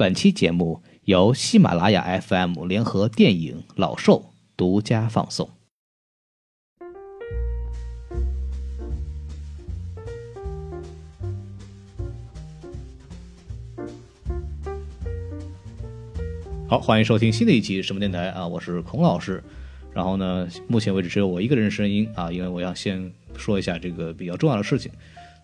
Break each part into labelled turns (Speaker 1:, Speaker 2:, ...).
Speaker 1: 本期节目由喜马拉雅 FM 联合电影《老兽》独家放送。好，欢迎收听新的一期什么电台啊！我是孔老师。然后呢，目前为止只有我一个人声音啊，因为我要先说一下这个比较重要的事情，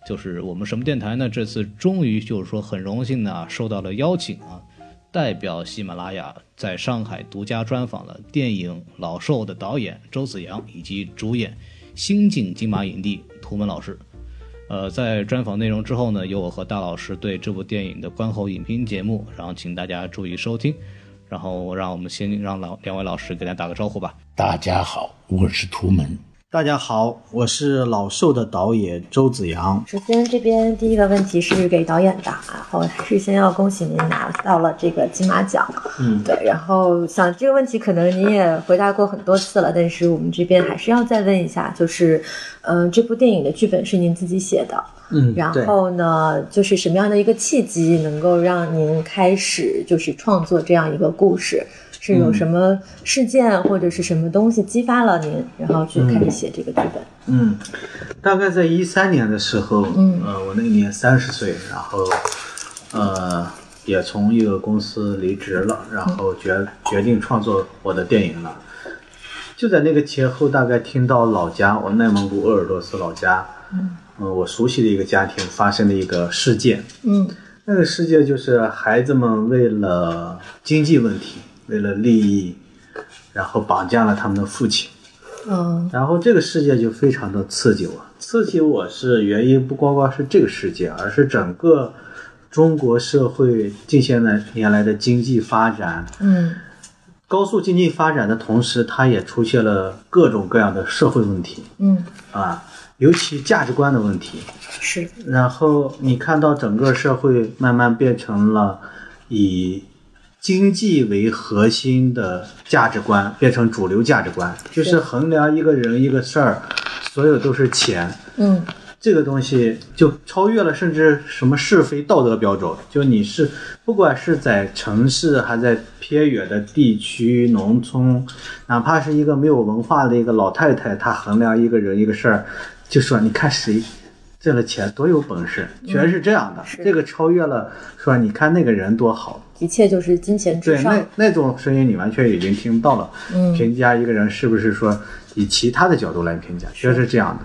Speaker 1: 就是我们什么电台呢？这次终于就是说很荣幸呢，受到了邀请啊，代表喜马拉雅在上海独家专访了电影《老兽》的导演周子阳以及主演《新晋金马影帝》涂门老师。呃，在专访内容之后呢，有我和大老师对这部电影的观后影评节目，然后请大家注意收听。然后让我们先让老两位老师给大家打个招呼吧。
Speaker 2: 大家好，我是图门。
Speaker 3: 大家好，我是老兽的导演周子阳。
Speaker 4: 首先，这边第一个问题是给导演的，然后事先要恭喜您拿到了这个金马奖。
Speaker 3: 嗯，
Speaker 4: 对，然后想这个问题可能您也回答过很多次了，但是我们这边还是要再问一下，就是，嗯、这部电影的剧本是您自己写的，
Speaker 3: 嗯
Speaker 4: 然后呢，就是什么样的一个契机能够让您开始就是创作这样一个故事？是
Speaker 3: 嗯
Speaker 4: 有什么事件或者是什么东西激发了您，然后去开始写这个剧本？
Speaker 3: 嗯，大概在一三年的时候，
Speaker 4: 嗯
Speaker 3: 呃，我那年三十岁，然后，呃，也从一个公司离职了，然后决决定创作我的电影了。就在那个前后，大概听到老家，我内蒙古鄂尔多斯老家，嗯、呃，我熟悉的一个家庭发生的一个事件，
Speaker 4: 嗯
Speaker 3: 那个世界就是孩子们为了经济问题，为了利益，然后绑架了他们的父亲。
Speaker 4: 嗯
Speaker 3: 然后这个世界就非常的刺激我，刺激我是原因不光光是这个世界，而是整个中国社会近些来年来的经济发展。
Speaker 4: 嗯
Speaker 3: 高速经济发展的同时，它也出现了各种各样的社会问题
Speaker 4: 嗯，
Speaker 3: 啊，尤其价值观的问题。
Speaker 4: 是
Speaker 3: 然后你看到整个社会慢慢变成了以经济为核心的价值观，变成主流价值观，就是衡量一个人一个事儿，所有都是钱。
Speaker 4: 嗯
Speaker 3: 这个东西就超越了甚至什么是非道德标准，就你是不管是在城市还在偏远的地区、农村，哪怕是一个没有文化的一个老太太，她衡量一个人一个事儿，就说你看谁挣了钱多有本事，全是这样的。
Speaker 4: 是
Speaker 3: 这个超越了说你看那个人多好，
Speaker 4: 一切就是金钱至
Speaker 3: 对，那
Speaker 4: 上。
Speaker 3: 那种声音你完全已经听到了。
Speaker 4: 嗯
Speaker 3: 评价一个人是不是说以其他的角度来评价，确实是这样的。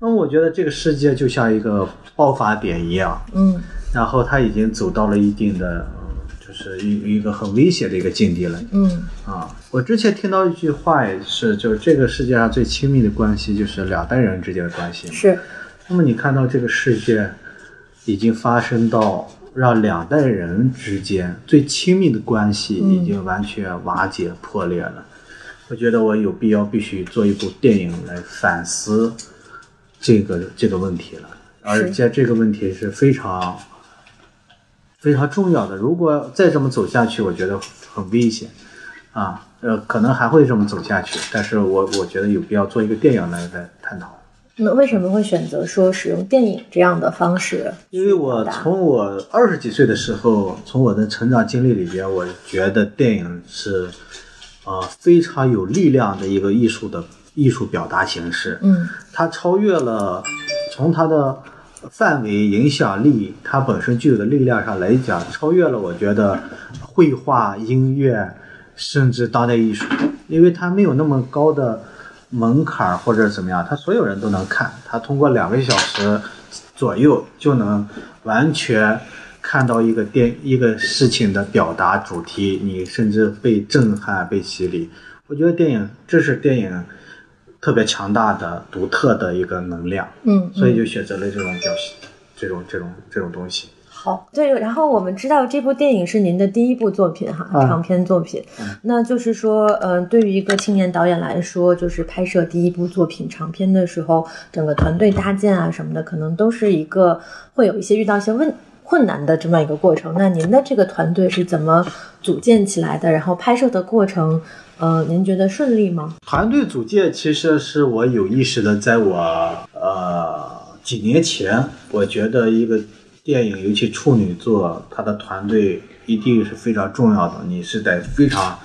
Speaker 3: 那么我觉得这个世界就像一个爆发点一样，
Speaker 4: 嗯
Speaker 3: 然后它已经走到了一定的，呃就是一一个很危险的一个境地了
Speaker 4: 嗯
Speaker 3: 啊。我之前听到一句话也是，就是这个世界上最亲密的关系就是两代人之间的关系嘛。
Speaker 4: 是
Speaker 3: 那么你看到这个世界已经发生到让两代人之间最亲密的关系
Speaker 4: 嗯
Speaker 3: 已经完全瓦解破裂了。我觉得我有必要必须做一部电影来反思这个这个问题了，而且这个问题是非常非常重要的。如果再这么走下去，我觉得很危险啊。呃，可能还会这么走下去，但是我我觉得有必要做一个电影来来探讨。
Speaker 4: 那为什么会选择说使用电影这样的方式？
Speaker 3: 因为我从我二十几岁的时候，从我的成长经历里边，我觉得电影是，呃，非常有力量的一个艺术的艺术表达形式。
Speaker 4: 嗯
Speaker 3: 它超越了从它的范围、影响力，它本身具有的力量上来讲，超越了我觉得绘画、音乐，甚至当代艺术，因为它没有那么高的门槛儿或者怎么样，它所有人都能看，它通过两个小时左右就能完全。看到一个电一个事情的表达主题，你甚至被震撼、被洗礼。我觉得电影，这是电影特别强大的、独特的一个能量，
Speaker 4: 嗯，
Speaker 3: 所以就选择了这种表现，这种这种这种东西。
Speaker 4: 好，对。然后我们知道这部电影是您的第一部作品哈，
Speaker 3: 嗯
Speaker 4: 长篇作品。那就是说，嗯、对于一个青年导演来说，就是拍摄第一部作品长篇的时候，整个团队搭建啊什么的，可能都是一个会有一些遇到一些问困难的这么一个过程。那您的这个团队是怎么组建起来的？然后拍摄的过程，呃，您觉得顺利吗？
Speaker 3: 团队组建其实是我有意识的，在我呃几年前，我觉得一个电影，尤其处女作，它的团队一定是非常重要的，你是得非常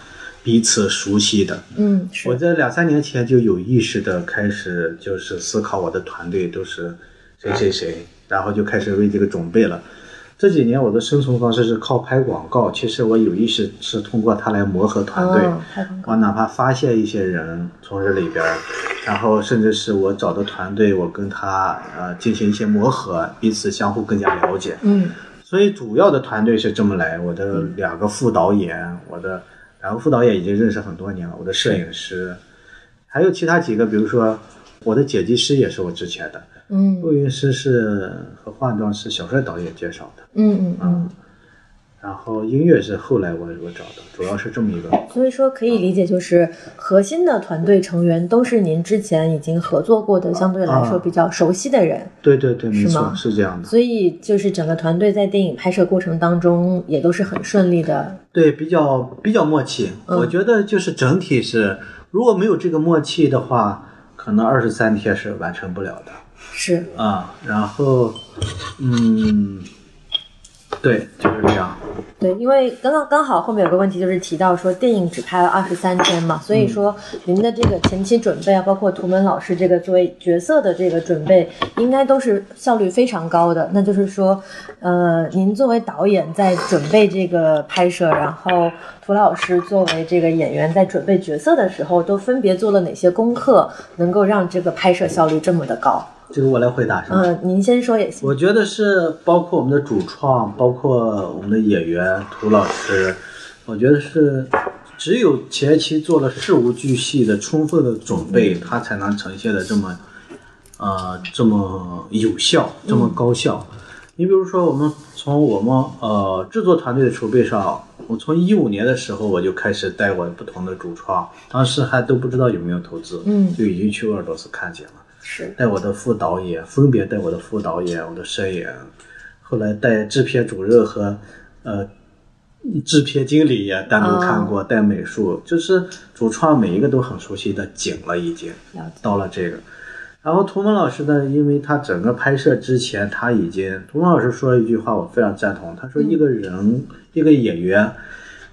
Speaker 3: 彼此熟悉的。
Speaker 4: 嗯，
Speaker 3: 我
Speaker 4: 是，
Speaker 3: 在两三年前就有意识的开始就是思考我的团队都是
Speaker 4: 啊
Speaker 3: 谁谁谁，然后就开始为这个准备了。这几年我的生存方式是靠拍广告，其实我有意识是通过它来磨合团队。
Speaker 4: 哦，拍广告
Speaker 3: 我，哪怕发现一些人从这里边儿，然后甚至是我找的团队，我跟他呃进行一些磨合，彼此相互更加了解。
Speaker 4: 嗯
Speaker 3: 所以主要的团队是这么来，我的两个副导演，我的两个副导演已经认识很多年了，我的摄影师，还有其他几个，比如说我的剪辑师也是我之前的，
Speaker 4: 嗯
Speaker 3: 录音师是和化妆师小帅导演介绍的，
Speaker 4: 嗯嗯嗯，
Speaker 3: 然后音乐是后来我我找的，主要是这么一个。
Speaker 4: 所以说可以理解就是核心的团队成员都是您之前已经合作过的，相对来说
Speaker 3: 啊
Speaker 4: 比较熟悉的人，
Speaker 3: 对对对，没
Speaker 4: 是
Speaker 3: 错
Speaker 4: 吗，
Speaker 3: 是这样的。
Speaker 4: 所以就是整个团队在电影拍摄过程当中也都是很顺利的。
Speaker 3: 对，比较比较默契。
Speaker 4: 嗯
Speaker 3: 我觉得就是整体是，如果没有这个默契的话，可能二十三天是完成不了的
Speaker 4: 是，
Speaker 3: 啊。然后，嗯，对，就是这样。
Speaker 4: 对，因为刚刚刚好后面有个问题，就是提到说电影只拍了二十三天嘛，所以说您的这个前期准备啊，包括图门老师这个作为角色的这个准备，应该都是效率非常高的。那就是说，呃，您作为导演在准备这个拍摄，然后涂老师作为这个演员在准备角色的时候，都分别做了哪些功课，能够让这个拍摄效率这么的高？
Speaker 3: 这个我来回答是吧？
Speaker 4: 嗯、您先说也行。
Speaker 3: 我觉得是包括我们的主创，包括我们的演员涂老师，我觉得是只有前期做了事无巨细的充分的准备，它才能呈现的这么呃这么有效，这么高效。你比如说，我们从我们呃制作团队的筹备上，我从一五年的时候我就开始带我不同的主创，当时还都不知道有没有投资，
Speaker 4: 嗯
Speaker 3: 就已经去鄂尔多斯看见了。
Speaker 4: 是，
Speaker 3: 带我的副导演，分别带我的副导演、我的摄影，后来带制片主任和呃制片经理也单独看过，带美术，就是主创每一个都很熟悉的景了，已经
Speaker 4: 了解
Speaker 3: 到了这个。然后涂蒙老师呢，因为他整个拍摄之前他已经，涂蒙老师说一句话，我非常赞同，他说一个人、一个演员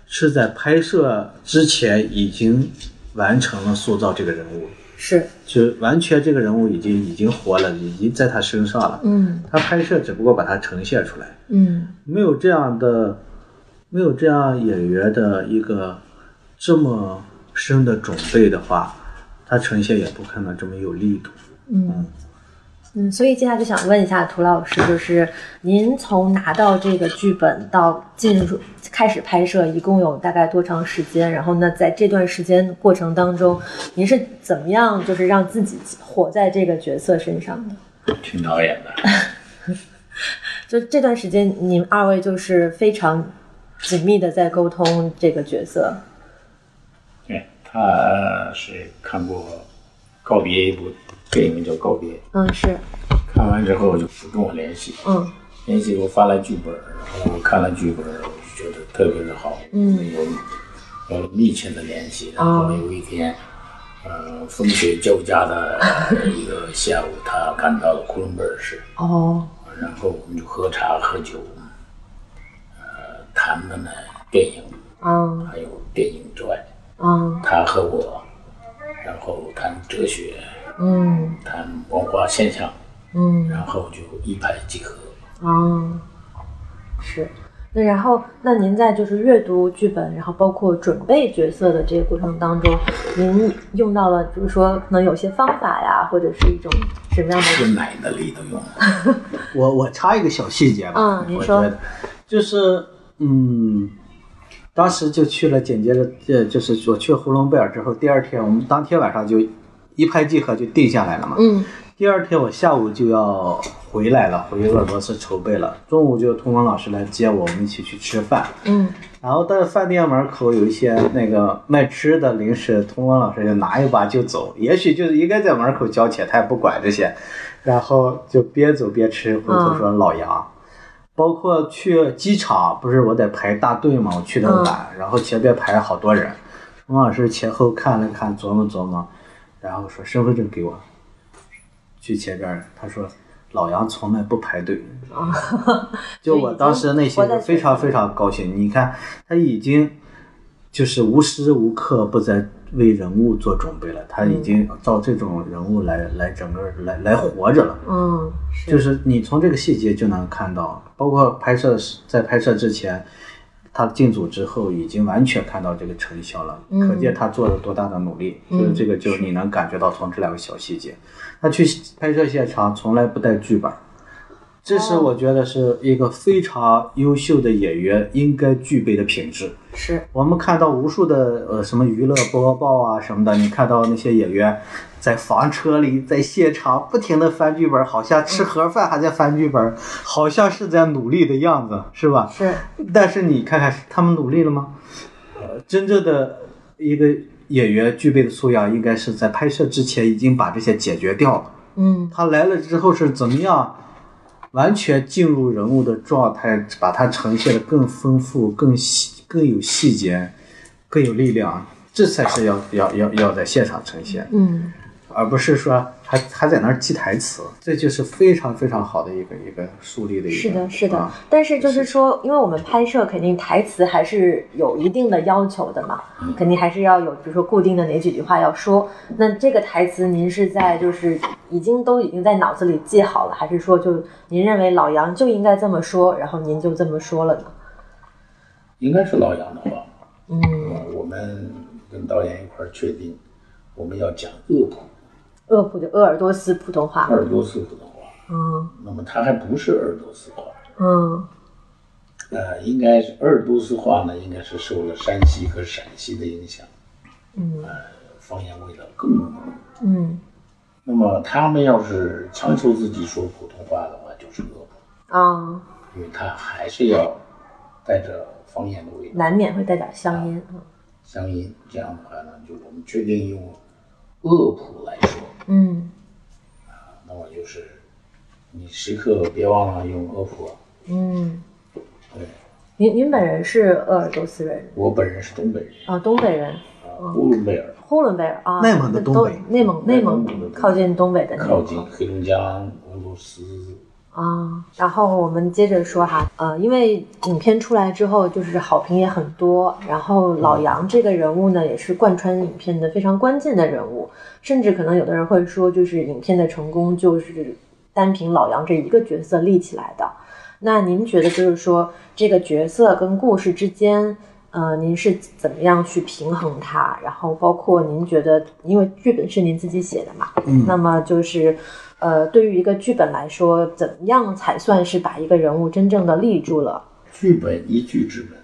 Speaker 3: 是在拍摄之前已经完成了塑造这个人物。
Speaker 4: 是，
Speaker 3: 就完全这个人物已经已经活了，已经在他身上了。
Speaker 4: 嗯
Speaker 3: 他拍摄只不过把它呈现出来，
Speaker 4: 嗯
Speaker 3: 没有这样的，没有这样演员的一个这么深的准备的话，他呈现也不可能这么有力度。
Speaker 4: 嗯嗯，所以接下来就想问一下涂老师，就是您从拿到这个剧本到进入开始拍摄，一共有大概多长时间？然后呢，在这段时间过程当中，您是怎么样就是让自己活在这个角色身上的？
Speaker 2: 听导演 的，
Speaker 4: 就这段时间，您二位就是非常紧密的在沟通这个角色。
Speaker 2: 对，哎他是看过《告别》一部电影叫《告别》，
Speaker 4: 嗯，是，
Speaker 2: 看完之后就主动联系，
Speaker 4: 嗯
Speaker 2: 联系我发了剧本，然后我看了剧本，我就觉得特别的好，
Speaker 4: 嗯
Speaker 2: 有有了密切的联系，然后有一天。呃，风雪交加的呃一个下午，他赶到了呼伦贝尔市，
Speaker 4: 哦
Speaker 2: 然后我们就喝茶喝酒，呃，谈的呢电影，
Speaker 4: 嗯
Speaker 2: 还有电影之外，
Speaker 4: 嗯
Speaker 2: 他和我，然后谈哲学，
Speaker 4: 嗯
Speaker 2: 谈文化现象，
Speaker 4: 嗯
Speaker 2: 然后就一拍即合。
Speaker 4: 哦，是。那然后，那您在就是阅读剧本，然后包括准备角色的这个过程当中，您用到了，比如说可能有些方法呀，或者是一种什么样的？
Speaker 2: 这奶奶里头用了，
Speaker 3: 我我插一个小细节吧，
Speaker 4: 嗯您
Speaker 3: 我
Speaker 4: 说
Speaker 3: 觉得就是嗯，当时就去了，紧接着呃，就是我去呼伦贝尔之后，第二天我们当天晚上就一拍即合就定下来了嘛。
Speaker 4: 嗯
Speaker 3: 第二天我下午就要回来了，回鄂尔多斯筹备了。中午就通光老师来接我，我们一起去吃饭。
Speaker 4: 嗯
Speaker 3: 然后到饭店门口有一些那个卖吃的零食，通光老师就拿一把就走，也许就是应该在门口交钱，他也不管这些，然后就边走边吃，回头说老杨。包括去机场，不是我得排大队嘛，我去的晚，然后前边排好多人，通光老师前后看了看，琢磨琢磨，然后说身份证给我，去前边，他说老杨从来不排队。
Speaker 4: 啊，
Speaker 3: 就我当时内心
Speaker 4: 活在
Speaker 3: 是非常非常高兴。你看，他已经就是无时无刻不在为人物做准备了，他已经照这种人物来来整个来来活着了。
Speaker 4: 嗯，
Speaker 3: 就是你从这个细节就能看到，包括拍摄时在拍摄之前，他进组之后已经完全看到这个成效了，
Speaker 4: 嗯
Speaker 3: 可见他做了多大的努力。
Speaker 4: 嗯
Speaker 3: 就是这个，就是你能感觉到从这两个小细节，他去拍摄现场从来不带剧本，这是
Speaker 4: 哦
Speaker 3: 我觉得是一个非常优秀的演员应该具备的品质。
Speaker 4: 是，
Speaker 3: 我们看到无数的呃什么娱乐播报啊什么的，你看到那些演员在房车里在现场不停的翻剧本，好像吃盒饭还在翻剧本，好像是在努力的样子，是吧？
Speaker 4: 是
Speaker 3: 但是你看看他们努力了吗？呃，真正的一个演员具备的素养，应该是在拍摄之前已经把这些解决掉了。
Speaker 4: 嗯
Speaker 3: 他来了之后是怎么样完全进入人物的状态，把它呈现的更丰富、更细、更有细节、更有力量，这才是要要要要在现场呈现，
Speaker 4: 嗯
Speaker 3: 而不是说还还在那儿记台词，这就是非常非常好的一个一个树立的一个
Speaker 4: 是的，是的
Speaker 3: 啊。
Speaker 4: 但是就是说，因为我们拍摄肯定台词还是有一定的要求的嘛，肯定还是要有，比如说固定的哪几句话要说。那这个台词您是在就是已经都已经在脑子里记好了，还是说就您认为老杨就应该这么说，然后您就这么说了呢？
Speaker 2: 应该是老杨的话。
Speaker 4: 嗯，
Speaker 2: 呃我们跟导演一块儿确定，我们要讲鄂普
Speaker 4: 鄂普就鄂尔多斯普通话
Speaker 2: 鄂。尔多斯普通话。
Speaker 4: 嗯
Speaker 2: 那么它还不是鄂尔多斯话，
Speaker 4: 嗯
Speaker 2: 呃，应该是鄂尔多斯话呢，应该是受了山西和陕西的影响，
Speaker 4: 嗯
Speaker 2: 方言味道更浓。
Speaker 4: 嗯
Speaker 2: 那么他们要是强求自己说普通话的话，就是鄂普，
Speaker 4: 啊，
Speaker 2: 因为他还是要带着方言的味道、
Speaker 4: 难免会带点乡音。
Speaker 2: 乡音。这样的话呢，就我们确定用鄂普来说。
Speaker 4: 嗯
Speaker 2: 那么就是你时刻别忘了用鄂普啊。
Speaker 4: 嗯，
Speaker 2: 对，
Speaker 4: 您您本人是鄂尔多斯人
Speaker 2: 我本人是东北人，
Speaker 4: 啊，东北人。
Speaker 2: 啊，呼伦贝尔
Speaker 4: 呼伦贝尔啊，
Speaker 3: 内蒙的
Speaker 4: 都
Speaker 3: 东北
Speaker 4: 内蒙内
Speaker 2: 内蒙的
Speaker 4: 蒙
Speaker 2: 东北
Speaker 4: 靠近东北的那
Speaker 2: 靠
Speaker 4: 个
Speaker 2: 近黑龙江、俄罗斯。
Speaker 4: 啊。然后我们接着说哈，呃，因为影片出来之后，就是好评也很多。然后老杨这个人物呢，也是贯穿影片的非常关键的人物，甚至可能有的人会说，就是影片的成功就是单凭老杨这一个角色立起来的。那您觉得就是说这个角色跟故事之间，呃，您是怎么样去平衡它？然后包括您觉得，因为剧本是您自己写的嘛，
Speaker 3: 嗯
Speaker 4: 那么就是，呃，对于一个剧本来说，怎么样才算是把一个人物真正的立住了？
Speaker 2: 剧本一剧之本，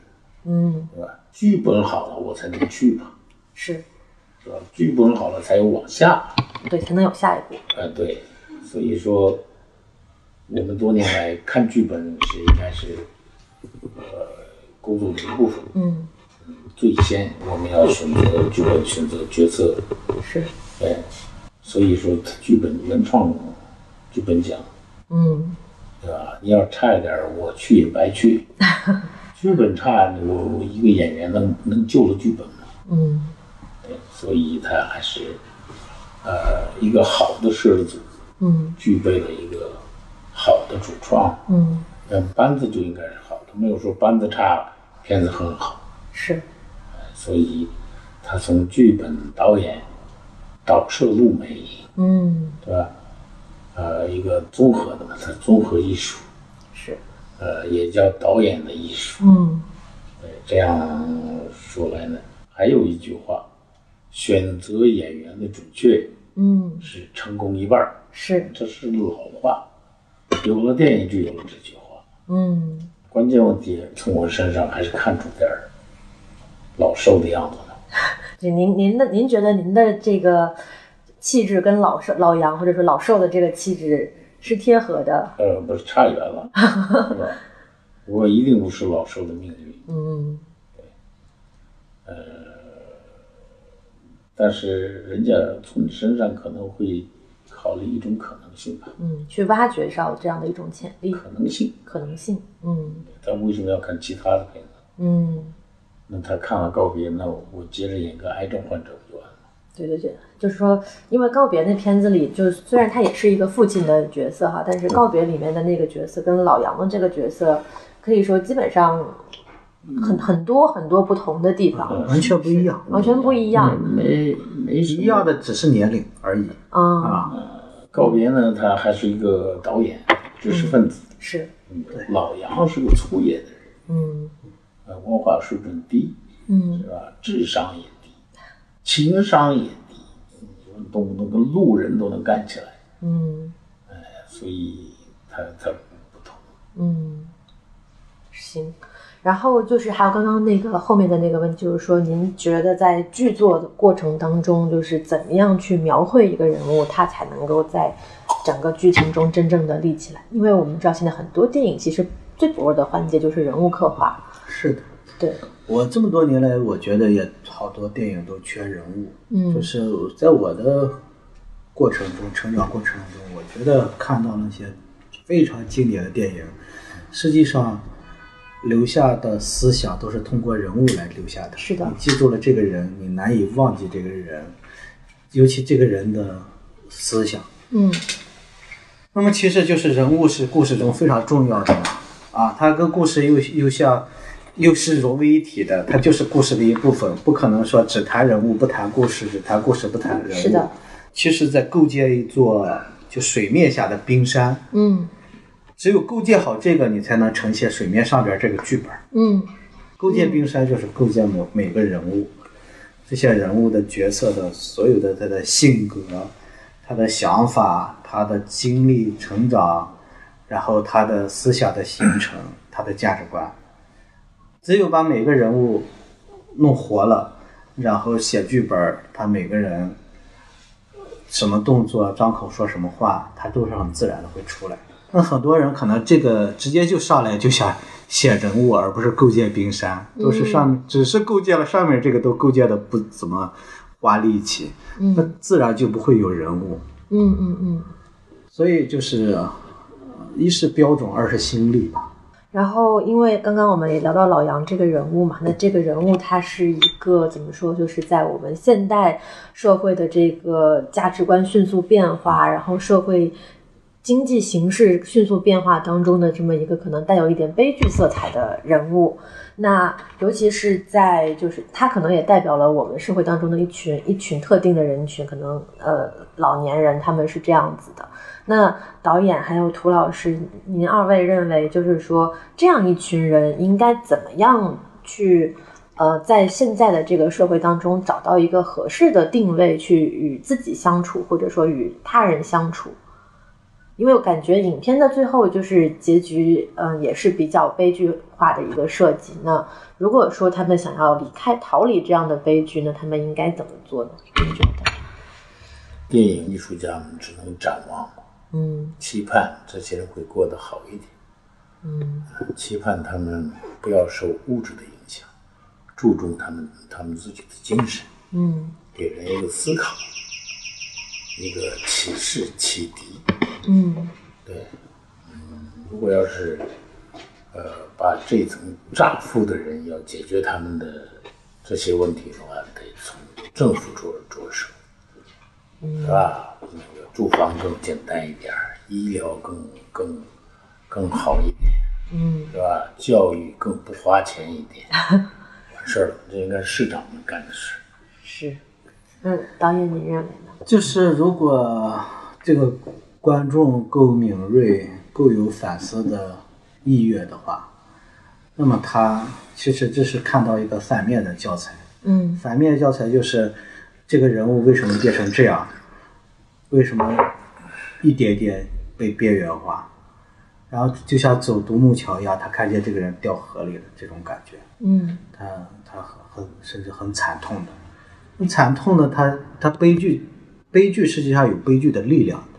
Speaker 4: 嗯，
Speaker 2: 对吧？剧本好了，我才能去嘛，
Speaker 4: 是
Speaker 2: 是吧？剧本好了，才有往下。
Speaker 4: 对，才能有下一步。
Speaker 2: 呃，对，所以说我们多年来看剧本是应该是呃工作的一部分。
Speaker 4: 嗯，
Speaker 2: 最先我们要选择剧本，选择角色，
Speaker 4: 是，
Speaker 2: 对，所以说剧本原创剧本奖
Speaker 4: 嗯
Speaker 2: 对吧？你要差一点儿，我去也白 去。剧本差，我我一个演员能能救了剧本吗？
Speaker 4: 嗯
Speaker 2: 对，所以他还是呃一个好的摄制组
Speaker 4: 嗯
Speaker 2: 具备了一个好的主创，
Speaker 4: 嗯，
Speaker 2: 那班子就应该是好的，没有说班子差，片子很好。
Speaker 4: 是，
Speaker 2: 所以他从剧本、导演、导摄、录美，
Speaker 4: 嗯
Speaker 2: 对吧？呃，一个综合的嘛，它综合艺术，
Speaker 4: 是，
Speaker 2: 呃，也叫导演的艺术。
Speaker 4: 嗯
Speaker 2: 对，这样说来呢，还有一句话，选择演员的准确
Speaker 4: 嗯
Speaker 2: 是成功一半儿，
Speaker 4: 是，
Speaker 2: 这是老话，有了电影就有了这句话。
Speaker 4: 嗯
Speaker 2: 关键问题从我身上还是看出点儿老瘦的样子了。
Speaker 4: 就您您的您觉得您的这个气质跟老寿老杨或者说老寿的这个气质是贴合的，
Speaker 2: 呃，不是差远了，是吧？我一定不是老寿的命运，呃
Speaker 4: 嗯
Speaker 2: 但是人家从你身上可能会考虑一种可能性吧，
Speaker 4: 嗯，去挖掘到这样的一种潜力
Speaker 2: 可能性。
Speaker 4: 可能性，嗯
Speaker 2: 他为什么要看其他的片子？
Speaker 4: 嗯
Speaker 2: 那他看了告别，那我接着演个癌症患者不就完了？
Speaker 4: 对对对，就是说，因为告别那片子里，就是虽然他也是一个父亲的角色哈，但是告别里面的那个角色跟老杨的这个角色，可以说基本上很很多很多不同的地方，
Speaker 3: 完全不一样，
Speaker 4: 完全不一样。
Speaker 2: 没没什
Speaker 3: 一
Speaker 2: 么
Speaker 3: 样的只是年龄而已
Speaker 4: 嗯，
Speaker 3: 啊。
Speaker 2: 告别呢，他还是一个导演、知识分子。
Speaker 4: 是，
Speaker 2: 嗯老杨是个粗野的人，
Speaker 4: 嗯
Speaker 2: 呃，文化水准低，
Speaker 4: 嗯
Speaker 2: 是吧？智商也低，情商也低，嗯动不动跟路人都能干起来，
Speaker 4: 嗯
Speaker 2: 所以他他不同。
Speaker 4: 嗯，行。然后就是还有刚刚那个后面的那个问题，就是说您觉得在剧作的过程当中，就是怎么样去描绘一个人物，他才能够在整个剧情中真正的立起来？因为我们知道现在很多电影其实最薄弱的环节就是人物刻画，
Speaker 3: 是的，
Speaker 4: 对，
Speaker 3: 我这么多年来，我觉得也好多电影都缺人物，
Speaker 4: 嗯
Speaker 3: 就是在我的过程中，成长过程中，我觉得看到那些非常经典的电影，实际上留下的思想都是通过人物来留下的。
Speaker 4: 是的
Speaker 3: 你记住了这个人，你难以忘记这个人，尤其这个人的思想。
Speaker 4: 嗯
Speaker 3: 那么其实就是人物是故事中非常重要的嘛啊，它跟故事又又像又是融为一体的，它就是故事的一部分，不可能说只谈人物不谈故事，只谈故事不谈人物。
Speaker 4: 是的，
Speaker 3: 其实，在构建一座就水面下的冰山，
Speaker 4: 嗯
Speaker 3: 只有构建好这个，你才能呈现水面上边这个剧本。
Speaker 4: 嗯
Speaker 3: 构建冰山就是构建每每个人物，这些人物的角色的所有的他的性格、他的想法、他的经历、成长，然后他的思想的形成、他的价值观，只有把每个人物弄活了，然后写剧本儿，他每个人什么动作、张口说什么话，他都是很自然的会出来。那很多人可能这个直接就上来就想写人物，而不是构建冰山，都是上面、只是构建了上面这个都构建的不怎么花力气，那自然就不会有人物。
Speaker 4: 嗯嗯嗯。
Speaker 3: 所以就是，呃一是标准，二是心力吧。
Speaker 4: 然后，因为刚刚我们也聊到老杨这个人物嘛，那这个人物他是一个怎么说，就是在我们现代社会的这个价值观迅速变化，然后社会经济形势迅速变化当中的这么一个可能带有一点悲剧色彩的人物。那尤其是在就是他可能也代表了我们社会当中的一群一群特定的人群，可能呃老年人他们是这样子的。那导演还有涂老师，您二位认为，就是说这样一群人应该怎么样去，呃，在现在的这个社会当中找到一个合适的定位，去与自己相处，或者说与他人相处？因为我感觉影片的最后就是结局，嗯、也是比较悲剧化的一个设计。那如果说他们想要离开、逃离这样的悲剧，那他们应该怎么做呢？您觉得？
Speaker 2: 电影艺术家们只能展望，
Speaker 4: 嗯
Speaker 2: 期盼这些人会过得好一点，
Speaker 4: 嗯
Speaker 2: 期盼他们不要受物质的影响，注重他们他们自己的精神，
Speaker 4: 嗯
Speaker 2: 给人一个思考，一个启示启迪。
Speaker 4: 嗯
Speaker 2: 对，嗯，如果要是，呃，把这层乍富的人要解决他们的这些问题的话，得从政府着着手，是吧？那个住房更简单一点儿，医疗更更更好一点，
Speaker 4: 嗯
Speaker 2: 是吧？教育更不花钱一点，完事儿了，这应该是市长们干的事。
Speaker 4: 是，那嗯导演您认为呢？
Speaker 3: 就是如果这个观众够敏锐、够有反思的意愿的话，那么他其实这是看到一个反面的教材。
Speaker 4: 嗯
Speaker 3: 反面教材就是这个人物为什么变成这样，为什么一点点被边缘化，然后就像走独木桥一样，他看见这个人掉河里了这种感觉。
Speaker 4: 嗯
Speaker 3: 他他很很甚至很惨痛的，那惨痛的他他悲剧，悲剧实际上有悲剧的力量的，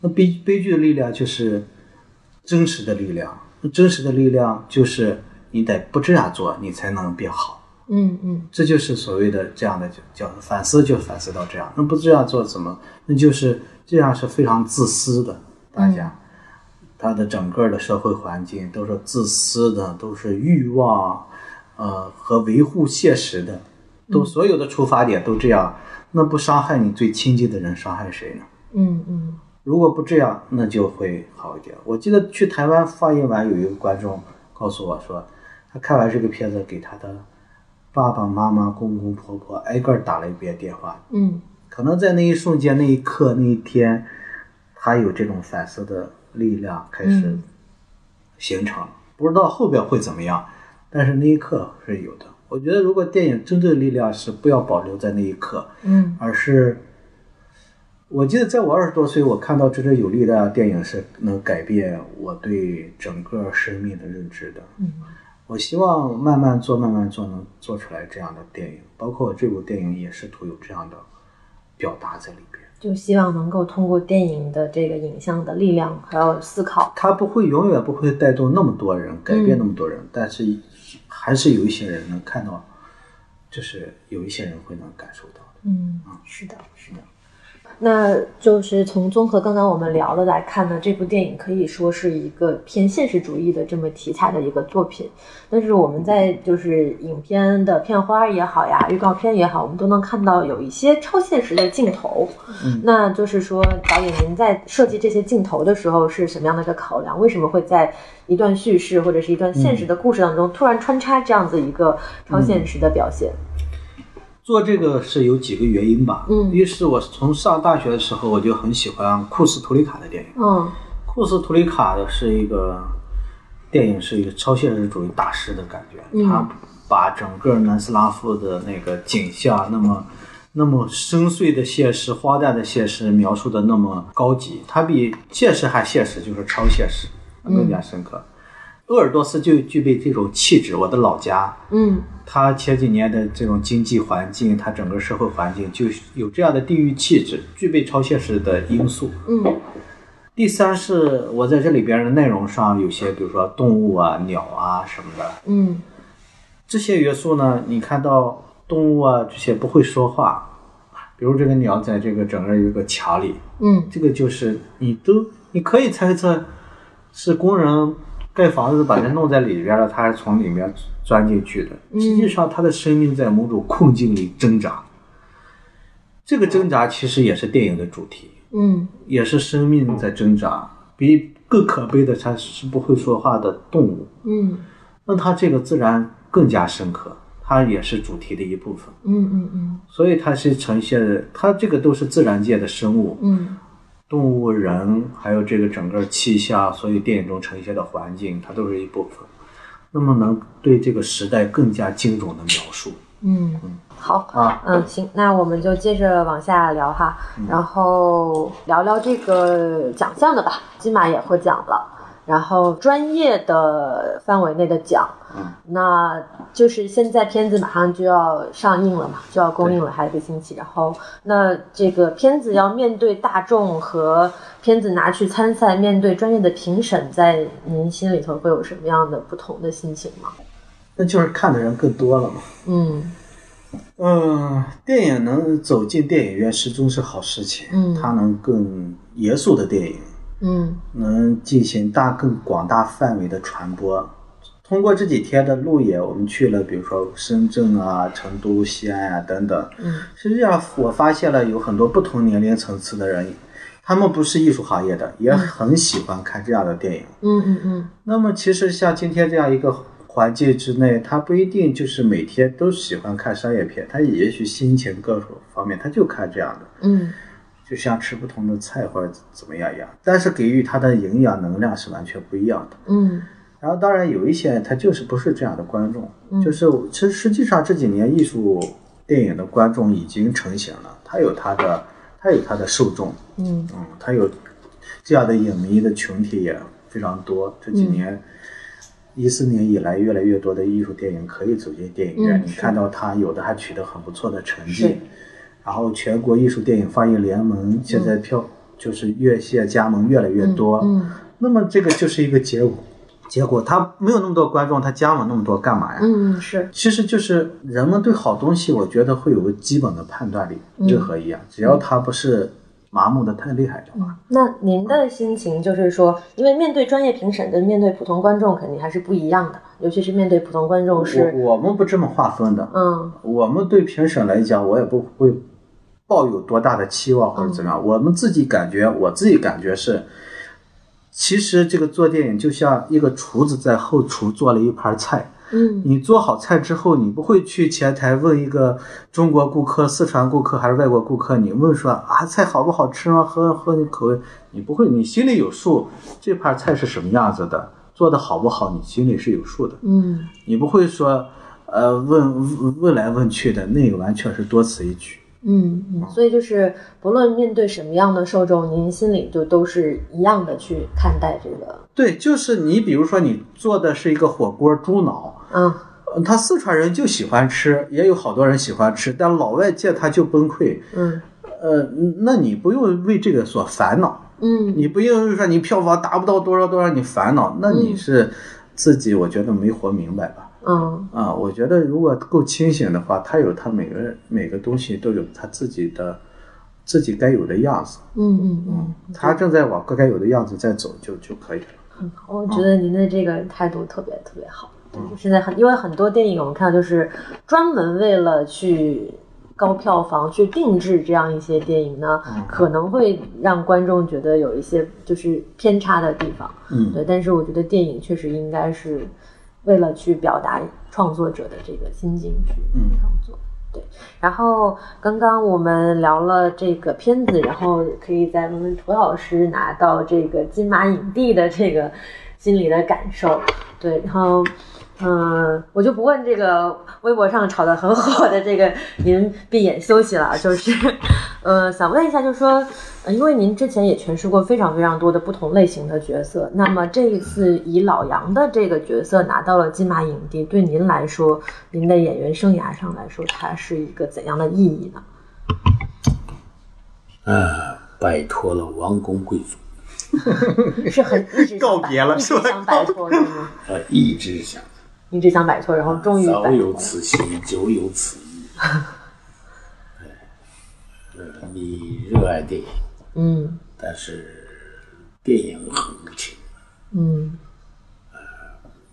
Speaker 3: 那悲悲剧的力量就是真实的力量，那真实的力量就是你得不这样做，你才能变好，
Speaker 4: 嗯嗯
Speaker 3: 这就是所谓的这样的就叫反思，就反思到这样，那不这样做怎么？那就是这样是非常自私的，大家。他的整个的社会环境都是自私的，都是欲望，呃和维护现实的都所有的出发点都这样，那不伤害你最亲近的人，伤害谁呢？
Speaker 4: 嗯嗯
Speaker 3: 如果不这样，那就会好一点。我记得去台湾放映完，有一个观众告诉我说，他看完这个片子，给他的爸爸妈妈、公公婆婆挨个儿打了一遍电话。
Speaker 4: 嗯
Speaker 3: 可能在那一瞬间、那一刻、那一天，他有这种反思的力量开始
Speaker 4: 嗯
Speaker 3: 形成。不知道后边会怎么样，但是那一刻是有的。我觉得，如果电影真正的力量是不要保留在那一刻，
Speaker 4: 嗯
Speaker 3: 而是我记得在我二十多岁，我看到真正有力的电影是能改变我对整个生命的认知的。
Speaker 4: 嗯
Speaker 3: 我希望慢慢做，慢慢做，能做出来这样的电影。包括这部电影也试图有这样的表达在里边。
Speaker 4: 就希望能够通过电影的这个影像的力量，还有思考，
Speaker 3: 它不会永远不会带动那么多人，改变
Speaker 4: 嗯
Speaker 3: 那么多人，但是还是有一些人能看到，就是有一些人会能感受到的。
Speaker 4: 嗯，是的，是的。那就是从综合刚刚我们聊了来看呢，这部电影可以说是一个偏现实主义的这么题材的一个作品。但是我们在就是影片的片花也好呀，预告片也好，我们都能看到有一些超现实的镜头。
Speaker 3: 嗯
Speaker 4: 那就是说，导演您在设计这些镜头的时候是什么样的一个考量？为什么会在一段叙事或者是一段现实的故事当中突然穿插这样子一个超现实的表现？
Speaker 3: 做这个是有几个原因吧。
Speaker 4: 嗯
Speaker 3: 一是我从上大学的时候我就很喜欢库斯图里卡的电影。
Speaker 4: 嗯
Speaker 3: 库斯图里卡的是一个电影，是一个超现实主义大师的感觉。
Speaker 4: 嗯
Speaker 3: 他把整个南斯拉夫的那个景象，那么那么深邃的现实、荒诞的现实描述的那么高级，它比现实还现实，就是超现实，更加深
Speaker 4: 嗯
Speaker 3: 刻。鄂尔多斯就具备这种气质，我的老家。
Speaker 4: 嗯
Speaker 3: 他前几年的这种经济环境，他整个社会环境就有这样的地域气质，具备超现实的因素。
Speaker 4: 嗯
Speaker 3: 第三是我在这里边的内容上有些，比如说动物啊、鸟啊什么的
Speaker 4: 嗯
Speaker 3: 这些元素呢，你看到动物啊这些不会说话，比如这个鸟在这个整个一个墙里，
Speaker 4: 嗯
Speaker 3: 这个就是你都你可以猜测是工人盖房子把人弄在里边了，他是从里面钻进去的。实际上，他的生命在某种困境里挣扎，这个挣扎其实也是电影的主题。
Speaker 4: 嗯
Speaker 3: 也是生命在挣扎。比更可悲的，它是不会说话的动物，
Speaker 4: 嗯
Speaker 3: 那它这个自然更加深刻，它也是主题的一部分。
Speaker 4: 嗯嗯
Speaker 3: 所以它是呈现，它这个都是自然界的生物，
Speaker 4: 嗯
Speaker 3: 动物、人，还有这个整个气象，所有电影中呈现的环境，它都是一部分。那么能对这个时代更加精准的描述
Speaker 4: 嗯嗯，好。
Speaker 3: 啊，嗯
Speaker 4: 嗯，行，那我们就接着往下聊哈，然后聊聊这个奖项的吧，金马也获奖了，然后专业的范围内的奖，
Speaker 3: 嗯
Speaker 4: 那就是现在片子马上就要上映了嘛，就要公映了，还有一个星期，然后那这个片子要面对大众和片子拿去参赛，面对专业的评审，在您心里头会有什么样的不同的心情吗？
Speaker 3: 那就是看的人更多了嘛。
Speaker 4: 嗯
Speaker 3: 嗯，电影能走进电影院始终是好事情。
Speaker 4: 嗯
Speaker 3: 它能更严肃的电影，
Speaker 4: 嗯
Speaker 3: 能进行大更广大范围的传播。通过这几天的路演，我们去了，比如说深圳啊、成都、西安啊等等。
Speaker 4: 嗯
Speaker 3: 实际上，我发现了有很多不同年龄层次的人，他们不是艺术行业的，也很喜欢看这样的电影。
Speaker 4: 嗯嗯嗯
Speaker 3: 那么其实像今天这样一个环境之内，他不一定就是每天都喜欢看商业片，他也许心情各种方面他就看这样的，
Speaker 4: 嗯
Speaker 3: 就像吃不同的菜或者怎么样一样，但是给予他的营养能量是完全不一样的。
Speaker 4: 嗯
Speaker 3: 然后当然有一些人他就是不是这样的观众，
Speaker 4: 嗯
Speaker 3: 就是其实实际上这几年艺术电影的观众已经成型了，他有他的他有他的受众，
Speaker 4: 嗯
Speaker 3: 嗯，他有这样的影迷的群体也非常多。这
Speaker 4: 嗯
Speaker 3: 几年，一四、年以来，越来越多的艺术电影可以走进电影院，
Speaker 4: 嗯
Speaker 3: 你
Speaker 4: 是
Speaker 3: 看到它有的还取得很不错的成
Speaker 4: 是
Speaker 3: 绩。然后，全国艺术电影放映联盟现在票、就是越线加盟越来越多。
Speaker 4: 嗯
Speaker 3: 那么，这个就是一个结果。结果他没有那么多观众，他加盟那么多干嘛呀？
Speaker 4: 嗯是
Speaker 3: 其实就是人们对好东西，我觉得会有个基本的判断力
Speaker 4: 嗯，
Speaker 3: 任何一样，只要它不是麻木的太厉害的话，
Speaker 4: 那您的心情就是说，因为面对专业评审跟面对普通观众肯定还是不一样的，尤其是面对普通观众是，
Speaker 3: 我我们不这么划分的。
Speaker 4: 嗯
Speaker 3: 我们对评审来讲，我也不会抱有多大的期望或者怎么
Speaker 4: 嗯
Speaker 3: 样。我们自己感觉，我自己感觉是，其实这个做电影就像一个厨子在后厨做了一盘菜，
Speaker 4: 嗯
Speaker 3: 你做好菜之后，你不会去前台问一个中国顾客、四川顾客还是外国顾客，你问说啊菜好不好吃吗？合合你口味，你不会，你心里有数，这盘菜是什么样子的，做的好不好，你心里是有数的。
Speaker 4: 嗯
Speaker 3: 你不会说，呃，问问问来问去的，那个完全是多此一举。
Speaker 4: 嗯嗯，所以就是不论面对什么样的受众，您心里就都是一样的去看待这个，
Speaker 3: 对，就是你，比如说你做的是一个火锅猪脑，
Speaker 4: 嗯
Speaker 3: 呃他四川人就喜欢吃，也有好多人喜欢吃，但老外见他就崩溃。
Speaker 4: 嗯
Speaker 3: 呃，那你不用为这个所烦恼，
Speaker 4: 嗯
Speaker 3: 你不用说你票房达不到多少多少你烦恼，那你是自己我觉得没活明白吧？
Speaker 4: 嗯
Speaker 3: 啊，我觉得如果够清醒的话，他有他每个每个东西都有他自己的自己该有的样子。
Speaker 4: 嗯嗯嗯，
Speaker 3: 他正在往该有的样子在走就就可以了。
Speaker 4: 我嗯觉得您的这个态度特别特别好。对现在很，因为很多电影我们看到就是专门为了去高票房去定制这样一些电影呢，可能会让观众觉得有一些就是偏差的地方。
Speaker 3: 嗯，
Speaker 4: 对，但是我觉得电影确实应该是为了去表达创作者的这个心境去
Speaker 3: 嗯
Speaker 4: 创作。对，然后刚刚我们聊了这个片子，然后可以再问问涂老师拿到这个金马影帝的这个心里的感受。对，然后。嗯，我就不问这个微博上炒得很火的这个您闭眼休息了，就是，呃，想问一下，就是说，呃因为您之前也诠释过非常非常多的不同类型的角色，那么这一次以老杨的这个角色拿到了金马影帝，对您来说，您的演员生涯上来说，它是一个怎样的意义 呢？
Speaker 2: 啊，摆脱了王公贵族，
Speaker 4: 是很一直想
Speaker 3: 告别了
Speaker 4: 一
Speaker 3: 是
Speaker 4: 直
Speaker 3: 吧
Speaker 4: 想摆脱的吗？
Speaker 2: 呃，一直想呃
Speaker 4: 一直想摆脱，然后终于摆
Speaker 2: 早
Speaker 4: 脱
Speaker 2: 有
Speaker 4: 了。
Speaker 2: 此心，久有此意。呃哎呃，你热爱电影，
Speaker 4: 嗯
Speaker 2: 但是电影很无情，呃
Speaker 4: 嗯，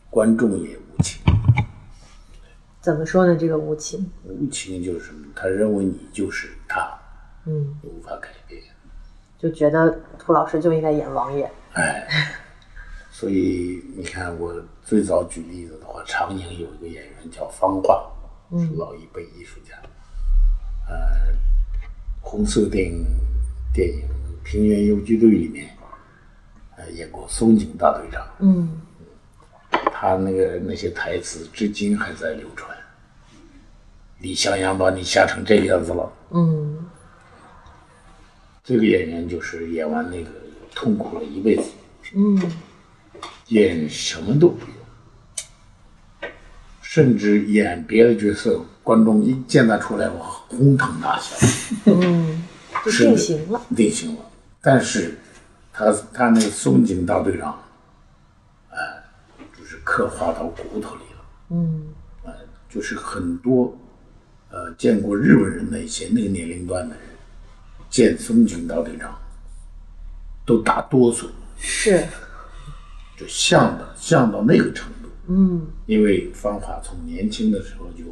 Speaker 2: 观众也无情。
Speaker 4: 怎么说呢？这个无情，
Speaker 2: 无呃情就是什么？他认为你就是他，
Speaker 4: 嗯，
Speaker 2: 无法改变。
Speaker 4: 就觉得涂老师就应该演王爷。
Speaker 2: 哎，所以你看，我最早举例子的话，长宁有一个演员叫方化，是老一辈艺术家，呃，红色电影电影《平原游击队》里面，呃，演过松井大队长，
Speaker 4: 嗯
Speaker 2: 他那个那些台词至今还在流传。李向阳把你吓成这个样子了，
Speaker 4: 嗯
Speaker 2: 这个演员就是演完那个痛苦了一辈子。
Speaker 4: 嗯
Speaker 2: 演什么都不用，甚至演别的角色，观众一见他出来，我哄堂大笑，
Speaker 4: 嗯，就是定型了。
Speaker 2: 定型了。但是他他那个松井大队长，哎、就是刻画到骨头里了，哎
Speaker 4: 嗯
Speaker 2: 就是很多呃见过日本人的一些那个年龄段的人，见松井大队长都打哆嗦，
Speaker 4: 是
Speaker 2: 就像的像到那个程度。
Speaker 4: 嗯
Speaker 2: 因为方法从年轻的时候就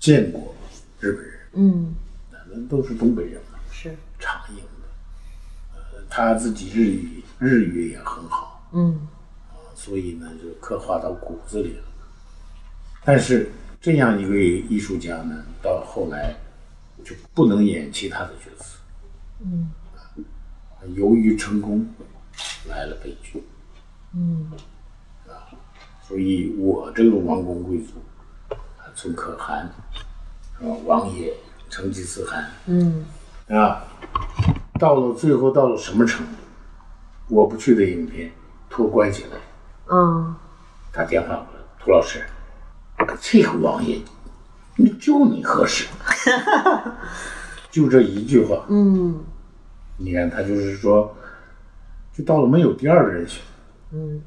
Speaker 2: 见过日本人，
Speaker 4: 嗯
Speaker 2: 咱们都是东北人嘛，
Speaker 4: 是
Speaker 2: 长营的，呃，他自己日语日语也很好，
Speaker 4: 嗯。
Speaker 2: 所以呢就刻画到骨子里了。但是这样一位艺术家呢，到后来就不能演其他的角色，嗯，由于成功来了悲剧，啊
Speaker 4: 嗯
Speaker 2: 所以我这个王公贵族，啊，宋可汗，是吧？王爷成吉思汗
Speaker 4: 嗯
Speaker 2: 啊，到了最后到了什么程度？我不去的影片托关系来
Speaker 4: 嗯
Speaker 2: 打电话过来，涂老师，这个王爷，你就你合 适，就这一句话，
Speaker 4: 嗯
Speaker 2: 你看他就是说，就到了没有第二个人选。
Speaker 4: 嗯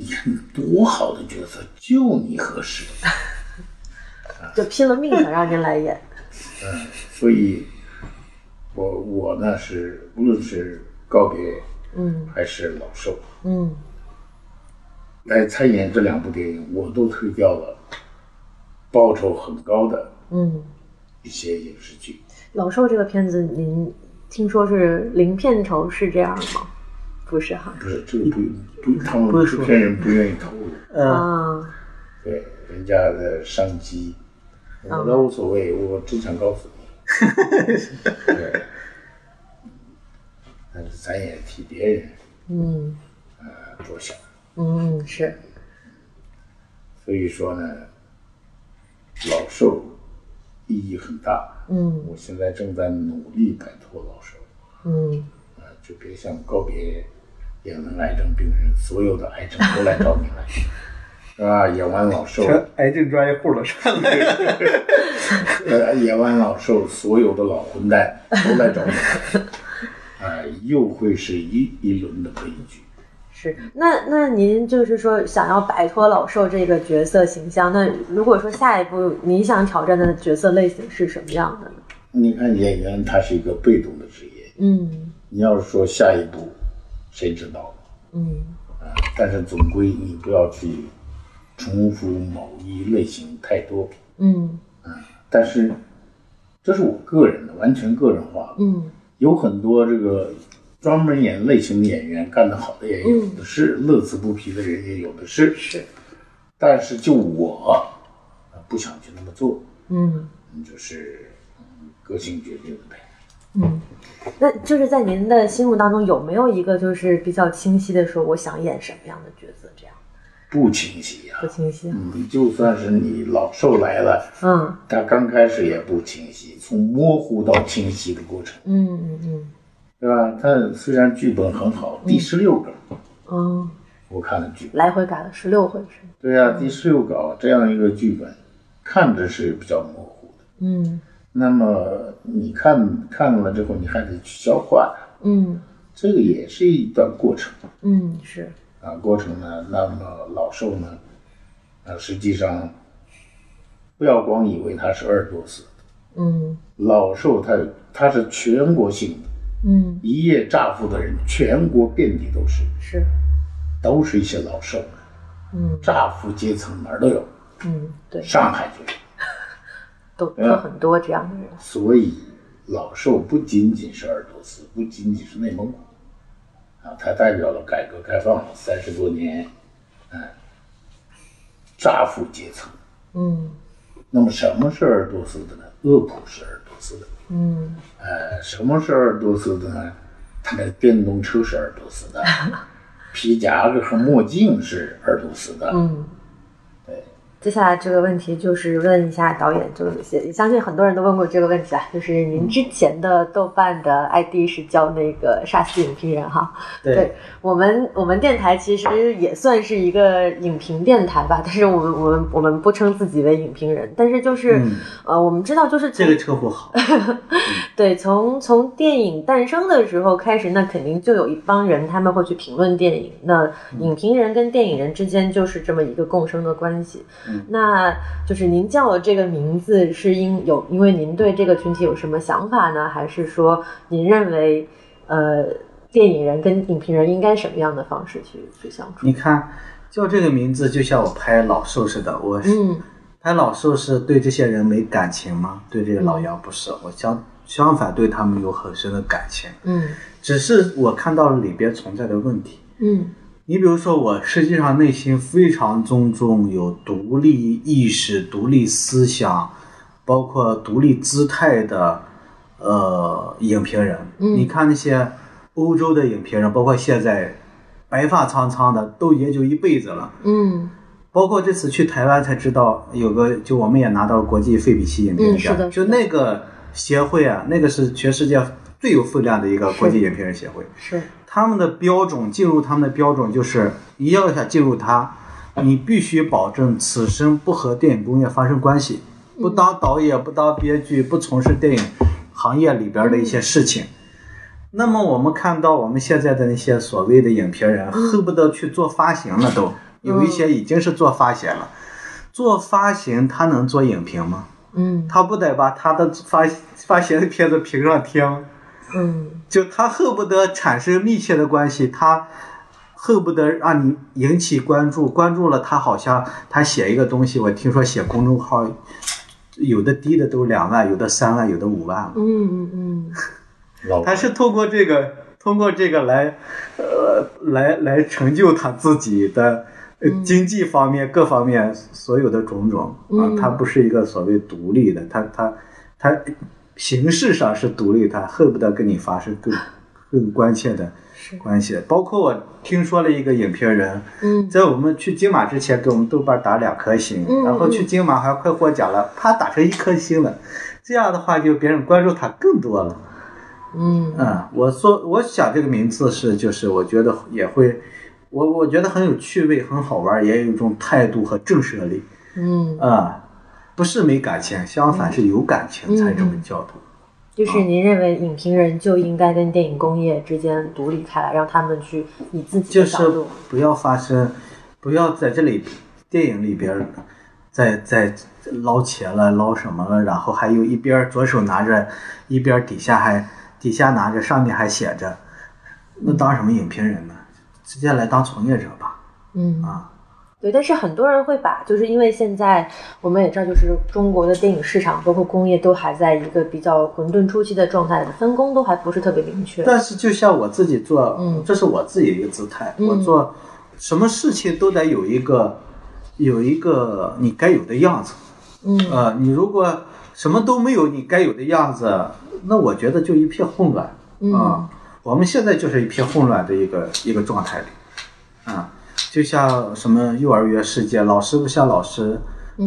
Speaker 2: 你看多好的角色，就你合 适。
Speaker 4: 就拼了命想让您来演。
Speaker 2: 所以，我我呢是无论是告别
Speaker 4: 嗯
Speaker 2: 还是老寿，
Speaker 4: 嗯
Speaker 2: 来参演这两部电影，我都推掉了报酬很高的
Speaker 4: 嗯，
Speaker 2: 一些影视剧。
Speaker 4: 老寿这个片子您听说是零片酬是这样吗？不是哈，
Speaker 2: 不是这个不不，他们
Speaker 3: 不会
Speaker 2: 制
Speaker 3: 说
Speaker 2: 片人不愿意投入，
Speaker 3: 呃，
Speaker 4: 啊
Speaker 2: 对人家的商机，
Speaker 3: 嗯
Speaker 2: 我倒无所谓，我只想告 诉你，对，但是咱也替别人
Speaker 4: 嗯
Speaker 2: 呃着想，
Speaker 4: 嗯是
Speaker 2: 所以说呢，老寿意义很大，
Speaker 4: 嗯
Speaker 2: 我现在正在努力摆脱老寿。
Speaker 4: 嗯
Speaker 2: 啊，就别像告别演完癌症病人，所有的癌症都来找你来， 是吧？演完老寿，
Speaker 5: 全癌症哎专业户了，上来
Speaker 2: 呃，演完老寿，所有的老混蛋都来找你来，啊、又会是一一轮的悲剧。
Speaker 4: 是。那那您就是说想要摆脱老寿这个角色形象，那如果说下一步你想挑战的角色类型是什么样的呢？
Speaker 2: 你看演员他是一个被动的职业，
Speaker 4: 嗯
Speaker 2: 你要是说下一步，谁知道？
Speaker 4: 嗯
Speaker 2: 啊，但是总归你不要去重复某一类型太多。
Speaker 4: 嗯
Speaker 2: 但是这是我个人的，完全个人化的。
Speaker 4: 嗯
Speaker 2: 有很多这个专门演类型的演员干得好的也有的是，乐此不疲的人也有的是。
Speaker 4: 是
Speaker 2: 但是就我，呃不想去那么做，
Speaker 4: 嗯
Speaker 2: 嗯就是嗯个性决定的呗。
Speaker 4: 嗯。那就是在您的心目当中有没有一个就是比较清晰的说我想演什么样的角色？这样
Speaker 2: 不清晰呀、
Speaker 4: 不清晰。
Speaker 2: 嗯，就算是你老寿来了，
Speaker 4: 嗯
Speaker 2: 他刚开始也不清晰，从模糊到清晰的过程，
Speaker 4: 嗯嗯
Speaker 2: 对吧？他虽然剧本很好，第十六稿、
Speaker 4: 嗯嗯，
Speaker 2: 我看了剧本。
Speaker 4: 来回改了十六回是吗？
Speaker 2: 对呀、第十六稿这样一个剧本，看着是比较模糊的。
Speaker 4: 嗯
Speaker 2: 那么你看看了之后，你还得去消化，
Speaker 4: 嗯
Speaker 2: 这个也是一段过程
Speaker 4: 嗯是
Speaker 2: 啊。过程呢，那么老寿呢，啊，实际上不要光以为他是鄂尔多斯，
Speaker 4: 嗯
Speaker 2: 老寿他他是全国性的，
Speaker 4: 嗯
Speaker 2: 一夜乍富的人，全国遍地都是，
Speaker 4: 是
Speaker 2: 都是一些老寿，
Speaker 4: 嗯
Speaker 2: 乍富阶层哪儿都有，
Speaker 4: 嗯对，
Speaker 2: 上海就有。
Speaker 4: 都
Speaker 2: 对啊
Speaker 4: 有很多这样的人。
Speaker 2: 所以老寿不仅仅是鄂尔多斯，不仅仅是内蒙古，啊，它代表了改革开放三十多年，嗯，乍富阶层。
Speaker 4: 嗯
Speaker 2: 那么什么是鄂尔多斯的呢？鄂普是鄂尔多斯的，
Speaker 4: 嗯
Speaker 2: 呃，什么是鄂尔多斯的呢？他那电动车是鄂尔多 斯的，皮夹克和墨镜是鄂尔多斯的，
Speaker 4: 嗯。
Speaker 2: 对。
Speaker 4: 接下来这个问题就是问一下导演，就是也相信很多人都问过这个问题啊，就是您之前的豆瓣的 ID 是叫那个“杀死影评人”哈，对，我们我们电台其实也算是一个影评电台吧，但是我们我们我们不称自己为影评人，但是就是、
Speaker 3: 嗯
Speaker 4: 呃，我们知道就是
Speaker 3: 这个
Speaker 4: 从
Speaker 3: 称呼好，
Speaker 4: 嗯对从从电影诞生的时候开始，那肯定就有一帮人他们会去评论电影，那
Speaker 3: 嗯
Speaker 4: 影评人跟电影人之间就是这么一个共生的关系。
Speaker 3: 嗯
Speaker 4: 那就是您叫我这个名字是因有因为您对这个群体有什么想法呢，还是说您认为呃？电影人跟影评人应该什么样的方式去去相处？
Speaker 3: 你看，就这个名字，就像我拍老寿似的，我是
Speaker 4: 嗯
Speaker 3: 拍老寿是对这些人没感情吗？对这个老杨不是，我相相反对他们有很深的感情，
Speaker 4: 嗯
Speaker 3: 只是我看到了里边存在的问题。
Speaker 4: 嗯
Speaker 3: 你比如说，我实际上内心非常尊重有独立意识、独立思想，包括独立姿态的呃影评人。
Speaker 4: 嗯
Speaker 3: 你看那些欧洲的影评人，包括现在白发苍苍的，都研究一辈子了。
Speaker 4: 嗯
Speaker 3: 包括这次去台湾才知道，有个就我们也拿到了国际费比西影评人
Speaker 4: 嗯是
Speaker 3: 奖，
Speaker 4: 的
Speaker 3: 就是
Speaker 4: 的
Speaker 3: 那个协会啊，那个是全世界最有分量的一个国际影评人协会。
Speaker 4: 是
Speaker 3: 他们的标准进入他们的标准就是，你要想进入它，你必须保证此生不和电影工业发生关系，不当导演，不当编剧，不从事电影行业里边的一些事情。那么我们看到我们现在的那些所谓的影评人，恨不得去做发行了都，有一些已经是做发行了。做发行他能做影评吗？
Speaker 4: 嗯
Speaker 3: 他不得把他的发发行的片子评上贴吗？
Speaker 4: 嗯
Speaker 3: 就他恨不得产生密切的关系，他恨不得让你引起关注，关注了他好像他写一个东西，我听说写公众号，有的低的都两万，有的三万，有的五万，
Speaker 4: 嗯嗯
Speaker 2: 老
Speaker 3: 他是通过这个通过这个来，呃，来来成就他自己的。呃经济方面各方面所有的种种啊
Speaker 4: 嗯，
Speaker 3: 他不是一个所谓独立的，他他他形式上是独立的，他恨不得跟你发生更更关切的
Speaker 4: 是
Speaker 3: 关系。包括我听说了一个影评人，
Speaker 4: 嗯
Speaker 3: 在我们去金马之前给我们豆瓣打两颗星，
Speaker 4: 嗯
Speaker 3: 然后去金马还快获奖了，啪打成一颗星了。这样的话，就别人关注他更多了。
Speaker 4: 嗯
Speaker 3: 嗯，我说我想这个名字是，就是我觉得也会，我我觉得很有趣味，很好玩，也有一种态度和震慑力。
Speaker 4: 嗯，
Speaker 3: 啊、不是没感情，相反是有感情
Speaker 4: 嗯
Speaker 3: 才这么叫它。啊
Speaker 4: 就是您认为影评人就应该跟电影工业之间独立开来，让他们去以自己
Speaker 3: 就
Speaker 4: 的
Speaker 3: 是
Speaker 4: 角度，
Speaker 3: 不要发生，不要在这里电影里边儿再再捞钱了，捞什么了，然后还有一边儿左手拿着，一边儿底下还底下拿着，上面还写着，那当什么影评人呢？直接来当从业者吧。
Speaker 4: 嗯
Speaker 3: 啊
Speaker 4: 对，但是很多人会把，就是因为现在我们也知道，就是中国的电影市场包括工业都还在一个比较混沌初期的状态，分工都还不是特别明确。
Speaker 3: 但是就像我自己做，
Speaker 4: 嗯
Speaker 3: 这是我自己一个姿态，
Speaker 4: 嗯
Speaker 3: 我做什么事情都得有一个有一个你该有的样子。
Speaker 4: 嗯
Speaker 3: 呃，你如果什么都没有你该有的样子，那我觉得就一片混乱啊、
Speaker 4: 嗯
Speaker 3: 我们现在就是一片混乱的一个一个状态里啊、就像什么幼儿园世界，老师不像老师，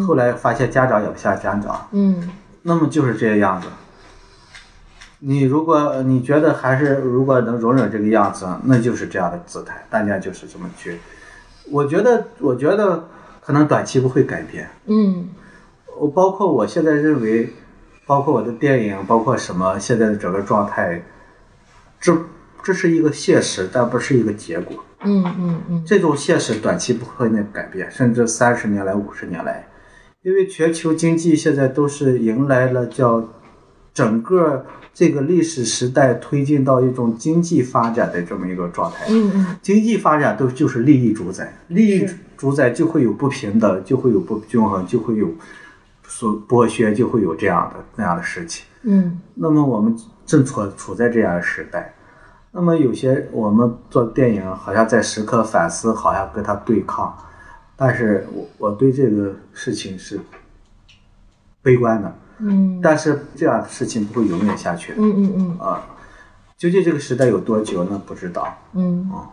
Speaker 3: 后来发现家长也不像家长，
Speaker 4: 嗯
Speaker 3: 那么就是这个样子。你如果你觉得还是如果能容忍这个样子，那就是这样的姿态，大家就是这么去。我觉得，我觉得可能短期不会改变。
Speaker 4: 嗯
Speaker 3: 我包括我现在认为，包括我的电影，包括什么现在的整个状态，这这是一个现实，但不是一个结果。
Speaker 4: 嗯嗯嗯
Speaker 3: 这种现实短期不会那改变，甚至三十年来、五十年来，因为全球经济现在都是迎来了叫整个这个历史时代推进到一种经济发展的这么一个状态。
Speaker 4: 嗯嗯
Speaker 3: 经济发展都就是利益主宰，利益
Speaker 4: 是
Speaker 3: 主宰就会有不平等，就会有不均衡，就会有所剥削，就会有这样的那样的事情。
Speaker 4: 嗯
Speaker 3: 那么我们正处处在这样的时代，那么有些我们做电影好像在时刻反思，好像跟他对抗，但是我我对这个事情是悲观的，
Speaker 4: 嗯
Speaker 3: 但是这样的事情不会永远下去的
Speaker 4: 嗯嗯
Speaker 3: 啊。究竟这个时代有多久呢？不知道。
Speaker 4: 嗯嗯，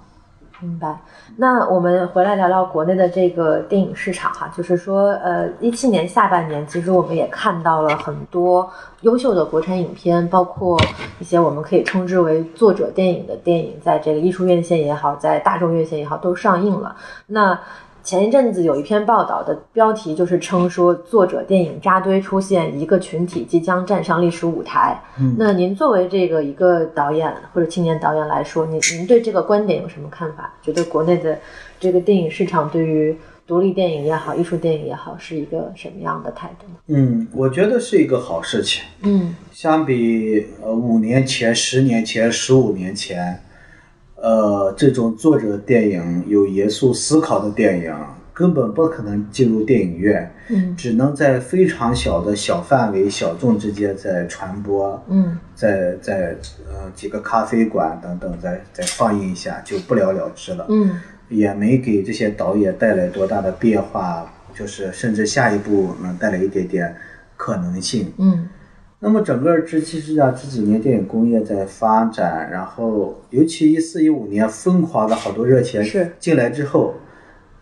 Speaker 4: 明白。那我们回来聊聊国内的这个电影市场哈，就是说，呃，一七年下半年，其实我们也看到了很多优秀的国产影片，包括一些我们可以称之为作者电影的电影，在这个艺术院线也好，在大众院线也好，都上映了。那前一阵子有一篇报道的标题就是称说，作者电影扎堆出现，一个群体即将站上历史舞台。
Speaker 3: 嗯
Speaker 4: 那您作为这个一个导演或者青年导演来说，您您对这个观点有什么看法？觉得国内的这个电影市场对于独立电影也好，艺术电影也好，是一个什么样的态度呢？
Speaker 3: 嗯，我觉得是一个好事情。
Speaker 4: 嗯
Speaker 3: 相比呃五年前、十年前、十五年前，呃，这种作者电影有严肃思考的电影，根本不可能进入电影院，
Speaker 4: 嗯
Speaker 3: 只能在非常小的小范围、小众之间在传播，
Speaker 4: 嗯
Speaker 3: 在在呃几个咖啡馆等等再再放映一下，就不了了之了。
Speaker 4: 嗯
Speaker 3: 也没给这些导演带来多大的变化，就是甚至下一步能带来一点点可能性。
Speaker 4: 嗯
Speaker 3: 那么整个这其实啊，这几年电影工业在发展，然后尤其一四一五年疯狂的好多热钱
Speaker 4: 是
Speaker 3: 进来之后，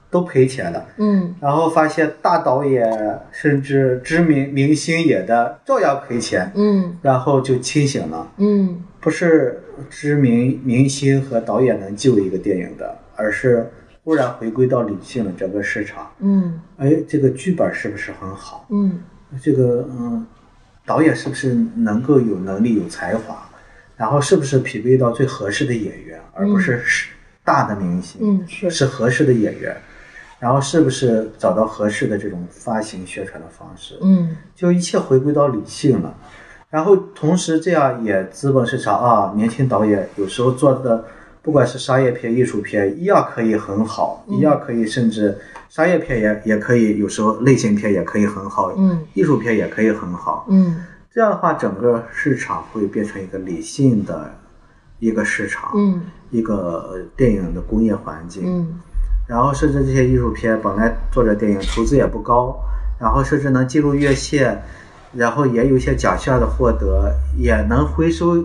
Speaker 3: 都赔钱了。
Speaker 4: 嗯
Speaker 3: 然后发现大导演甚至知名明星也的照样赔钱，
Speaker 4: 嗯
Speaker 3: 然后就清醒了。
Speaker 4: 嗯
Speaker 3: 不是知名明星和导演能救一个电影的，而是忽然回归到理性的整个市场。
Speaker 4: 嗯
Speaker 3: 哎，这个剧本是不是很好？
Speaker 4: 嗯
Speaker 3: 这个嗯，导演是不是能够有能力、有才华，然后是不是匹配到最合适的演员，而不是是大的明星，
Speaker 4: 嗯是
Speaker 3: 是合适的演员，然后是不是找到合适的这种发行宣传的方式，
Speaker 4: 嗯
Speaker 3: 就一切回归到理性了。然后同时这样也资本市场啊，年轻导演有时候做的不管是商业片、艺术片，一样可以很好，
Speaker 4: 嗯
Speaker 3: 一样可以甚至商业片也也可以，有时候类型片也可以很好，
Speaker 4: 嗯
Speaker 3: 艺术片也可以很好。
Speaker 4: 嗯
Speaker 3: 这样的话，整个市场会变成一个理性的一个市场，
Speaker 4: 嗯
Speaker 3: 一个呃电影的工业环境。
Speaker 4: 嗯
Speaker 3: 然后甚至这些艺术片本来做着电影投资也不高，然后甚至能进入院线，然后也有一些奖项的获得，也能回收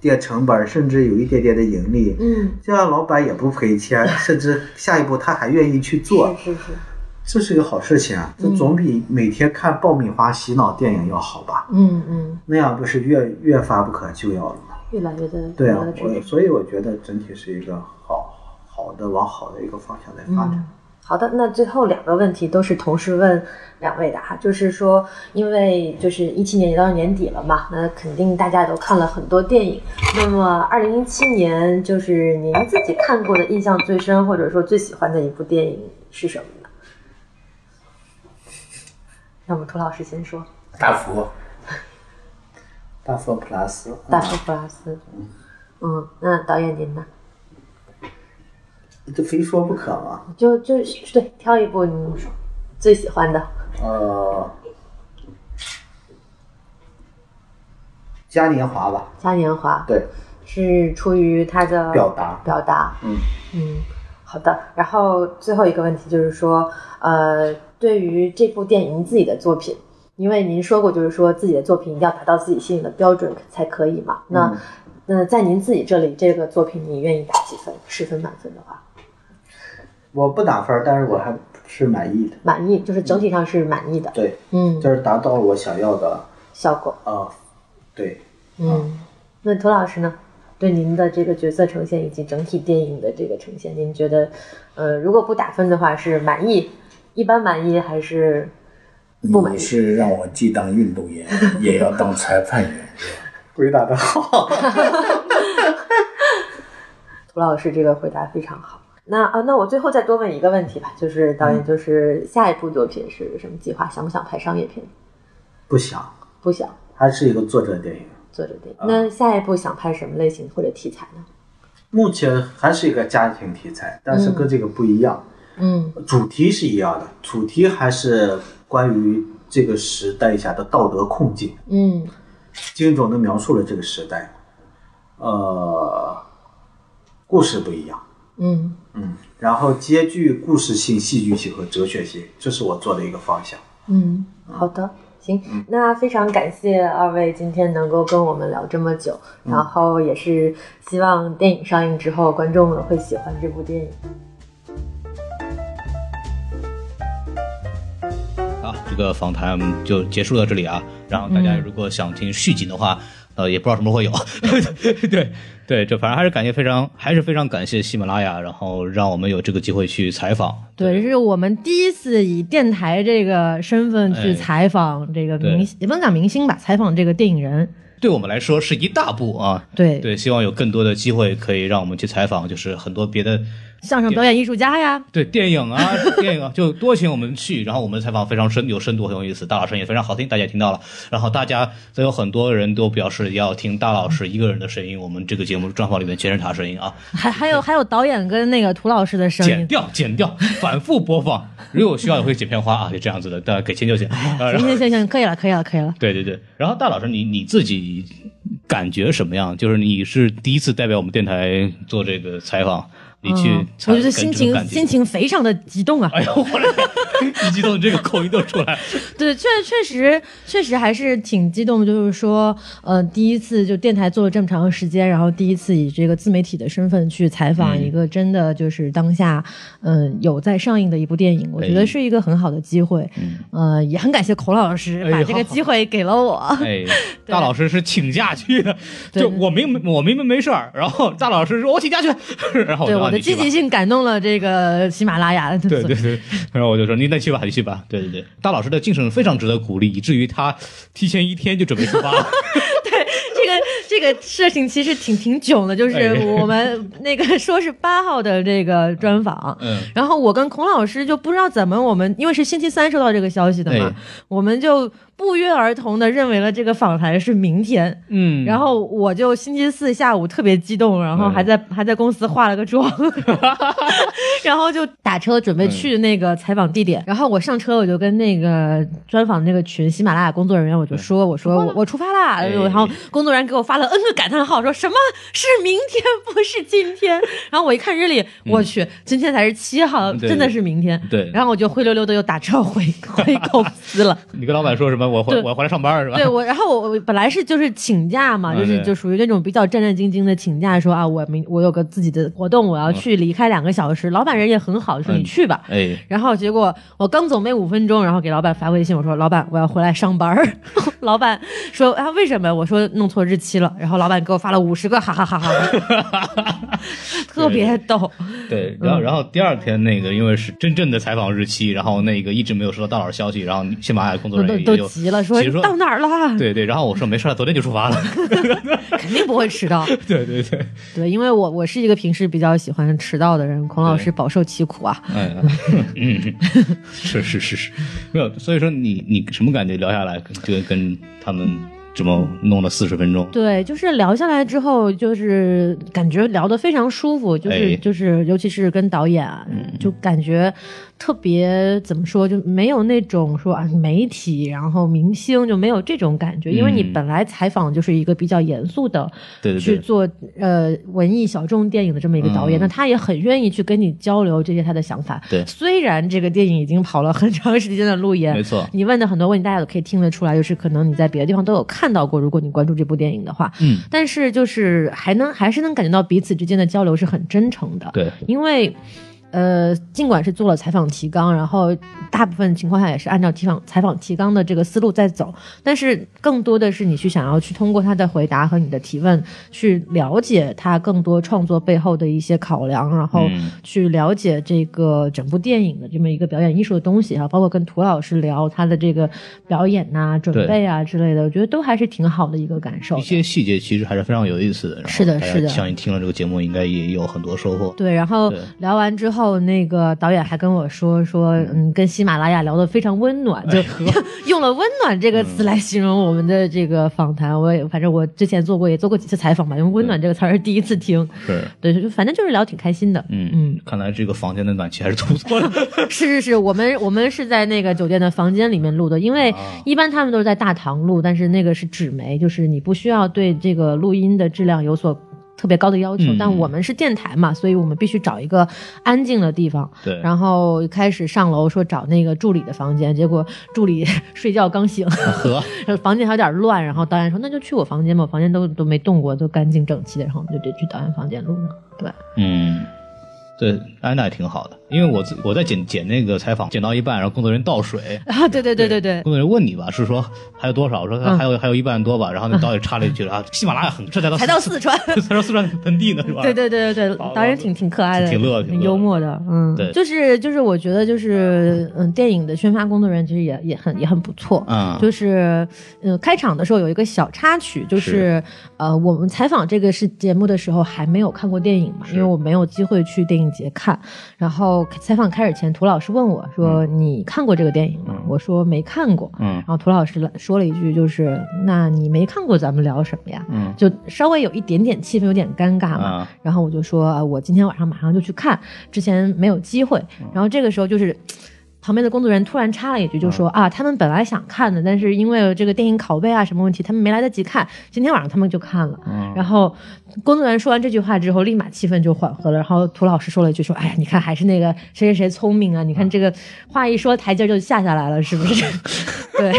Speaker 3: 点成本，甚至有一点点的盈利。
Speaker 4: 嗯，
Speaker 3: 这样老板也不赔钱，甚至下一步他还愿意去做，
Speaker 4: 是是嗯是，
Speaker 3: 这是个好事情啊！这总比每天看爆米花洗脑电影要好吧？
Speaker 4: 嗯嗯，
Speaker 3: 那样不是越越乏不可救药了吗？
Speaker 4: 越来越的
Speaker 3: 对
Speaker 4: 越
Speaker 3: 啊
Speaker 4: 来越，
Speaker 3: 我
Speaker 4: 支持。
Speaker 3: 所以我觉得整体是一个好好的往好的一个方向在发展。
Speaker 4: 嗯好的，那最后两个问题都是同时问两位的哈，就是说，因为就是一七年也到年底了嘛，那肯定大家也都看了很多电影。那么，二零一七年就是您自己看过的印象最深，或者说最喜欢的一部电影是什么呢？那我们涂老师先说，
Speaker 2: 大佛
Speaker 3: 大佛普拉斯，啊
Speaker 4: 《大佛普拉斯》。嗯，那导演您呢？
Speaker 3: 这非说不可嘛。
Speaker 4: 就就是对，挑一部您最喜欢的。
Speaker 3: 呃，嘉年华吧，
Speaker 4: 嘉年华，
Speaker 3: 对，
Speaker 4: 是出于他的
Speaker 3: 表达
Speaker 4: 表达，
Speaker 3: 嗯
Speaker 4: 嗯，好的。然后最后一个问题就是说，呃，对于这部电影自己的作品，因为您说过就是说自己的作品一定要达到自己心里的标准才可以嘛。那、
Speaker 3: 嗯
Speaker 4: 那在您自己这里，这个作品你愿意打几分？十分满分的话，
Speaker 3: 我不打分儿，但是我还是满意的，
Speaker 4: 满意就是整体上是满意的，
Speaker 3: 对，
Speaker 4: 嗯，
Speaker 3: 就是达到我想要的，
Speaker 4: 效果，
Speaker 3: 呃，对，
Speaker 4: 嗯。那涂老师呢？对您的这个角色呈现以及整体电影的这个呈现，您觉得，呃，如果不打分的话，是满意，一般满意还是不满
Speaker 2: 你
Speaker 4: 意？
Speaker 2: 是让我既当运动员也要当裁判员，是吧
Speaker 3: 鬼打的好，
Speaker 4: 涂老师这个回答非常好。那啊，那我最后再多问一个问题吧，就是导演，就是下一部作品是什么计划？想不想拍商业片？
Speaker 3: 不想，
Speaker 4: 不想，
Speaker 3: 还是一个作者电影，
Speaker 4: 做这电影。那下一步想拍什么类型或者题材呢？
Speaker 3: 目前还是一个家庭题材，但是跟这个不一样，
Speaker 4: 嗯
Speaker 3: 主题是一样的，主题还是关于这个时代下的道德困境。
Speaker 4: 嗯
Speaker 3: 精准的描述了这个时代，呃，故事不一样，
Speaker 4: 嗯
Speaker 3: 嗯，然后兼具故事性、戏剧性和哲学性，这是我做的一个方向。
Speaker 4: 嗯，好的。行，
Speaker 6: 嗯
Speaker 4: 那非常感谢二位今天能够跟我们聊这么久，
Speaker 6: 嗯
Speaker 4: 然后也是希望电影上映之后，观众们会喜欢这部电影。
Speaker 1: 啊，这个访谈就结束到这里啊。然后大家
Speaker 4: 嗯
Speaker 1: 如果想听续集的话，呃，也不知道什么时候会有。 对对，这反正还是感谢非常，还是非常感谢喜马拉雅，然后让我们有这个机会去采访。
Speaker 6: 对，这是我们第一次以电台这个身份
Speaker 1: 哎
Speaker 6: 去采访这个明星，也不能讲明星吧，采访这个电影人。
Speaker 1: 对我们来说是一大步啊。
Speaker 6: 对，
Speaker 1: 对，希望有更多的机会可以让我们去采访，就是很多别的
Speaker 6: 相声表演艺术家呀，
Speaker 1: 对电影啊， 电影啊，就多请我们去，然后我们采访非常深，有深度，很有意思，大老师也非常好听，大家也听到了。然后大家都有很多人都表示要听大老师一个人的声音，我们这个节目专访里面全是他声音啊，
Speaker 6: 还还有还有导演跟那个涂老师的声
Speaker 1: 剪
Speaker 6: 音，
Speaker 1: 掉，剪掉，反复播放，如果有需要也会剪片花啊，就这样子的，大家给钱就行。 啊 然
Speaker 6: 行
Speaker 1: 后
Speaker 6: 行行行，可以了可以了可以了。
Speaker 1: 对对对，然后大老师，你你自己感觉什么样？就是你是第一次代表我们电台做这个采访，你去
Speaker 6: 嗯，
Speaker 1: 采、
Speaker 6: 我觉得
Speaker 1: 跟
Speaker 6: 心
Speaker 1: 这种
Speaker 6: 情
Speaker 1: 感觉
Speaker 6: 心。情非常的激动啊。
Speaker 1: 哎呦，我的 天！一激动，这个口音都出来。
Speaker 6: 对，确确实确实还是挺激动，就是说，呃，第一次就电台做了这么长时间，然后第一次以这个自媒体的身份去采访
Speaker 1: 嗯
Speaker 6: 一个真的就是当下，嗯、有在上映的一部电影，我觉
Speaker 1: 哎嗯
Speaker 6: 得是一个很好的机会，呃，也很感谢孔老师
Speaker 1: 哎
Speaker 6: 把这
Speaker 1: 好
Speaker 6: 个
Speaker 1: 好
Speaker 6: 机会给了 我，
Speaker 1: 哎，大老师是请假去的，
Speaker 6: 对
Speaker 1: 就我明我明明没事儿，然后大老师说我请假去， 然后我
Speaker 6: 对
Speaker 1: 就
Speaker 6: 我
Speaker 1: 让
Speaker 6: 的
Speaker 1: 你去
Speaker 6: 积
Speaker 1: 吧
Speaker 6: 极。性感动了这个喜马拉雅，
Speaker 1: 对对对，然后我就说你那去吧，你去吧。 对对对，大老师 的精神非常值得鼓励，以至于他提前一天就准备出发了。
Speaker 6: 这个这
Speaker 4: 这个事情其实挺挺囧的，就是
Speaker 1: 哎
Speaker 4: 我们那个说是八号的这个专访，
Speaker 1: 嗯，
Speaker 4: 然后我跟孔老师就不知道怎么我们因为是星期三收到这个消息的嘛，
Speaker 1: 哎
Speaker 4: 我们就不约而同的认为了这个访谈是明天，
Speaker 1: 嗯，
Speaker 4: 然后我就星期四下午特别激动，然后还在、还在公司化了 个妆， 然后就打车准备去那个采访地点。然后我上车我就跟那个专访那个群喜马拉雅工作人员我就说，我说我我出发啦，
Speaker 1: 哎
Speaker 4: 然后工作人员给我发了 N 个感叹号，说什么是明天不是今 天。然后我一看日历，我去，今天才是七号，
Speaker 1: 嗯对
Speaker 4: 真的是明天。
Speaker 1: 对
Speaker 4: 然后我就灰溜溜的又打车回 回公司了。
Speaker 1: 你跟老板说什么？我回
Speaker 4: 对
Speaker 1: 我回来上班是吧？
Speaker 4: 对我，然后我我本来是就是请假嘛，
Speaker 1: 啊
Speaker 4: 就是
Speaker 1: 对
Speaker 4: 就属于那种比较战战兢兢的请假，说啊，我明我有个自己的活动，我要去离开两个小时。老板人也很好，说
Speaker 1: 啊嗯
Speaker 4: 你去吧。
Speaker 1: 哎，
Speaker 4: 然后结果我刚走没五分钟，然后给老板发微信，我说老板我要回来上班儿。 老板说啊为什么？我说弄错日期了。然后老板给我发了五十个哈哈哈哈， 特别逗。
Speaker 1: 对，然后
Speaker 4: 嗯
Speaker 1: 然后第二天那个因为是真正的采访日期，然后那个一直没有收到到老消息，然后喜马拉雅工作
Speaker 4: 都
Speaker 1: 人
Speaker 4: 都
Speaker 1: 员也就
Speaker 4: 都急了，说
Speaker 1: 急说
Speaker 4: 到哪儿了？
Speaker 1: 对对，然后我说没事儿，昨天就出 发了。
Speaker 4: 肯定不会迟到。
Speaker 1: 对对对，
Speaker 4: 对，因为我我是一个平时比较喜欢迟到的人，孔老师饱受其苦啊。
Speaker 1: 哎呀，嗯， 是是是是，没有，所以说你你什么感觉？聊下来就跟他们这么弄了四十分钟，
Speaker 4: 对，就是聊下来之后，就是感觉聊得非常舒服，就是、
Speaker 1: 哎嗯
Speaker 4: 就是，尤其是跟导演啊，就感觉特别怎么说，就没有那种说啊媒体，然后明星就没有这种感觉，因为你
Speaker 1: 嗯
Speaker 4: 本来采访就是一个比较严肃的，
Speaker 1: 对对
Speaker 4: 去
Speaker 1: 对，
Speaker 4: 做呃文艺小众电影的这么一个导演，
Speaker 1: 嗯
Speaker 4: 那他也很愿意去跟你交流这些他的想法。
Speaker 1: 对
Speaker 4: 虽然这个电影已经跑了很长时间的路演，
Speaker 1: 没错
Speaker 4: 你问的很多问题大家都可以听得出来，就是可能你在别的地方都有看到过，如果你关注这部电影的话，
Speaker 1: 嗯，
Speaker 4: 但是就是还能还是能感觉到彼此之间的交流是很真诚的，
Speaker 1: 对，
Speaker 4: 因为。呃，尽管是做了采访提纲，然后大部分情况下也是按照提访采访提纲的这个思路在走，但是更多的是你去想要去通过他的回答和你的提问，去了解他更多创作背后的一些考量，然后
Speaker 1: 嗯
Speaker 4: 去了解这个整部电影的这么一个表演艺术的东西啊，包括跟涂老师聊他的这个表演呐、准
Speaker 1: 对
Speaker 4: 备啊之类的，我觉得都还是挺好的一个感受
Speaker 1: 一
Speaker 4: 的。
Speaker 1: 些细节其实还是非常有意思的。然后
Speaker 4: 是的
Speaker 1: 大家
Speaker 4: 是的
Speaker 1: 相信听了这个节目，应该也有很多收获。
Speaker 4: 对，然后
Speaker 1: 对
Speaker 4: 聊完之后，那个导演还跟我说说，嗯，跟喜马拉雅聊得非常温暖，就
Speaker 1: 哎
Speaker 4: 用了“温暖”
Speaker 1: 嗯
Speaker 4: 这个词来形容我们的这个访谈。我也反正我之前做过，也做过几次采访吧，用“温暖”这个词儿是第一次听。
Speaker 1: 是，
Speaker 4: 对，就反正就是聊挺开心的。
Speaker 1: 嗯
Speaker 4: 嗯，
Speaker 1: 看来这个房间的暖气还是不错 的。
Speaker 4: 是是是，我们我们是在那个酒店的房间里面录的，因为
Speaker 1: 啊
Speaker 4: 一般他们都是在大堂录，但是那个是纸媒，就是你不需要对这个录音的质量有所。特别高的要求，
Speaker 1: 嗯
Speaker 4: 但我们是电台嘛，所以我们必须找一个安静的地方。
Speaker 1: 对，
Speaker 4: 然后开始上楼说找那个助理的房间，结果助理 睡觉刚醒，
Speaker 1: 啊和
Speaker 4: 房间还有点乱。然后导演说：“那就去我房间吧，我房间都都没动过，都干净整齐的。”然后我们就得去导演房间录了。对，
Speaker 1: 嗯，对，安娜也挺好的，因为我自我在剪剪那个采访，剪到一半，然后工作人员倒水，
Speaker 4: 啊，对对对对对 嗯
Speaker 1: 工作人员问你吧，是说还有多少？我说还有、还有一半多吧。然后那导演插了一句啊，喜马拉雅很这才到
Speaker 4: 才到四 川。
Speaker 1: 才到四川盆地呢，是吧？
Speaker 4: 对对对对对
Speaker 1: 好，
Speaker 4: 导演挺挺可爱的，
Speaker 1: 挺乐挺乐
Speaker 4: 很幽默的，嗯，
Speaker 1: 对
Speaker 4: 就是就是我觉得就是嗯，电影的宣发工作人员其实也也很也很不错，
Speaker 1: 啊
Speaker 4: 就是嗯、呃开场的时候有一个小插曲，就是
Speaker 1: 是
Speaker 4: 呃，我们采访这个是节目的时候还没有看过电影嘛，
Speaker 1: 是
Speaker 4: 因为我没有机会去电影节看。然后采访开始前，涂老师问我说：“你看过这个电影吗？”我说：“没看过。”
Speaker 1: 嗯
Speaker 4: 然后涂老师来说了一句，就是：“那你没看过，咱们聊什么呀？”
Speaker 1: 嗯
Speaker 4: 就稍微有一点点气氛有点尴尬嘛。
Speaker 1: 啊，
Speaker 4: 然后我就说，啊我今天晚上马上就去看，之前没有机会。然后这个时候就是。旁边的工作人员突然插了一句，就说啊，他们本来想看的，但是因为这个电影拷贝啊什么问题，他们没来得及看，今天晚上他们就看了。然后工作人员说完这句话之后，立马气氛就缓和了。然后涂老师说了一句说，哎呀，你看还是那个谁谁谁聪明啊，你看这个话一说，台阶就下下来了，是不 是？对，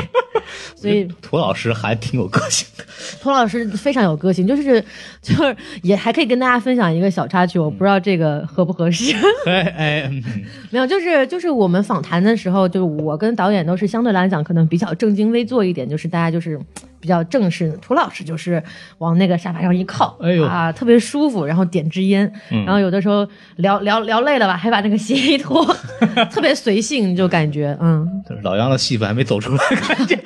Speaker 4: 所以
Speaker 1: 涂老师还挺有个性的，
Speaker 4: 涂老师非常有个性，就是就是也还可以跟大家分享一个小插曲，我不知道这个合不合适。
Speaker 1: 哎哎，嗯
Speaker 4: 没有，就是就是我们访谈的时候，就是我跟导演都是相对来讲可能比较正襟危坐一点，就是大家就是比较正式的。涂老师就是往那个沙发上一靠，
Speaker 1: 哎呦嗯
Speaker 4: 啊，特别舒服，然后点支烟，然后有的时候聊聊聊累了吧，还把那个 鞋一 脱，特别随性，就感觉嗯，
Speaker 1: 就是老杨的戏份还没走 出来，感觉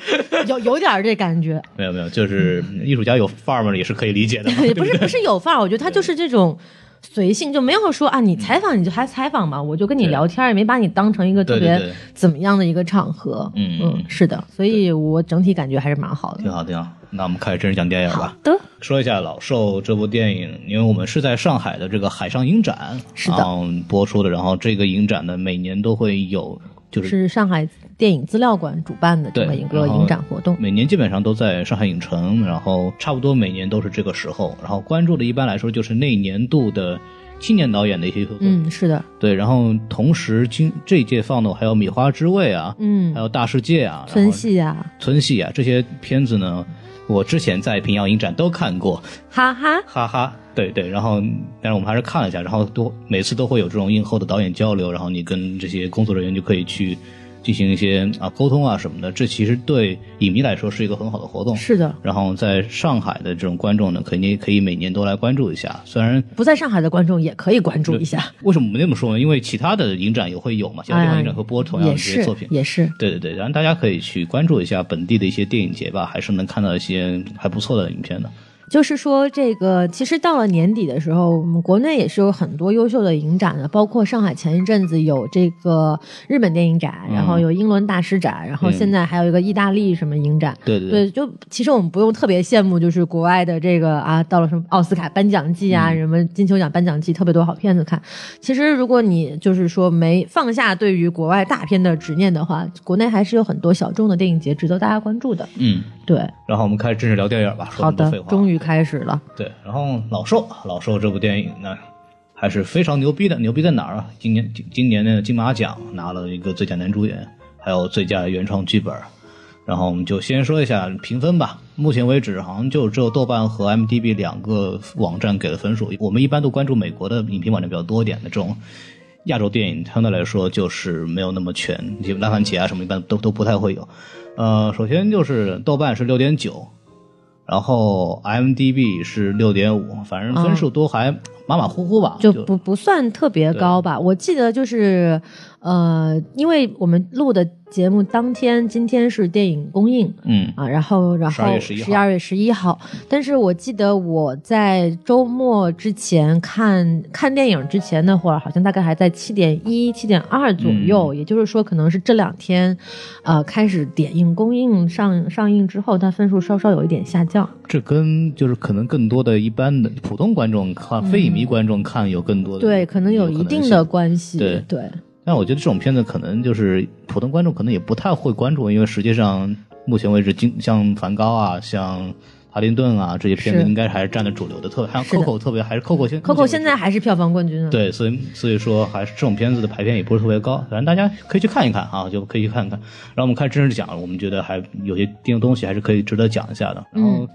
Speaker 4: 有有点儿这感觉，
Speaker 1: 没有没有，就是艺术家有范儿嘛，也是可以理解的嘛。
Speaker 4: 也不是不是有范儿，我觉得他就是这种随性，就没有说啊，你采访你就还采访嘛，我就跟你
Speaker 1: 对
Speaker 4: 聊天儿，也没把你当成一个特
Speaker 1: 对对
Speaker 4: 别
Speaker 1: 对
Speaker 4: 怎么样的一个场合。
Speaker 1: 嗯
Speaker 4: 嗯，是的，所以我整体感觉还是蛮好的。
Speaker 1: 挺好挺好，那我们开始正式讲电影吧。
Speaker 4: 得，
Speaker 1: 说一下《老兽》这部电影，因为我们是在上海的这个海上影展
Speaker 4: 是的
Speaker 1: 啊播出的，然后这个影展呢每年都会有，就是
Speaker 4: 是上海电影资料馆主办的这
Speaker 1: 对
Speaker 4: 么一个
Speaker 1: 然后
Speaker 4: 影展活动。
Speaker 1: 每年基本上都在上海影城，然后差不多每年都是这个时候，然后关注的一般来说就是那一年度的青年导演的一些作品，
Speaker 4: 嗯，是的，
Speaker 1: 对，然后同时今这一届放的还有《米花之味》啊，
Speaker 4: 嗯
Speaker 1: 还，有《大世界》啊，然后
Speaker 4: 村戏啊，
Speaker 1: 村戏啊这些片子呢，我之前在平遥影展都看过，
Speaker 4: 哈哈，
Speaker 1: 哈哈，对对，然后但是我们还是看了一下，然后都每次都会有这种映后的导演交流，然后你跟这些工作人员就可以去进行一些啊沟通啊什么的，这其实对影迷来说是一个很好的活动。
Speaker 4: 是的。
Speaker 1: 然后在上海的这种观众呢，肯定可以每年都来关注一下。虽然
Speaker 4: 不在上海的观众也可以关注一下，
Speaker 1: 为什么我们那么说呢？因为其他的影展也会有嘛，其他地方影展会播同样的
Speaker 4: 嗯哎也
Speaker 1: 这些
Speaker 4: 是
Speaker 1: 作品。
Speaker 4: 也是，
Speaker 1: 对对对，然后大家可以去关注一下本地的一些电影节吧，还是能看到一些还不错的影片的。
Speaker 4: 就是说，这个其实到了年底的时候，我们国内也是有很多优秀的影展的，包括上海前一阵子有这个日本电影展，
Speaker 1: 嗯
Speaker 4: 然后有英伦大师展，然后
Speaker 1: 嗯
Speaker 4: 现在还有一个意大利什么影展。
Speaker 1: 对对
Speaker 4: 对，就其实我们不用特别羡慕，就是国外的这个啊，到了什么奥斯卡颁奖季
Speaker 1: 嗯
Speaker 4: 啊，什么金球奖颁奖季，特别多好片子看。其实如果你就是说没放下对于国外大片的执念的话，国内还是有很多小众的电影节值得大家关注的。
Speaker 1: 嗯，
Speaker 4: 对，
Speaker 1: 然后我们开始正式聊电影吧，说
Speaker 4: 好
Speaker 1: 很多
Speaker 4: 的
Speaker 1: 废话，。
Speaker 4: 终于开始了。
Speaker 1: 对，然后《老兽》《老兽》这部电影呢，还是非常牛逼的。牛逼在哪儿啊？今年今今年的金马奖拿了一个最佳男主演，还有最佳原创剧本。然后我们就先说一下评分吧。目前为止，好像就只有豆瓣和 m d b 两个网站给了分数。我们一般都关注美国的影评网站比较多一点的这种亚洲电影，相对来说就是没有那么全，就拉番茄啊什么一般都都不太会有。呃，首先就是豆瓣是六点九，然后 IMDB 是六点五，反正分数都还马马虎虎吧，
Speaker 4: 啊就不不算特别高吧。我记得就是，呃，因为我们录的节目当天，今天是电影公映
Speaker 1: 嗯
Speaker 4: 啊，然后然后
Speaker 1: 12月11
Speaker 4: 十二月十一号，但是我记得我在周末之前看看电影之前那会儿，好像大概还在七点一、七点二左右，也就是说可能是这两天，呃，开始点映公映上上映之后，它分数稍稍有一点下降。
Speaker 1: 这跟就是可能更多的一般的普通观众看、非影迷观众看有更多的
Speaker 4: 对，可能有一定的
Speaker 1: 性
Speaker 4: 关系。
Speaker 1: 对但我觉得这种片子可能就是普通观众可能也不太会关注，因为实际上目前为止，经像梵高啊，像帕丁顿啊这些片子，
Speaker 4: 是
Speaker 1: 应该还是占的主流的，特别像
Speaker 4: 是的
Speaker 1: Coco，特别还是 Coco 现目
Speaker 4: Coco
Speaker 1: 前为止
Speaker 4: 现在还是票房冠军啊。
Speaker 1: 对，所以所以说还是这种片子的排片也不是特别高，反正大家可以去看一看啊，就可以去看看。然后我们看真实讲，我们觉得还有些定东西还是可以值得讲一下的。然
Speaker 4: 嗯
Speaker 1: 后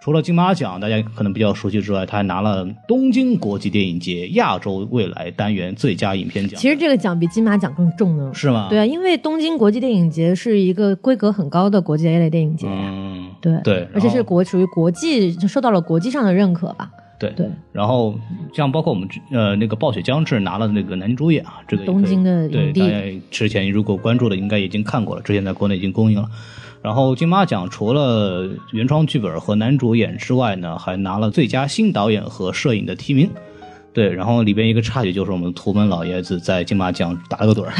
Speaker 1: 除了金马奖大家可能比较熟悉之外，他还拿了东京国际电影节亚洲未来单元最佳影片奖。
Speaker 4: 其实这个奖比金马奖更重呢。
Speaker 1: 是吗？
Speaker 4: 对啊，因为东京国际电影节是一个规格很高的国际 A 类电影节，
Speaker 1: 嗯，
Speaker 4: 对
Speaker 1: 对然后
Speaker 4: 而且是国属于国际，就受到了国际上的认可吧。
Speaker 1: 对
Speaker 4: 对，
Speaker 1: 然后像包括我们之呃那个暴雪将至拿了那个男主演啊，这个也可以
Speaker 4: 东京的影
Speaker 1: 对
Speaker 4: 帝
Speaker 1: 大家之前如果关注的应该已经看过了，之前在国内已经公映了。然后金马奖除了原创剧本和男主演之外呢，还拿了最佳新导演和摄影的提名。对，然后里边一个插曲就是我们图们老爷子在金马奖打了个盹儿。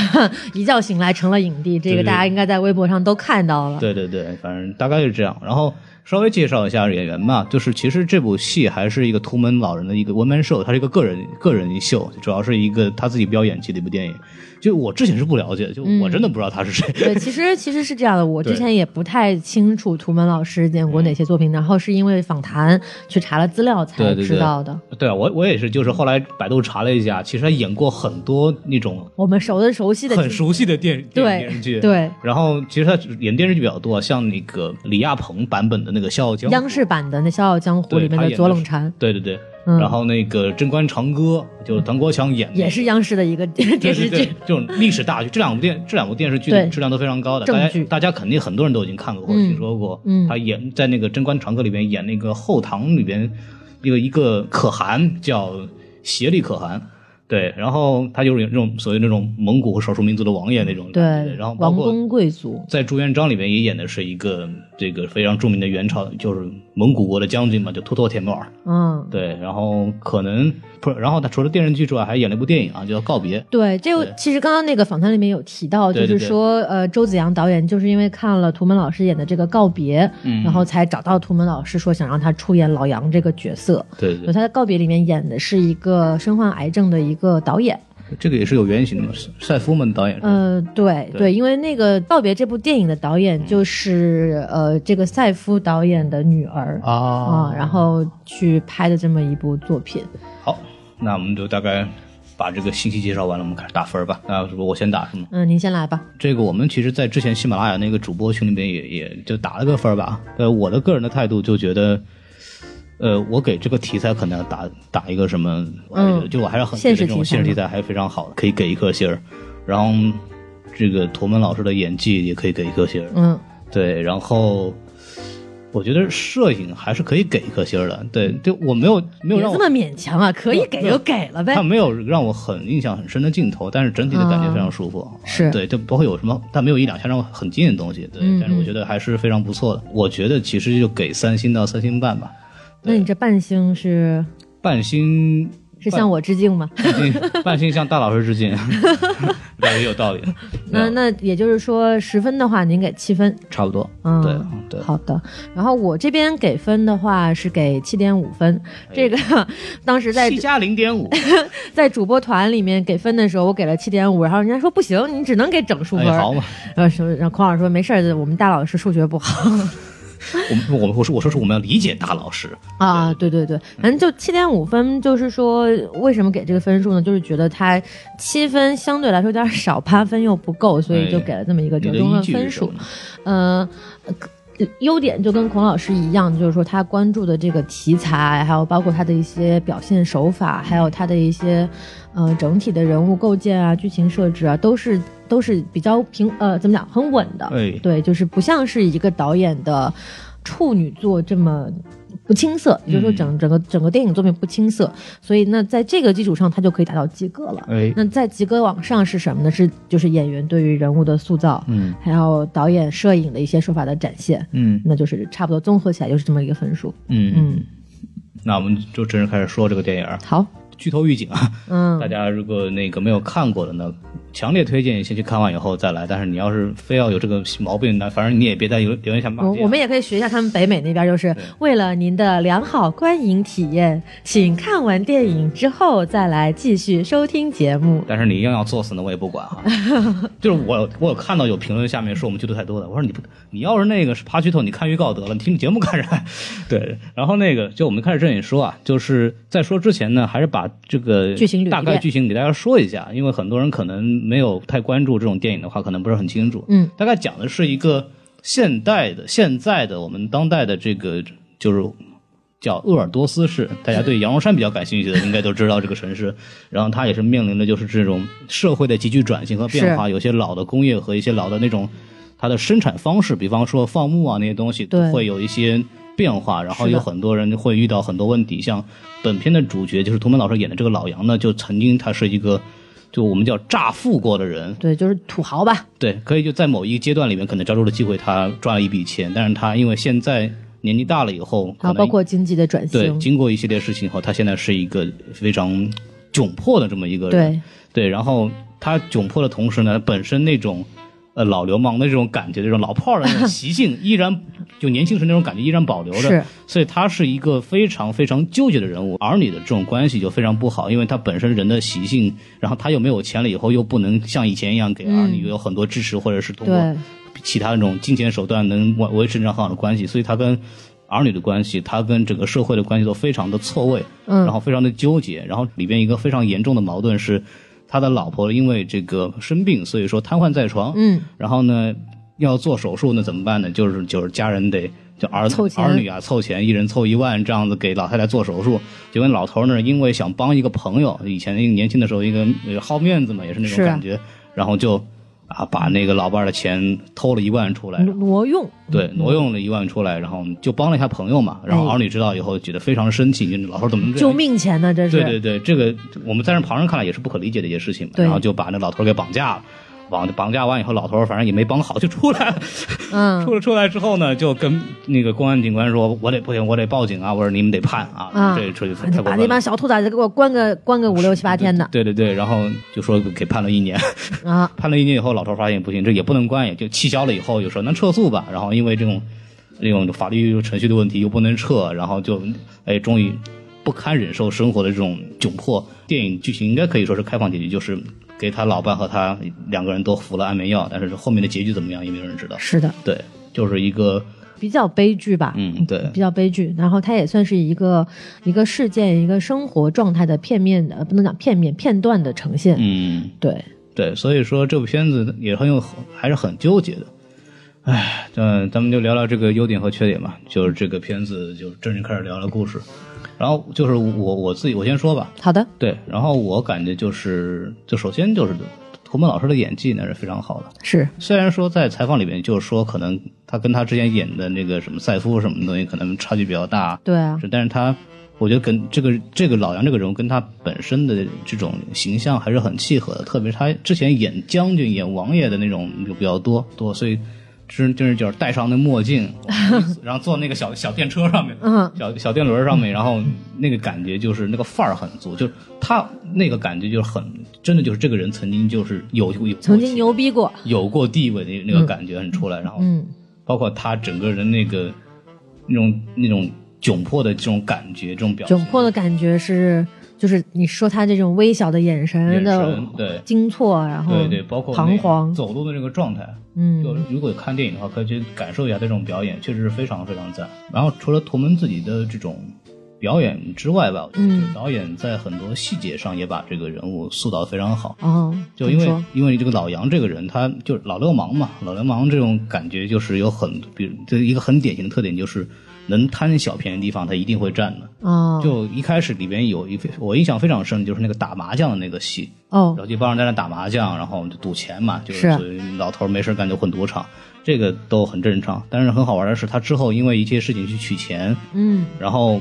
Speaker 4: 一觉醒来成了影帝，这
Speaker 1: 对
Speaker 4: 个
Speaker 1: 对
Speaker 4: 大家应该在微博上都看到了。
Speaker 1: 对对对，反正大概是这样。然后稍微介绍一下演员吧，就是其实这部戏还是一个图门老人的一个 one man show，它是一个个人个人秀，主要是一个他自己飙演技的一部电影。就我之前是不了解，就我真的不知道他是谁。
Speaker 4: 对，其实其实是这样的，我
Speaker 1: 对嗯
Speaker 4: 之前也不太清楚图门老师演过哪些作品，然后是因为访谈去查了资料才
Speaker 1: 对对对
Speaker 4: 知道的。
Speaker 1: 对啊，我我也是，就是后后来百度查了一下，其实他演过很多那种
Speaker 4: 我们熟的熟悉的
Speaker 1: 很熟悉的电电
Speaker 4: 对
Speaker 1: 电视剧。
Speaker 4: 对
Speaker 1: 然后其实他演电视剧比较多，像那个李亚鹏版本的那个《笑傲江湖》，
Speaker 4: 央视版的那《笑傲江湖》
Speaker 1: 对
Speaker 4: 里面
Speaker 1: 他演
Speaker 4: 的
Speaker 1: 的
Speaker 4: 左冷
Speaker 1: 是
Speaker 4: 禅，
Speaker 1: 对对对，
Speaker 4: 嗯
Speaker 1: 然后那个《贞观长歌》就是唐国强演的，
Speaker 4: 也是央视的一个
Speaker 1: 对
Speaker 4: 电视
Speaker 1: 对对
Speaker 4: 剧。，
Speaker 1: 这种历史大剧，这两部电这两部电视剧的
Speaker 4: 对
Speaker 1: 质量都非常高的，
Speaker 4: 正
Speaker 1: 大
Speaker 4: 剧
Speaker 1: 家大家肯定很多人都已经看过或者
Speaker 4: 嗯
Speaker 1: 听说过。
Speaker 4: 嗯
Speaker 1: 他演在那个《贞观长歌》里面演那个后唐里边一个一个可汗叫协力可汗。对，然后他就是有这种所谓那种蒙古和少数民族的王爷那种感觉
Speaker 4: 对，
Speaker 1: 然后包
Speaker 4: 王
Speaker 1: 括
Speaker 4: 公贵族，
Speaker 1: 在《朱元璋》里面也演的是一个这个非常著名的元朝，就是蒙古国的将军嘛，就突突铁木儿。
Speaker 4: 嗯，
Speaker 1: 对，然后可能不是，然后他除了电视剧之外，还演了一部电影啊，叫《告别》。
Speaker 4: 对，这个
Speaker 1: 对
Speaker 4: 其实刚刚那个访谈里面有提到，
Speaker 1: 对
Speaker 4: 就
Speaker 1: 对
Speaker 4: 是
Speaker 1: 对
Speaker 4: 说，呃，周子阳导演就是因为看了涂门老师演的这个《告别》，
Speaker 1: 嗯
Speaker 4: 然后才找到涂门老师说想让他出演老杨这个角色。
Speaker 1: 对对
Speaker 4: 就他在《告别》里面演的是一个身患癌症的一个导演，
Speaker 1: 对，这个也是有原型的嘛，赛夫曼导演。
Speaker 4: 呃，对
Speaker 1: 嗯对嗯
Speaker 4: 对，因为那个《告别》这部电影的导演就是呃这个赛夫导演的女儿
Speaker 1: 啊
Speaker 4: 啊、然后去拍的这么一部作品。
Speaker 1: 好，那我们就大概把这个信息介绍完了，我们开始打分吧。那是不是我先打是吗？
Speaker 4: 嗯，您先来吧。
Speaker 1: 这个我们其实，在之前喜马拉雅那个主播群里面也也就打了个分儿吧。呃，我的个人的态度就觉得，呃，我给这个题材可能要打打一个什么，我还是觉得
Speaker 4: 嗯
Speaker 1: 就我还是很觉
Speaker 4: 现
Speaker 1: 得这
Speaker 4: 实
Speaker 1: 种
Speaker 4: 题材
Speaker 1: 现实题
Speaker 4: 嘛
Speaker 1: 材还是非常好的，可以给一颗星儿。然后这个陀门老师的演技也可以给一颗星儿。
Speaker 4: 嗯，
Speaker 1: 对，然后我觉得摄影还是可以给一颗星儿的。对，对我没有没有
Speaker 4: 别
Speaker 1: 让
Speaker 4: 嗯
Speaker 1: 我
Speaker 4: 这么勉强啊，可以给就给了呗
Speaker 1: 它。没有让我很印象很深的镜头，但是整体的感觉非常舒服。啊
Speaker 4: 嗯是
Speaker 1: 对，就不会有什么，但没有一两下让我很惊艳的东西。对，
Speaker 4: 嗯
Speaker 1: 但是我觉得还是非常不错的。我觉得其实就给三星到三星半吧，
Speaker 4: 那你这半星是
Speaker 1: 半星
Speaker 4: 是向我 致敬吗？
Speaker 1: 半星半星向大老师致敬， 感觉有道理。
Speaker 4: 那那也就是说，十分的话，您给七分。
Speaker 1: 差不多，
Speaker 4: 嗯，
Speaker 1: 对对。
Speaker 4: 好的。然后我这边给分的话是给七点五分，这个当时在
Speaker 1: 哎七加零点 五，
Speaker 4: 在主播团里面给分的时候，我给了七点五，然后人家说不行，你只能给整数
Speaker 1: 哎
Speaker 4: 分。
Speaker 1: 好嘛，
Speaker 4: 然后说，然后孔老师说没事儿，我们大老师数学不好
Speaker 1: 我们我们我说我说是我们要理解大老师，
Speaker 4: 啊。对对对，反正就七点五分，就是说为什么给这个分数呢？就是觉得他七分相对来说有点少，八分又不够，所以就
Speaker 1: 哎
Speaker 4: 给了这么一个
Speaker 1: 你
Speaker 4: 折
Speaker 1: 的
Speaker 4: 中
Speaker 1: 依
Speaker 4: 的
Speaker 1: 据
Speaker 4: 分
Speaker 1: 是什
Speaker 4: 数
Speaker 1: 么。呢？
Speaker 4: 呃，呃优点就跟孔老师一样，就是说他关注的这个题材，还有包括他的一些表现手法，还有他的一些呃整体的人物构建啊、剧情设置啊，都是都是比较平呃怎么讲很稳的，
Speaker 1: 哎
Speaker 4: 对，就是不像是一个导演的处女作这么。不青涩，
Speaker 1: 嗯
Speaker 4: 也就是说整整个整个电影作品不青涩，所以那在这个基础上，他就可以达到及格了。
Speaker 1: 哎
Speaker 4: 那在及格往上是什么呢？是就是演员对于人物的塑造，
Speaker 1: 嗯
Speaker 4: 还有导演、摄影的一些手法的展现，
Speaker 1: 嗯
Speaker 4: 那就是差不多综合起来就是这么一个分数。
Speaker 1: 嗯，
Speaker 4: 嗯，
Speaker 1: 那我们就正式开始说这个电影儿。
Speaker 4: 好，
Speaker 1: 剧透预警啊，
Speaker 4: 嗯
Speaker 1: 大家如果那个没有看过的呢，强烈推荐先去看完以后再来。但是你要是非要有这个毛病呢，反正你也别在留留言下骂
Speaker 4: 我
Speaker 1: 街啊。
Speaker 4: 我们也可以学一下他们北美那边，就是为了您的良好观影体验，请看完电影之后再来继续收听节目。
Speaker 1: 但是你硬要作死呢，我也不管 哈。就是我我有看到有评论下面说我们剧透太多了，我说你不你要是那个是怕剧透，你看预告得了，你听节目干啥？ 对，然后那个就我们开始正经说啊，就是在说之前呢，还是把这个
Speaker 4: 剧情捋一遍
Speaker 1: 大概剧情给大家说一下，因为很多人可能没有太关注这种电影的话，可能不是很清楚。
Speaker 4: 嗯，
Speaker 1: 大概讲的是一个现代的现在的我们当代的这个就是叫鄂尔多斯市，大家对羊绒衫比较感兴趣的应该都知道这个城 市。然后它也是面临的就是这种社会的急剧转型和变化，有些老的工业和一些老的那种它的生产方式，比方说放牧啊那些东西，
Speaker 4: 对
Speaker 1: 会有一些变化。然后
Speaker 4: 是的
Speaker 1: 有很多人会遇到很多问题，像本片的主角就是涂门老师演的这个老杨呢，就曾经他是一个。就我们叫乍富过的人，
Speaker 4: 对，就是土豪吧，
Speaker 1: 对，可以就在某一个阶段里面，可能抓住了机会，他赚了一笔钱，但是他因为现在年纪大了以后，可能
Speaker 4: 然后啊包括经济的转
Speaker 1: 对
Speaker 4: 型，
Speaker 1: 经过一系列事情以后，他现在是一个非常窘迫的这么一个人，
Speaker 4: 对
Speaker 1: 对然后他窘迫的同时呢，本身那种。呃，老流氓的这种感觉，这种老炮儿的 那种习性，依然就年轻时那种感觉依然保留着。
Speaker 4: 是
Speaker 1: 所以他是一个非常非常纠结的人物，儿女的这种关系就非常不好，因为他本身人的习性，然后他又没有钱了以后，又不能像以前一样给儿女有很多支持，或者是通过
Speaker 4: 嗯对
Speaker 1: 其他那种金钱手段能维维持这样很好的关系，所以他跟儿女的关系，他跟整个社会的关系都非常的错位，
Speaker 4: 嗯
Speaker 1: 然后非常的纠结，然后里边一个非常严重的矛盾是，他的老婆因为这个生病，所以说瘫痪在床，
Speaker 4: 嗯，
Speaker 1: 然后呢要做手术，那怎么办呢？就是就是家人得就儿
Speaker 4: 凑钱
Speaker 1: 儿女啊凑钱，一人凑一万这样子给老太太做手术。就跟老头呢，因为想帮一个朋友，以前一个年轻的时候一个呃好面子嘛，也是那种
Speaker 4: 是
Speaker 1: 感觉，然后就啊把那个老伴儿的钱偷了一万出来，然后
Speaker 4: 挪用，
Speaker 1: 对，挪用了一万出来，然后就帮了一下朋友嘛。然后
Speaker 4: 哎
Speaker 1: 儿女知道以后觉得非常生气，就是老头怎么这
Speaker 4: 救
Speaker 1: 样？
Speaker 4: 命钱呢，这是
Speaker 1: 对对对，这个我们在旁人看来也是不可理解的一件事情嘛。
Speaker 4: 对
Speaker 1: 然后就把那老头给绑架了，绑绑架完以后，老头反正也没绑好就出来了。
Speaker 4: 嗯
Speaker 1: 出了出来之后呢，就跟那个公安警官说：“我得不行，我得报警啊！”我说：“你们得判啊！”
Speaker 4: 啊
Speaker 1: 这出去太
Speaker 4: 你
Speaker 1: 过
Speaker 4: 把
Speaker 1: 分
Speaker 4: 那
Speaker 1: 了
Speaker 4: 帮小兔崽子给我关个关个五六七八天的
Speaker 1: 对对对，然后就说给判了一年，
Speaker 4: 啊，
Speaker 1: 判了一年以后，老头发现不行，这也不能关，也就气消了以后，就说那撤诉吧。然后因为这种这种法律程序的问题又不能撤，然后就哎，终于不堪忍受生活的这种窘迫。电影剧情应该可以说是开放结局，就是给他老伴和他两个人都服了安眠药，但是后面的结局怎么样也没有人知道。
Speaker 4: 是的，
Speaker 1: 对，就是一个
Speaker 4: 比较悲剧吧，
Speaker 1: 嗯，对，
Speaker 4: 比较悲剧。然后它也算是一个一个事件、一个生活状态的片面的，呃不能讲片面片段的呈现。
Speaker 1: 嗯。
Speaker 4: 对，
Speaker 1: 对，所以说这部片子也很有，还是很纠结的。唉，嗯，咱们就聊聊这个优点和缺点吧。就是这个片子，就正式开始聊聊故事。然后就是我我自己，我先说吧。
Speaker 4: 好的，
Speaker 1: 对，然后我感觉就是，就首先就是涂蒙老师的演技呢是非常好的。
Speaker 4: 是
Speaker 1: 虽然说在采访里面就是说，可能他跟他之前演的那个什么赛夫什么东西可能差距比较大，
Speaker 4: 对啊，
Speaker 1: 是，但是他，我觉得跟这个这个老杨这个人物跟他本身的这种形象还是很契合的，特别是他之前演将军、演王爷的那种就比较多多，所以真真是就是戴上那墨镜， 然后坐那个小小电车上面，
Speaker 4: 嗯
Speaker 1: 小小电轮上面，然后那个感觉就是那个范儿很足，就是他那个感觉就是很真的就是这个人曾经就是有有有过
Speaker 4: 曾经
Speaker 1: 气
Speaker 4: 牛逼过，
Speaker 1: 有过地位的那个感觉很出来，然后
Speaker 4: 嗯，
Speaker 1: 包括他整个人那个那种那种窘迫的这种感觉，这种表现，
Speaker 4: 窘迫的感觉是，就是你说他这种微小的眼神
Speaker 1: 眼
Speaker 4: 的
Speaker 1: 神，对
Speaker 4: 惊错，然后
Speaker 1: 对对，包括那
Speaker 4: 彷
Speaker 1: 个
Speaker 4: 徨，
Speaker 1: 走路的那个状态。就
Speaker 4: 嗯，
Speaker 1: 如果看电影的话，可以去感受一下这种表演，确实是非常非常赞。然后除了图们自己的这种表演之外吧，我觉得
Speaker 4: 嗯
Speaker 1: 就是导演在很多细节上也把这个人物塑造的非常好。
Speaker 4: 哦，
Speaker 1: 就因
Speaker 4: 怎
Speaker 1: 为
Speaker 4: 么
Speaker 1: 因为这个老杨这个人，他就是老流氓嘛，老流氓这种感觉就是有很，比如这一个很典型的特点就是能贪小便宜的地方他一定会占的。
Speaker 4: 说哦，
Speaker 1: 就一开始里边有一我印象非常深，就是那个打麻将的那个戏，然
Speaker 4: 哦，
Speaker 1: 后就帮人在那打麻将，然后就赌钱嘛，就是所以老头儿没事干就混赌场，这个都很正常。但是很好玩的是，他之后因为一些事情去取钱，
Speaker 4: 嗯，
Speaker 1: 然后，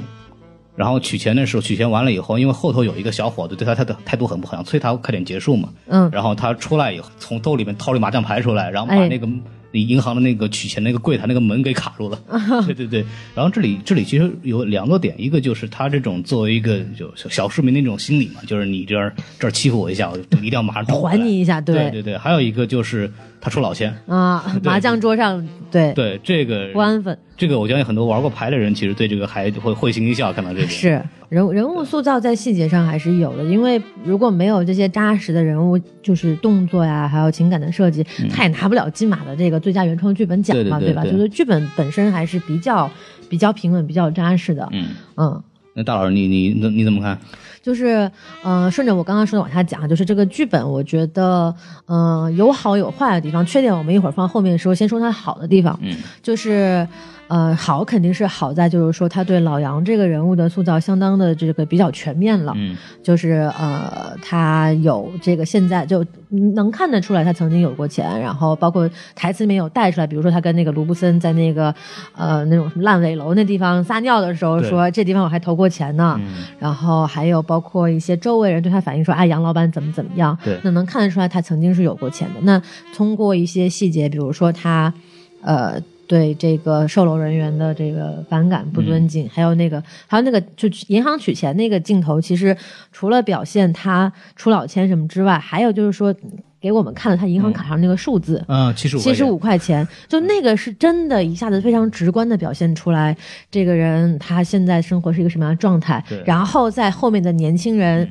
Speaker 1: 然后取钱的时候，取钱完了以后，因为后头有一个小伙子对他态度态度很不好，想催他快点结束嘛。
Speaker 4: 嗯
Speaker 1: 然后他出来以后，从兜里面掏了麻将牌出来，然后把
Speaker 4: 哎
Speaker 1: 那个银行的那个取钱那个柜台那个门给卡住了。 对对对。然后这里这里其实有两个点，一个就是他这种作为一个就小小市民的那种心理嘛，就是你这儿这儿欺负我一下，我一定要马上讨回来
Speaker 4: 还你一下，
Speaker 1: 对对对，还有一个就是他出老千。
Speaker 4: 啊，
Speaker 1: 对
Speaker 4: 麻将桌上对
Speaker 1: 对这个
Speaker 4: 不安分。
Speaker 1: 这个我相信很多玩过牌的人，其实对这个还会会心一笑。看到这个
Speaker 4: 是人人物塑造在细节上还是有的，因为如果没有这些扎实的人物，就是动作呀，还有情感的设计，他也拿不了金马的这个最佳原创剧本奖
Speaker 1: 对对
Speaker 4: 嘛，
Speaker 1: 嗯对
Speaker 4: 吧？
Speaker 1: 对
Speaker 4: 就是剧本本身还是比较比较平稳、比较扎实的，
Speaker 1: 嗯，
Speaker 4: 嗯。
Speaker 1: 那大老师，你你你你怎么看？
Speaker 4: 就是，呃，顺着我刚刚说的往下讲，就是这个剧本，我觉得，嗯、有好有坏的地方。缺点我们一会儿放后面的时候，先说它好的地方。
Speaker 1: 嗯，
Speaker 4: 就是，呃，好肯定是好在就是说他对老杨这个人物的塑造相当的这个比较全面了。
Speaker 1: 嗯，
Speaker 4: 就是呃，他有这个现在就能看得出来，他曾经有过钱，然后包括台词里面有带出来，比如说他跟那个卢布森在那个呃那种什么烂尾楼那地方撒尿的时候
Speaker 1: 对嗯
Speaker 4: 说，这地方我还投过钱呢。然后还有包括一些周围人对他反映说，哎，杨老板怎么怎么样，
Speaker 1: 对
Speaker 4: 那能看得出来他曾经是有过钱的。那通过一些细节，比如说他，呃。对这个售楼人员的这个反感、不尊敬，还有那个，还有那个，就银行取钱那个镜头，其实除了表现他出老千什么之外，还有就是说，给我们看了他银行卡上那个数字，
Speaker 1: 啊，七十五，嗯
Speaker 4: 七十五块钱，就那个是真的，一下子非常直观的表现出来，这个人他现在生活是一个什么样的状态
Speaker 1: 对。嗯
Speaker 4: 然后在后面的年轻人，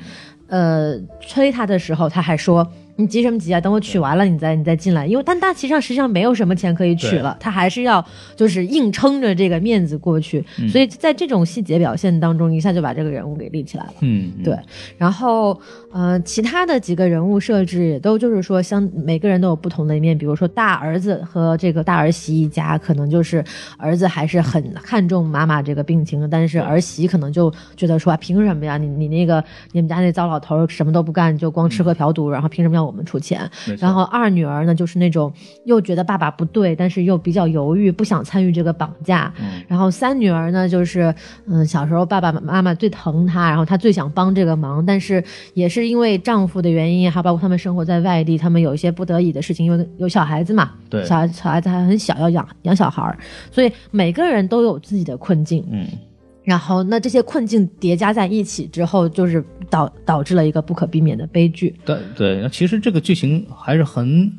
Speaker 4: 呃，催他的时候，他还说。你急什么急啊？等我取完了，你再你再进来。因为但大旗上实际上没有什么钱可以取了，他还是要就是硬撑着这个面子过去。
Speaker 1: 嗯
Speaker 4: 所以在这种细节表现当中，一下就把这个人物给立起来了。
Speaker 1: 嗯，嗯
Speaker 4: 对，然后呃，其他的几个人物设置也都就是说相，每个人都有不同的一面，比如说大儿子和这个大儿媳一家，可能就是儿子还是很看重妈妈这个病情，但是儿媳可能就觉得说，啊凭什么呀？你你那个你们家那糟老头儿什么都不干，就光吃喝嫖赌，然后凭什么要我们出钱？
Speaker 1: 没错
Speaker 4: 然后二女儿呢，就是那种又觉得爸爸不对，但是又比较犹豫，不想参与这个绑架。
Speaker 1: 嗯
Speaker 4: 然后三女儿呢，就是嗯，小时候爸爸妈妈最疼她，然后她最想帮这个忙，但是也是因为丈夫的原因，还有包括他们生活在外地，他们有一些不得已的事情，因为有小孩子嘛，
Speaker 1: 对
Speaker 4: 小孩小孩子还很小，要养养小孩儿，所以每个人都有自己的困境。
Speaker 1: 嗯，
Speaker 4: 然后那这些困境叠加在一起之后，就是导导致了一个不可避免的悲剧。
Speaker 1: 但对，那其实这个剧情还是很，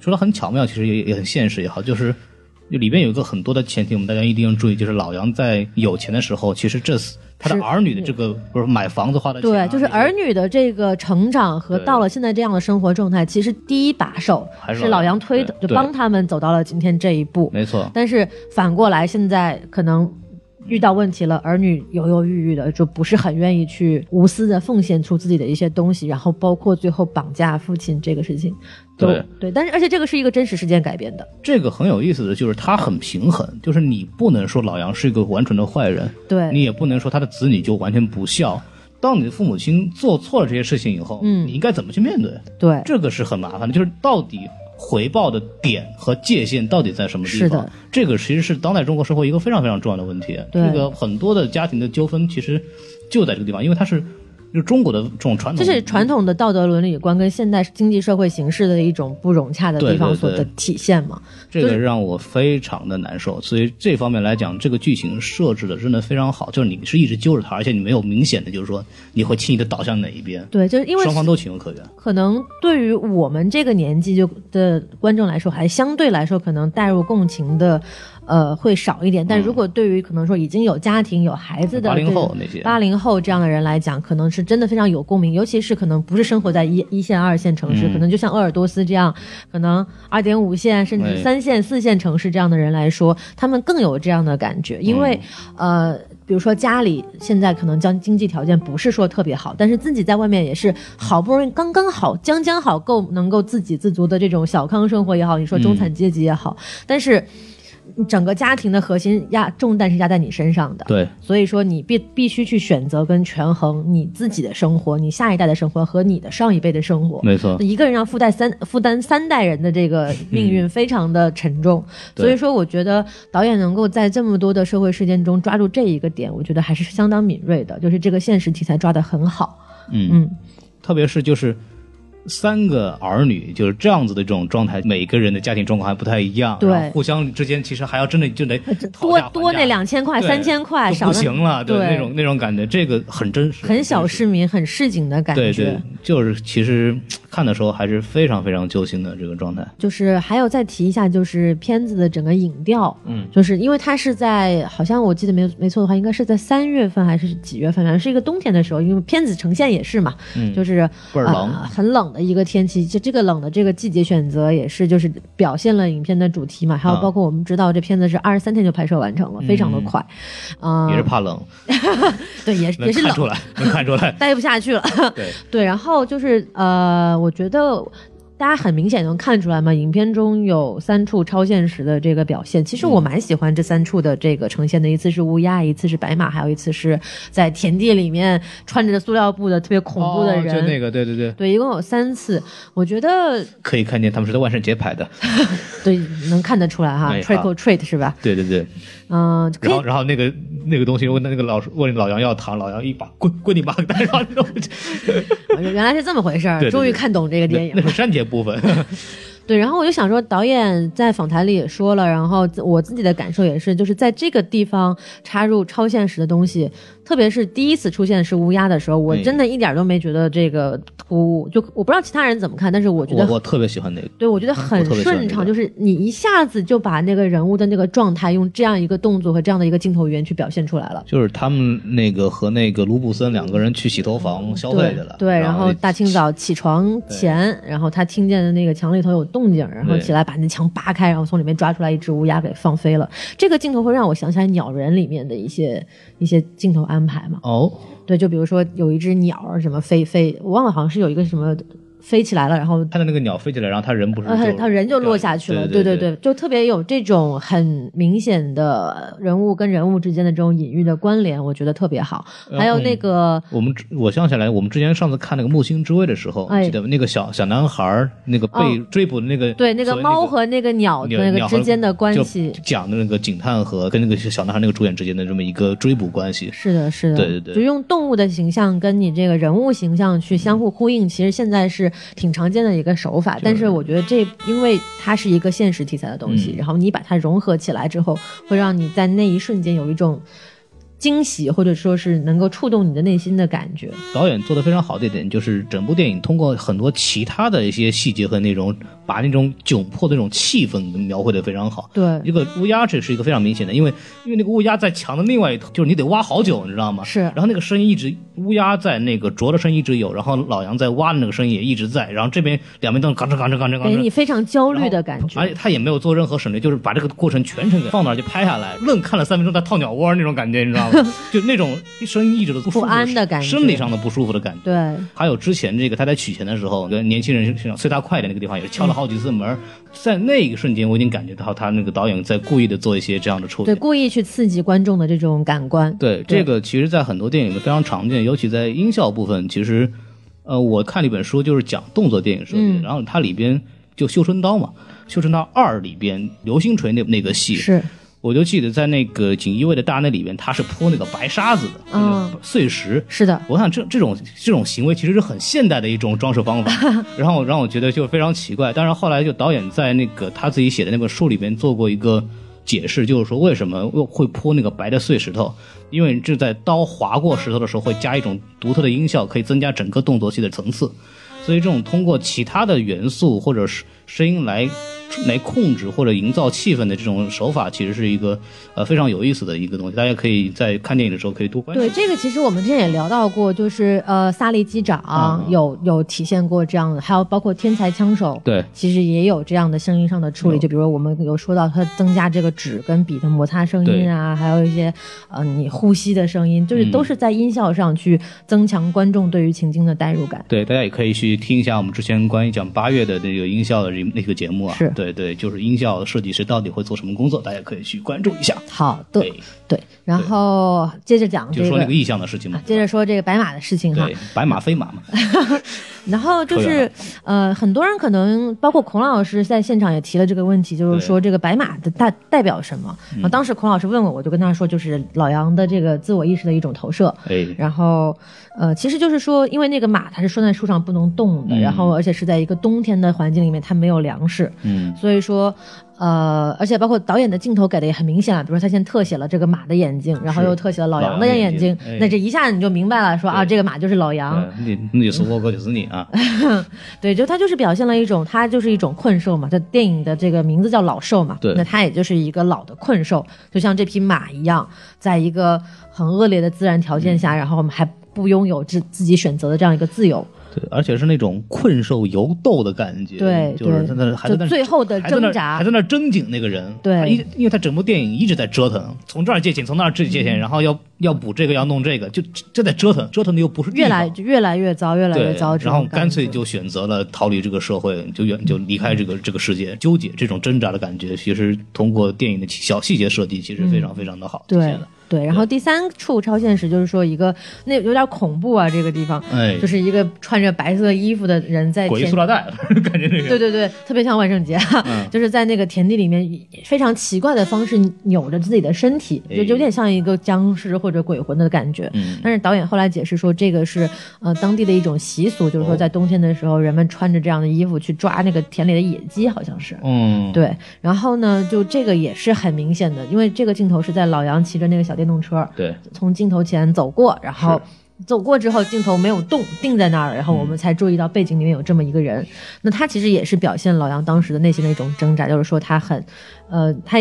Speaker 1: 除了很巧妙，其实也也很现实也好，就是里边有一个很多的前提，我们大家一定要注意，就是老杨在有钱的时候，其实这是他
Speaker 4: 是
Speaker 1: 的儿女的这个不是买房子花的钱啊、
Speaker 4: 对，就是
Speaker 1: 这些
Speaker 4: 儿女的这个成长和
Speaker 1: 对
Speaker 4: 到了现在这样的生活状态，其实第一把手
Speaker 1: 还是
Speaker 4: 是
Speaker 1: 老
Speaker 4: 老
Speaker 1: 杨
Speaker 4: 杨推的，
Speaker 1: 对
Speaker 4: 就
Speaker 1: 对
Speaker 4: 帮他们走到了今天这一步。
Speaker 1: 没错，
Speaker 4: 但是反过来，现在可能遇到问题了，儿女犹犹豫豫的，就不是很愿意去无私的奉献出自己的一些东西，然后包括最后绑架父亲这个事情，都
Speaker 1: 对
Speaker 4: 对，但是而且这个是一个真实事件改编的，
Speaker 1: 这个很有意思的就是他很平衡，就是你不能说老杨是一个完全的坏人，
Speaker 4: 对，
Speaker 1: 你也不能说他的子女就完全不孝。当你的父母亲做错了这些事情以后，
Speaker 4: 嗯
Speaker 1: 你应该怎么去面对？
Speaker 4: 对，
Speaker 1: 这个是很麻烦的，就是到底回报的点和界限到底在什么地
Speaker 4: 是
Speaker 1: 方
Speaker 4: 的？
Speaker 1: 这个其实是当代中国社会一个非常非常重要的问题。
Speaker 4: 对
Speaker 1: 这个很多的家庭的纠纷其实就在这个地方，因为它是就是中国的这种传
Speaker 4: 这
Speaker 1: 统，
Speaker 4: 是传统的道德伦理观跟现代经济社会形势的一种不融洽的
Speaker 1: 对
Speaker 4: 地方
Speaker 1: 对
Speaker 4: 所
Speaker 1: 对
Speaker 4: 的体现嘛。
Speaker 1: 这
Speaker 4: 就
Speaker 1: 个
Speaker 4: 是
Speaker 1: 让我非常的难受。所以这方面来讲，这个剧情设置的真的非常好，就是你是一直揪着他，而且你没有明显的就是说你会轻易的倒向哪一边，
Speaker 4: 对，就是因为
Speaker 1: 双方都情有可原。
Speaker 4: 可能对于我们这个年纪就的观众来说，还相对来说可能带入共情的，呃，会少一点。但如果对于可能说已经有家庭、有孩子的
Speaker 1: 嗯八零后那些
Speaker 4: 八零后这样的人来讲，可能是真的非常有共鸣，尤其是可能不是生活在一一线、二线城市，
Speaker 1: 嗯
Speaker 4: 可能就像鄂尔多斯这样，可能二点五线甚
Speaker 1: 哎
Speaker 4: 至嗯三线、四线城市这样的人来说，他们更有这样的感觉，因为、呃，比如说家里现在可能将经济条件不是说特别好，但是自己在外面也是好不容易刚刚好、将将好够能够自给自足的这种小康生活也好，你说中产阶级也好，但是。整个家庭的核心压重担是压在你身上的，
Speaker 1: 对，
Speaker 4: 所以说你必必须去选择跟权衡你自己的生活、你下一代的生活和你的上一辈的生活。
Speaker 1: 没错，
Speaker 4: 一个人要负担三负担三代人的这个命运，非常的沉重。
Speaker 1: 嗯对
Speaker 4: 所以说，我觉得导演能够在这么多的社会事件中抓住这一个点，我觉得还是相当敏锐的，就是这个现实题材抓得很好。
Speaker 1: 嗯
Speaker 4: 嗯，
Speaker 1: 特别是就是三个儿女就是这样子的这种状态，每个人的家庭状况还不太一样，
Speaker 4: 对
Speaker 1: 然后互相之间其实还要真的就得讨
Speaker 4: 多
Speaker 1: 价还价
Speaker 4: 多那两千块、
Speaker 1: 对
Speaker 4: 三千块，
Speaker 1: 就
Speaker 4: 少
Speaker 1: 不
Speaker 4: 的
Speaker 1: 行了，对
Speaker 4: 对
Speaker 1: 那种那种感觉，这个很真实，
Speaker 4: 很小
Speaker 1: 真实
Speaker 4: 市民、很市井的感觉。
Speaker 1: 对对，就是其实看的时候还是非常非常揪心的这个状态。
Speaker 4: 就是还有再提一下，就是片子的整个影调，
Speaker 1: 嗯
Speaker 4: 就是因为它是在好像我记得没没错的话，应该是在三月份还是几月份，反正是一个冬天的时候，因为片子呈现也是嘛，
Speaker 1: 嗯
Speaker 4: 就是
Speaker 1: 倍儿冷
Speaker 4: 呃很冷的一个天气，就这个冷的这个季节选择也是就是表现了影片的主题嘛，还有
Speaker 1: 啊
Speaker 4: 包括我们知道这片子是二十三天就拍摄完成了，非常的快，啊、
Speaker 1: 嗯也是怕冷，
Speaker 4: 对，也是
Speaker 1: 能
Speaker 4: 嗯也是
Speaker 1: 看出
Speaker 4: 冷，。
Speaker 1: 来，能看出来
Speaker 4: 待不下去了，
Speaker 1: 对，
Speaker 4: 对，然后就是呃，我觉得大家很明显能看出来嘛，影片中有三处超现实的这个表现。其实
Speaker 1: 嗯
Speaker 4: 我蛮喜欢这三处的这个呈现的，一次是乌鸦，一次是白马，还有一次是在田地里面穿着塑料布的特别 恐怖的人。
Speaker 1: 哦就那个，对对对，
Speaker 4: 对，一共有三次，我觉得
Speaker 1: 可以看见他们是在万圣节拍的，
Speaker 4: 对能看得出来哈
Speaker 1: 哎
Speaker 4: ，trick
Speaker 1: 好
Speaker 4: or treat 是吧？
Speaker 1: 对对对。
Speaker 4: 嗯、可
Speaker 1: 然后
Speaker 4: 以。
Speaker 1: 然后那个那个东西问那个老师问老杨要糖，老杨一把滚滚你妈个蛋，然后 那种
Speaker 4: 哦原来是这么回事儿
Speaker 1: 对，对
Speaker 4: 终于
Speaker 1: 对
Speaker 4: 看懂这个电
Speaker 1: 那
Speaker 4: 影
Speaker 1: 那。是删节部分，
Speaker 4: 对，然后我就想说，导演在访谈里也说了，然后自我自己的感受也是，就是在这个地方插入超现实的东西，特别是第一次出现是乌鸦的时候，我
Speaker 1: 嗯
Speaker 4: 真的一点都没觉得这个突兀。就我不知道其他人怎么看，但是我觉
Speaker 1: 我
Speaker 4: 得
Speaker 1: 我特别喜欢那个，
Speaker 4: 对，我觉得很
Speaker 1: 我特别喜欢
Speaker 4: 顺畅，
Speaker 1: 这个
Speaker 4: 就是你一下子就把那个人物的那个状态用这样一个动作和这样的一个镜头语言去表现出来了。
Speaker 1: 就是他们那个和那个卢布森两个人去洗头房消费
Speaker 4: 对
Speaker 1: 去了，
Speaker 4: 对，然
Speaker 1: 然
Speaker 4: 后大清早起床前，然后他听见那个墙里头有动静，然后
Speaker 1: 对
Speaker 4: 起来把那墙扒开，然后从里面抓出来一只乌鸦给放飞了。这个镜头会让我想起来《鸟人》里面的一些一些镜头安排嘛。
Speaker 1: 哦，
Speaker 4: 对，就比如说有一只鸟儿什么飞飞，我忘了好像是有一个什么飞起来了，然后
Speaker 1: 他的那个鸟飞起来，然后他人不是
Speaker 4: 呃，他
Speaker 1: 就
Speaker 4: 他人就落下去了，
Speaker 1: 对
Speaker 4: 对
Speaker 1: 对，
Speaker 4: 就特别有这种很明显的人物跟人物之间的这种隐喻的关联，我觉得特别好。
Speaker 1: 呃
Speaker 4: 还
Speaker 1: 嗯
Speaker 4: 有那个，
Speaker 1: 我们之我想起来，我们之前上次看那个《木星之way》的时候，
Speaker 4: 哎
Speaker 1: 记得那个小小男孩儿那个被
Speaker 4: 哦
Speaker 1: 追捕的那个，
Speaker 4: 对那个
Speaker 1: 所谓
Speaker 4: 猫和那个鸟的
Speaker 1: 鸟
Speaker 4: 那个
Speaker 1: 鸟和
Speaker 4: 之间的关
Speaker 1: 就
Speaker 4: 系，
Speaker 1: 讲的那个警探和跟那个小男孩那个主演之间的这么一个追捕关系。
Speaker 4: 是的，是的，
Speaker 1: 对对对
Speaker 4: 就用动物的形象跟你这个人物形象去
Speaker 1: 嗯
Speaker 4: 相互呼应，其实现在是挺常见的一个手法。但是我觉得这，因为它是一个现实题材的东西，
Speaker 1: 嗯
Speaker 4: 然后你把它融合起来之后，会让你在那一瞬间有一种惊喜，或者说是能够触动你的内心的感觉。
Speaker 1: 导演做的非常好的一点就是，整部电影通过很多其他的一些细节和内容，把那种窘迫的那种气氛描绘的非常好。
Speaker 4: 对
Speaker 1: 一个乌鸦这是一个非常明显的，因为因为那个乌鸦在墙的另外一头，就是你得挖好久，你知道吗？
Speaker 4: 是
Speaker 1: 然后那个声音一直，乌鸦在那个啄的声音一直有，然后老羊在挖的那个声音也一直在，然后这边两边都嘎吱嘎吱嘎吱嘎吱。
Speaker 4: 给哎你非常焦虑的感
Speaker 1: 而且
Speaker 4: 觉。
Speaker 1: 他也没有做任何省略，就是把这个过程全程给放那儿就拍下来，愣看了三分钟，他套鸟窝那种感觉，你知道 吗？就那种声音一直都不舒服
Speaker 4: 不安的感觉
Speaker 1: 生理上的不舒服的感觉。
Speaker 4: 对，
Speaker 1: 还有之前这个他在取钱的时候，跟年轻人身上催他快点那个地方也是敲了好几次门，在那一瞬间我已经感觉到他那个导演在故意的做一些这样的处理
Speaker 4: 对，。故意去刺激观众的这种感官。
Speaker 1: 对，这个其实，在很多电影里面非常常见，尤其在音效部分，其实，呃，我看了一本书，就是讲动作电影设计，
Speaker 4: 嗯
Speaker 1: 然后它里边就《绣春刀》嘛，《绣春刀二》里边流星锤那那个戏，
Speaker 4: 是
Speaker 1: 我就记得在那个锦衣卫的大内里边，他是铺那个白沙子的，
Speaker 4: 嗯
Speaker 1: 那种碎石。
Speaker 4: 是的，
Speaker 1: 我想这这种这种行为其实是很现代的一种装饰 方
Speaker 4: 嗯
Speaker 1: 法，然后让我觉得就非常奇怪。但是后来就导演在那个他自己写的那本书里边做过一个解释，就是说为什么会铺那个白的碎石头，因为这在刀划过石头的时候会加一种独特的音效，可以增加整个动作戏的层次。所以这种通过其他的元素或者是声音来来控制或者营造气氛的这种手法，其实是一个呃非常有意思的一个东西。大家可以在看电影的时候可以多关注。
Speaker 4: 对，这个其实我们之前也聊到过，就是呃，萨利机长
Speaker 1: 嗯
Speaker 4: 有有体现过这样的，还有包括天才枪手，
Speaker 1: 对
Speaker 4: 其实也有这样的声音上的处理。
Speaker 1: 有
Speaker 4: 就比如我们有说到它增加这个纸跟笔的摩擦声音啊，还有一些呃你呼吸的声音，就是
Speaker 1: 嗯
Speaker 4: 都是在音效上去增强观众对于情境的代入感。
Speaker 1: 对，大家也可以去听一下我们之前关于讲八月的那个音效的这那个节目啊。
Speaker 4: 是
Speaker 1: 对对，就是音效设计师到底会做什么工作，大家可以去关注一下。
Speaker 4: 好的，
Speaker 1: 对，
Speaker 4: 对，然后接着讲
Speaker 1: 就
Speaker 4: 这
Speaker 1: 说那个
Speaker 4: 个。
Speaker 1: 意象的事情嘛
Speaker 4: 啊。接着说这个白马的事情哈
Speaker 1: 对，，白马非马嘛。
Speaker 4: 然后就
Speaker 1: 扯远
Speaker 4: 是，呃，很多人可能包括孔老师在现场也提了这个问题，就是说这个白马的代代表什么？
Speaker 1: 嗯
Speaker 4: 然后当时孔老师问我，我就跟他说，就是老杨的这个自我意识的一种投射。
Speaker 1: 哎，
Speaker 4: 然后，呃，其实就是说，因为那个马它是拴在树上不能动的，
Speaker 1: 嗯
Speaker 4: 然后而且是在一个冬天的环境里面，它没有粮食，
Speaker 1: 嗯，
Speaker 4: 所以说，呃，而且包括导演的镜头给的也很明显了，比如说他先特写了这个马的眼睛，然后
Speaker 1: 是
Speaker 4: 又特写了老
Speaker 1: 老
Speaker 4: 杨
Speaker 1: 杨
Speaker 4: 的
Speaker 1: 的
Speaker 4: 眼
Speaker 1: 眼睛
Speaker 4: 睛，
Speaker 1: 哎
Speaker 4: 那这一下你就明白了，说啊，
Speaker 1: 对
Speaker 4: 这个马就是老杨。
Speaker 1: 呃你你是我，我就是你啊。
Speaker 4: 对，就他就是表现了一种，他就是一种困兽嘛。这电影的这个名字叫老兽嘛，
Speaker 1: 对
Speaker 4: 那他也就是一个老的困兽，就像这匹马一样，在一个很恶劣的自然条件
Speaker 1: 嗯
Speaker 4: 下，然后我们还不拥有自自己选择的这样一个自由，
Speaker 1: 对，而且是那种困兽犹斗的感觉。
Speaker 4: 对
Speaker 1: 就是
Speaker 4: 对
Speaker 1: 在那还在
Speaker 4: 就
Speaker 1: 那
Speaker 4: 最后的
Speaker 1: 还在那
Speaker 4: 挣扎
Speaker 1: 还在那争紧那个人。
Speaker 4: 对
Speaker 1: 他一因为他整部电影一直在折腾，从这儿借钱，从那儿借钱，
Speaker 4: 嗯
Speaker 1: 然后要要补这个，要弄这个，就这这在折腾，折腾的又不是地
Speaker 4: 越来
Speaker 1: 方
Speaker 4: 就越来越糟，越来
Speaker 1: 对，
Speaker 4: 越糟。这
Speaker 1: 然后
Speaker 4: 种感
Speaker 1: 干脆
Speaker 4: 觉
Speaker 1: 就选择了逃离这个社会，就远就离开这个这个世界，纠结这种挣扎的感觉，其实通过电影的小细节设计，其实非常非常的好。体现
Speaker 4: 嗯对
Speaker 1: 的
Speaker 4: 对。然后第三处超现实就是说一个那有点恐怖啊，这个地方。
Speaker 1: 哎，
Speaker 4: 就是一个穿着白色衣服的人在
Speaker 1: 鬼
Speaker 4: 田
Speaker 1: 塑料袋，感觉那个。
Speaker 4: 对对对，特别像万圣节，哈，
Speaker 1: 嗯
Speaker 4: 就是在那个田地里面以非常奇怪的方式扭着自己的身体，就
Speaker 1: 哎
Speaker 4: 有点像一个僵尸或或者鬼魂的感觉。
Speaker 1: 嗯
Speaker 4: 但是导演后来解释说，这个是呃当地的一种习俗，就是说
Speaker 1: 哦
Speaker 4: 在冬天的时候，人们穿着这样的衣服去抓那个田里的野鸡，好像是。
Speaker 1: 嗯，
Speaker 4: 对，然后呢，就这个也是很明显的，因为这个镜头是在老杨骑着那个小电动车，
Speaker 1: 对，
Speaker 4: 从镜头前走过，然后走过之后镜头没有动，定在那儿，然后我们才注意到背景里面有这么一个人。那他其实也是表现老杨当时的内心的一种挣扎，就是说他很，呃，他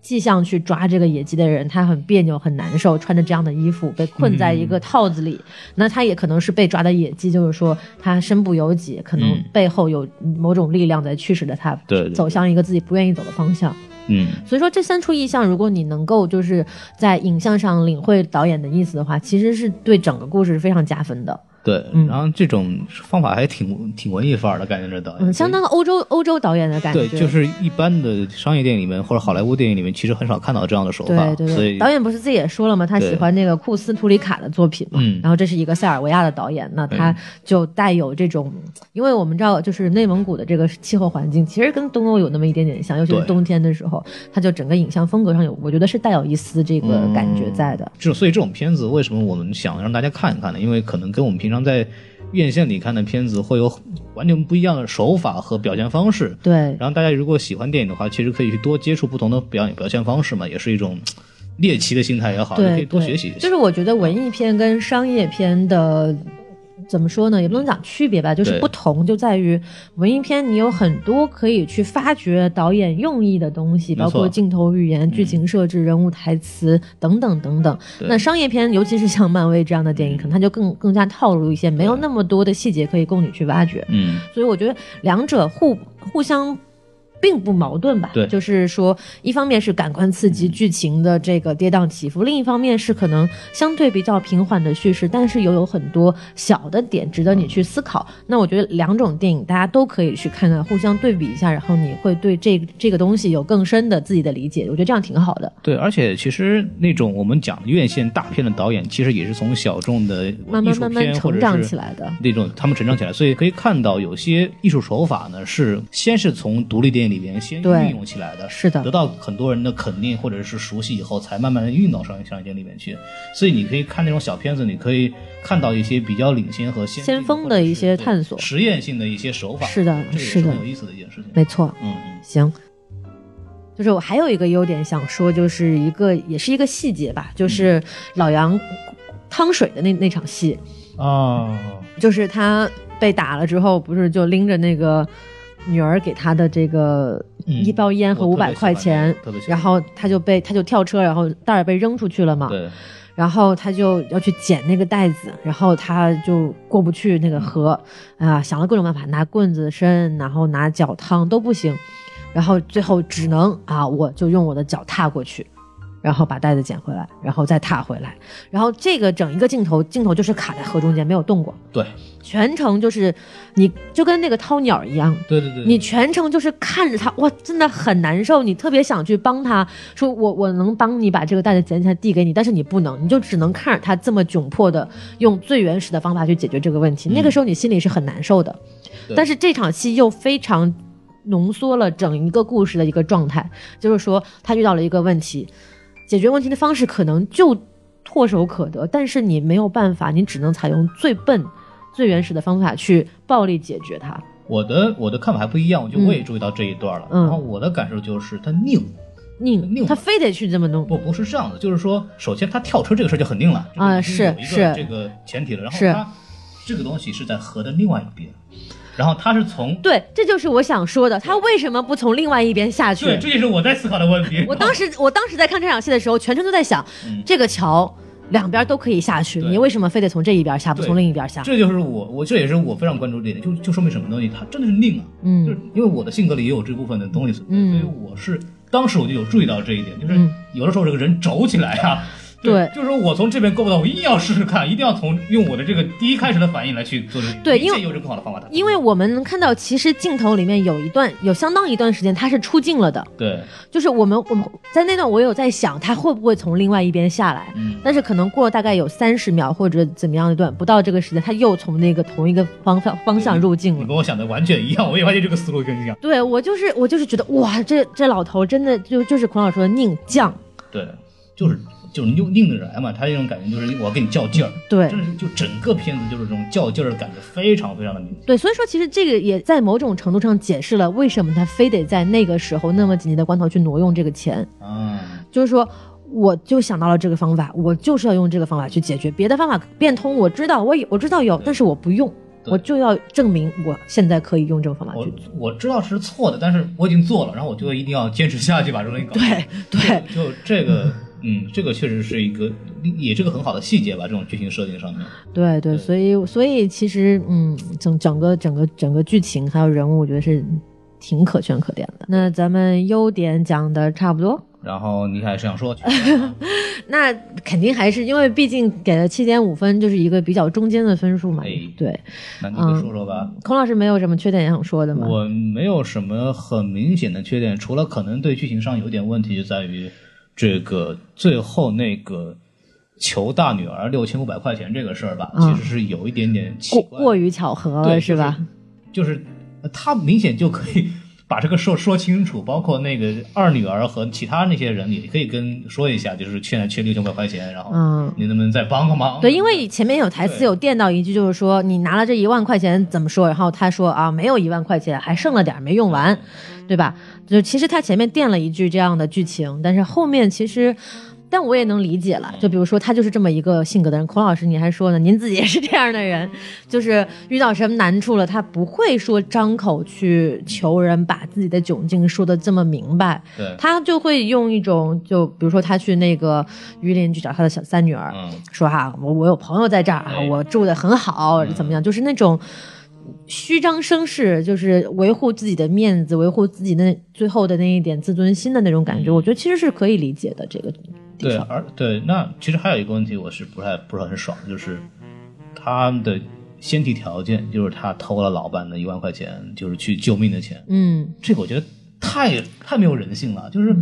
Speaker 4: 既想去抓这个野鸡的人，他很别扭，很难受，穿着这样的衣服被困在
Speaker 1: 嗯
Speaker 4: 一个套子里。那他也可能是被抓的野鸡，就是说他身不由己，可能
Speaker 1: 嗯
Speaker 4: 背后有某种力量在驱使着他
Speaker 1: 对对对
Speaker 4: 走向一个自己不愿意走的方向。
Speaker 1: 嗯
Speaker 4: 所以说这三处意象，如果你能够就是在影像上领会导演的意思的话，其实是对整个故事非常加分的。
Speaker 1: 对，
Speaker 4: 嗯
Speaker 1: 然后这种方法还挺挺文艺范儿的，感觉这导演
Speaker 4: 嗯，相当欧洲欧洲导演的感觉。
Speaker 1: 对，就是一般的商业电影里面或者好莱坞电影里面，其实很少看到这样的手法
Speaker 4: 对，对
Speaker 1: 所以
Speaker 4: 对，导演不是自己也说了吗？他
Speaker 1: 对
Speaker 4: 喜欢那个库斯图里卡的作品嘛。
Speaker 1: 嗯
Speaker 4: 然后这是一个塞尔维亚的导演，那他
Speaker 1: 嗯
Speaker 4: 就带有这种，因为我们知道，就是内蒙古的这个气候环境，其实跟东欧有那么一点点像，尤其是
Speaker 1: 对
Speaker 4: 冬天的时候，他就整个影像风格上有，我觉得是带有一丝这个感觉
Speaker 1: 嗯
Speaker 4: 在的。
Speaker 1: 这种，所以这种片子为什么我们想让大家看一看呢？因为可能跟我们平常在院线里看的片子会有完全不一样的手法和表现方式。
Speaker 4: 对，
Speaker 1: 然后大家如果喜欢电影的话，其实可以去多接触不同的表演表现方式嘛，也是一种嘖猎奇的心态也好，也
Speaker 4: 对，
Speaker 1: 可以多
Speaker 4: 对
Speaker 1: 学习学习。
Speaker 4: 就是我觉得文艺片跟商业片的。怎么说呢？也不能讲区别吧，就是
Speaker 1: 对
Speaker 4: 不同就在于文艺片，你有很多可以去发掘导演用意的东西，
Speaker 1: 没
Speaker 4: 包括
Speaker 1: 错嗯
Speaker 4: 镜头语言、剧情设置、人物台词等等等等。
Speaker 1: 对嗯
Speaker 4: 那商业片，尤其是像漫威这样的电影，可能它就更更加套路一些，没有那么多的细节可以供你去挖掘。
Speaker 1: 嗯，
Speaker 4: 所以我觉得两者互互相并不矛盾吧。
Speaker 1: 对
Speaker 4: 就是说，一方面是感官刺激剧情的这个跌宕起伏，另一方面是可能相对比较平缓的叙事，但是又有很多小的点值得你去思考。那我觉得两种电影大家都可以去看看，互相对比一下，然后你会对这个这个东西有更深的自己的理解。我觉得这样挺好的。
Speaker 1: 对，而且其实那种我们讲的院线大片的导演，其实也是从小众的
Speaker 4: 慢
Speaker 1: 艺
Speaker 4: 慢
Speaker 1: 术
Speaker 4: 慢慢
Speaker 1: 片或者
Speaker 4: 成
Speaker 1: 是
Speaker 4: 长起来的，
Speaker 1: 那种他们成长起来，所以可以看到有些艺术手法呢，是先是从独立电影里边先
Speaker 4: 对
Speaker 1: 运用起来的，
Speaker 4: 是的
Speaker 1: 得到很多人的肯定或者是熟悉以后，才慢慢的运到商业商业片里面去。所以你可以看那种小片子，你可以看到一些比较领先和先进
Speaker 4: 先
Speaker 1: 或
Speaker 4: 锋
Speaker 1: 者
Speaker 4: 的
Speaker 1: 是
Speaker 4: 一些
Speaker 1: 对
Speaker 4: 探索
Speaker 1: 实验性的一些手法，
Speaker 4: 是的
Speaker 1: 这也
Speaker 4: 是的
Speaker 1: 很有意思的一件事情。
Speaker 4: 没错。
Speaker 1: 嗯嗯，
Speaker 4: 行。就是我还有一个优点想说，就是一个也是一个细节吧，
Speaker 1: 嗯
Speaker 4: 就是老杨趟水的那那场戏，
Speaker 1: 哦，
Speaker 4: 就是他被打了之后，不是就拎着那个女儿给他的这个
Speaker 1: 嗯
Speaker 4: 一包烟和
Speaker 1: 我特
Speaker 4: 五
Speaker 1: 别
Speaker 4: 百
Speaker 1: 喜欢
Speaker 4: 块钱
Speaker 1: 那个特别喜，欢
Speaker 4: 然后他就被他就跳车，然后袋儿被扔出去了嘛，
Speaker 1: 对，
Speaker 4: 然后他就要去捡那个袋子，然后他就过不去那个河，啊、想了各种办法，拿棍子伸，然后拿脚趟都不行，然后最后只能啊，我就用我的脚踏过去，然后把袋子捡回来，然后再踏回来，然后这个整一个镜头，镜头就是卡在河中间没有动过，
Speaker 1: 对，
Speaker 4: 全程就是你就跟那个掏鸟一样，
Speaker 1: 对对对，
Speaker 4: 你全程就是看着他，哇，真的很难受。你特别想去帮他，说我我能帮你把这个袋子捡起来递给你，但是你不能，你就只能看着他这么窘迫的用最原始的方法去解决这个问题。那个时候你心里是很难受的，
Speaker 1: 嗯对
Speaker 4: 但是这场戏又非常浓缩了整一个故事的一个状态，就是说他遇到了一个问题，解决问题的方式可能就唾手可得，但是你没有办法，你只能采用最笨。最原始的方法去暴力解决它，
Speaker 1: 我的我的看法还不一样，我就
Speaker 4: 嗯
Speaker 1: 我也注意到这一段了。
Speaker 4: 嗯
Speaker 1: 然后我的感受就是他拧。
Speaker 4: 拧，
Speaker 1: 拧
Speaker 4: 他
Speaker 1: 吧
Speaker 4: 非得去这么弄。
Speaker 1: 不不是这样的，就是说，首先他跳车这个事儿就很定了
Speaker 4: 啊
Speaker 1: 这个已经有
Speaker 4: 是
Speaker 1: 一个这个前提了。然后
Speaker 4: 是
Speaker 1: 他这个东西是在河的另外一边，然后他是从
Speaker 4: 对，这就是我想说的，他为什么不从另外一边下去？
Speaker 1: 对，这也是我在思考的问题。
Speaker 4: 我当时我当时在看这场戏的时候，全程都在想，
Speaker 1: 嗯
Speaker 4: 这个桥两边都可以下去，
Speaker 1: 对
Speaker 4: 你为什么非得从这一边下，不
Speaker 1: 对
Speaker 4: 从另一边 下？
Speaker 1: 这就是我我这也是我非常关注的点，就就说明什么东西，他真的是拧啊，
Speaker 4: 嗯
Speaker 1: 就是因为我的性格里也有这部分的东西存在，所
Speaker 4: 嗯
Speaker 1: 以我是当时我就有注意到这一点，就是
Speaker 4: 嗯
Speaker 1: 有的时候这个人轴起来啊。
Speaker 4: 对
Speaker 1: 就是说我从这边够不到，我一定要试试看，一定要从用我的这个第一开始的反应来去做这个。
Speaker 4: 对
Speaker 1: 一
Speaker 4: 因为
Speaker 1: 切有这更好的方法。
Speaker 4: 因为我们能看到，其实镜头里面有一段，有相当一段时间他是出镜了的，
Speaker 1: 对，
Speaker 4: 就是我们我们在那段我有在想，他会不会从另外一边下来？
Speaker 1: 嗯，
Speaker 4: 但是可能过了大概有三十秒或者怎么样一段，不到这个时间，他又从那个同一个方向方向入镜
Speaker 1: 你
Speaker 4: 了。
Speaker 1: 跟我想的完全一样，我也发现这个思路跟你一样。
Speaker 4: 对我就是我就是觉得哇，这这老头真的就就是孔老师说的宁犟，
Speaker 1: 对，就是就是拧拧得着来嘛，他这种感觉就是我跟你较劲儿，
Speaker 4: 对
Speaker 1: 真的是就整个片子就是这种较劲儿的感觉非常非常的明显。
Speaker 4: 对，所以说其实这个也在某种程度上解释了为什么他非得在那个时候那么紧急的关头去挪用这个钱，
Speaker 1: 啊，
Speaker 4: 就是说。我就想到了这个方法，我就是要用这个方法去解决，别的方法变通我知道，我有我知道有，但是我不用，
Speaker 1: 对
Speaker 4: 我就要证明我现在可以用这个方法
Speaker 1: 我
Speaker 4: 去。
Speaker 1: 我知道是错的，但是我已经做了，然后我就一定要坚持下去把这东西搞。
Speaker 4: 对，对，
Speaker 1: 就这个，嗯，这个确实是一个也是个很好的细节吧，这种剧情设定上面。
Speaker 4: 对对，所以所以其实嗯，整整个整个整个剧情还有人物，我觉得是挺可圈可点的。那咱们优点讲的差不多，
Speaker 1: 然后你还是想说，
Speaker 4: 那肯定还是因为毕竟给了七点五分，就是一个比较中间的分数嘛。
Speaker 1: 哎
Speaker 4: 对，
Speaker 1: 那你就说说吧。
Speaker 4: 孔老师没有什么缺点想说的吗？
Speaker 1: 我没有什么很明显的缺点，除了可能对剧情上有点问题，就在于这个最后那个求大女儿六千五百块钱这个事儿吧，
Speaker 4: 嗯
Speaker 1: 其实是有一点点奇
Speaker 4: 过
Speaker 1: 怪，
Speaker 4: 过于巧合了
Speaker 1: 对
Speaker 4: 是吧？？
Speaker 1: 就是就是他明显就可以把这个事儿说清楚，包括那个二女儿和其他那些人也可以跟说一下，就是现在缺六千五百块钱，然后
Speaker 4: 嗯
Speaker 1: 你能不能再帮个忙？
Speaker 4: 对，因为前面有台词
Speaker 1: 哦对
Speaker 4: 有电到一句，就是说你拿了这一万块钱怎么说？然后他说啊，没有一万块钱，还剩了点儿没用完，对吧？就其实他前面垫了一句这样的剧情，但是后面其实。但我也能理解了，就比如说他就是这么一个性格的人。孔老师，你还说呢，您自己也是这样的人， 就是遇到什么难处了，他不会说张口去求人把自己的窘境说的这么明白，
Speaker 1: 对，
Speaker 4: 他就会用一种，就比如说他去那个榆林去找他的小三女儿，
Speaker 1: 嗯，
Speaker 4: 说哈、我我有朋友在这儿啊，
Speaker 1: 哎嗯
Speaker 4: 我住的很好，怎么样？就是那种虚张声势，就是维护自己的面子，维护自己那最后的那一点自尊心的那种感觉。我觉得其实是可以理解的。这个
Speaker 1: 嗯对，而对，那其实还有一个问题，我是不太不是很爽，就是他的先提条件就是他偷了老板的一万块钱，就是去救命的钱，
Speaker 4: 嗯，
Speaker 1: 这个我觉得太太没有人性了，就是。